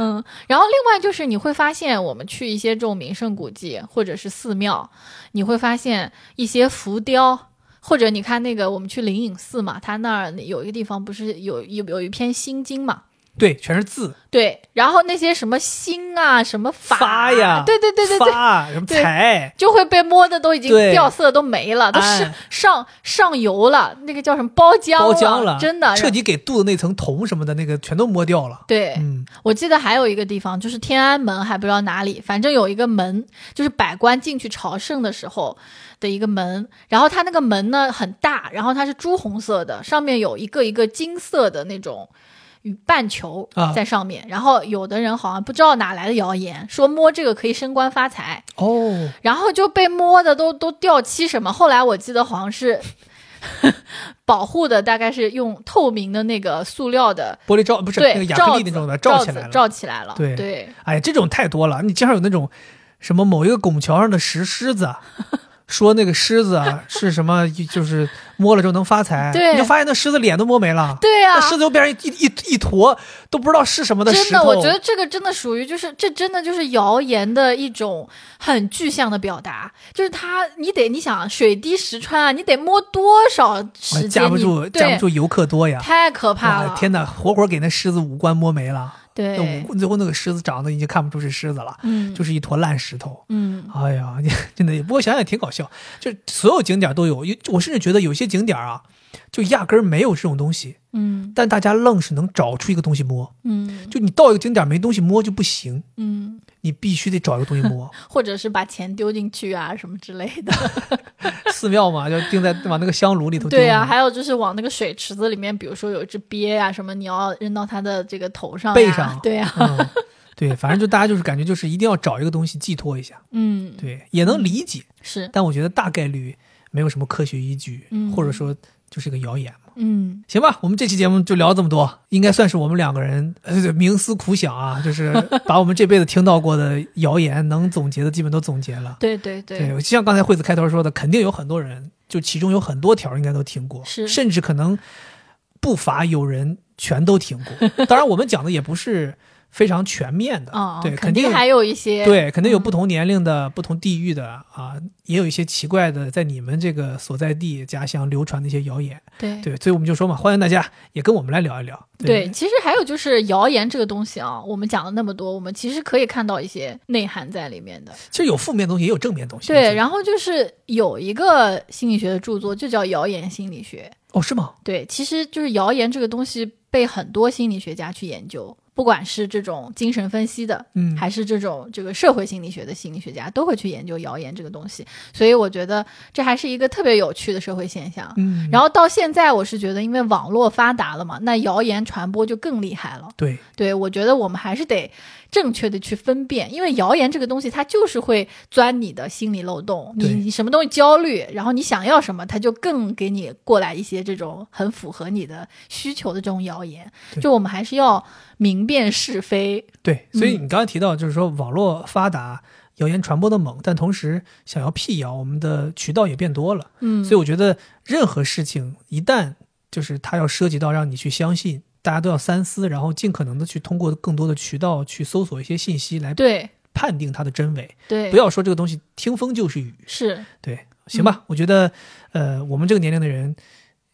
嗯，然后另外就是你会发现，我们去一些这种名胜古迹或者是寺庙，你会发现一些浮雕，或者你看那个我们去灵隐寺嘛，它那儿有一个地方不是有有有一篇心经嘛。
对，全是字
对，然后那些什么心啊，什么法
发呀
对对对对对，
发啊什么
对
财，
就会被摸的都已经
对
掉色都没了，都是
哎
上上游了，那个叫什么包浆
包浆
了，
了，
啊真的
彻底给肚子那层铜什么的那个全都摸掉了。
对，
嗯，
我记得还有一个地方，就是天安门，还不知道哪里，反正有一个门，就是百官进去朝圣的时候的一个门。然后它那个门呢很大，然后它是朱红色的，上面有一个一个金色的那种羽半球
啊
在上面。然后有的人好像不知道哪来的谣言，说摸这个可以升官发财，
哦，
然后就被摸的都都掉漆什么。后来我记得好像 是保护的，大概是用透明的那个塑料的。
玻璃罩不是
对
那个亚
罩
克力
子
那种的，啊罩
罩
起
子
来了。
罩起来了，
对
对
哎，这种太多了。你经常有那种什么某一个拱桥上的石狮 子，说那个狮子啊是什么，就是摸了之后能发财，
对
你就发现那狮子脸都摸没了。
对啊
那，狮子又变成一一一一坨都不知道是什么石
真的，
头。哎
我觉得这个真的属于就是这真的就是谣言的一种很具象的表达，就是它你得你想水滴石穿啊，你得摸多少时
哎
间，
架不
你
住，架
对
不，住游客多呀！
太可
哇，
怕了，
天哪，活活给那狮子五官摸没了。那五
对，
官最后那个狮子长得已经看不出是狮子了，
嗯，
就是一坨烂石头。
嗯
哎呀， 你真的，不过想想也挺搞笑，就所有景点都有，有我甚至觉得有些景点啊，就压根儿没有这种东西，
嗯
但大家愣是能找出一个东西摸。
嗯
就你到一个景点没东西摸就不行，
嗯，
你必须得找一个东西 摸。
或者是把钱丢进去啊什么之类 的。
寺庙嘛，就定在往那个香炉里头丢嘛。
对啊呀、还有就是往那个水池子里面，比如说有一只鳖呀、什么，你要扔到它的这个头上、呀
背上
对呀、啊
嗯，对，反正就大家就是感觉就是一定要找一个东西寄托一下，
嗯，
对，也能理解，
是，
但我觉得大概率没有什么科学依据，
嗯
或者说就是个谣言嘛。
嗯
行吧，我们这期节目就聊这么多，应该算是我们两个人呃冥思苦想啊，就是把我们这辈子听到过的谣言能总结的基本都总结了。
对对对，
对，就像刚才惠子开头说的，肯定有很多人，就其中有很多条应该都听过，
是
甚至可能不乏有人全都听过。当然，我们讲的也不是非常全面的，
哦，
对，
肯
肯定
还有一些，
对，肯定有
嗯
不同年龄的、不同地域的啊，也有一些奇怪的，在你们这个所在地家乡流传的一些谣言。
对
对，所以我们就说嘛，欢迎大家也跟我们来聊一聊。
对，其实还有就是谣言这个东西啊，我们讲了那么多，我们其实可以看到一些内涵在里面的。
其实有负面东西，也有正面东西。
对，
后
然后就是有一个心理学的著作，就叫《谣言心理学》。
哦，是吗？
对，其实就是谣言这个东西被很多心理学家去研究，不管是这种精神分析的，
嗯，
还是这种这个社会心理学的心理学家，都会去研究谣言这个东西。所以我觉得这还是一个特别有趣的社会现象。
嗯，
然
后
后到现在，我是觉得，因为网络发达了嘛，那谣言传播就更厉害了。
对，
对，我觉得我们还是得正确的去分辨，因为谣言这个东西，它就是会钻你的心理漏洞。你
对
你什么东西焦虑，然后你想要什么，它就更给你过来一些这种很符合你的需求的这种谣言。
对
就我们还是要明辨是非。
对，所以
嗯
你刚才提到，就是说网络发达，谣言传播的猛，但同时想要辟谣，我们的渠道也变多了。
嗯，
所以我觉得任何事情一旦就是它要涉及到让你去相信，大家都要三思，然后尽可能的去通过更多的渠道去搜索一些信息来
对
判定它的真伪，
对，
不要说这个东西听风就是雨。
是
对，行吧，我觉得呃，我们这个年龄的人。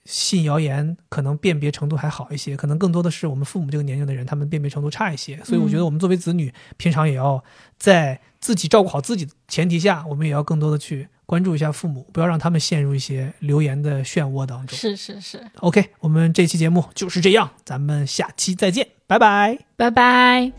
信谣言可能辨别程度还好一些，可能更多的是我们父母这个年龄的人，他们辨别程度差一些。所以我觉得我们作为子女，平常也要在自己照顾好自己的前提下，我们也要更多的去关注一下父母，不要让他们陷入一些流言的漩涡当中。
是是是，
OK，我们这期节目就是这样，咱们下期再见，拜拜。
拜拜。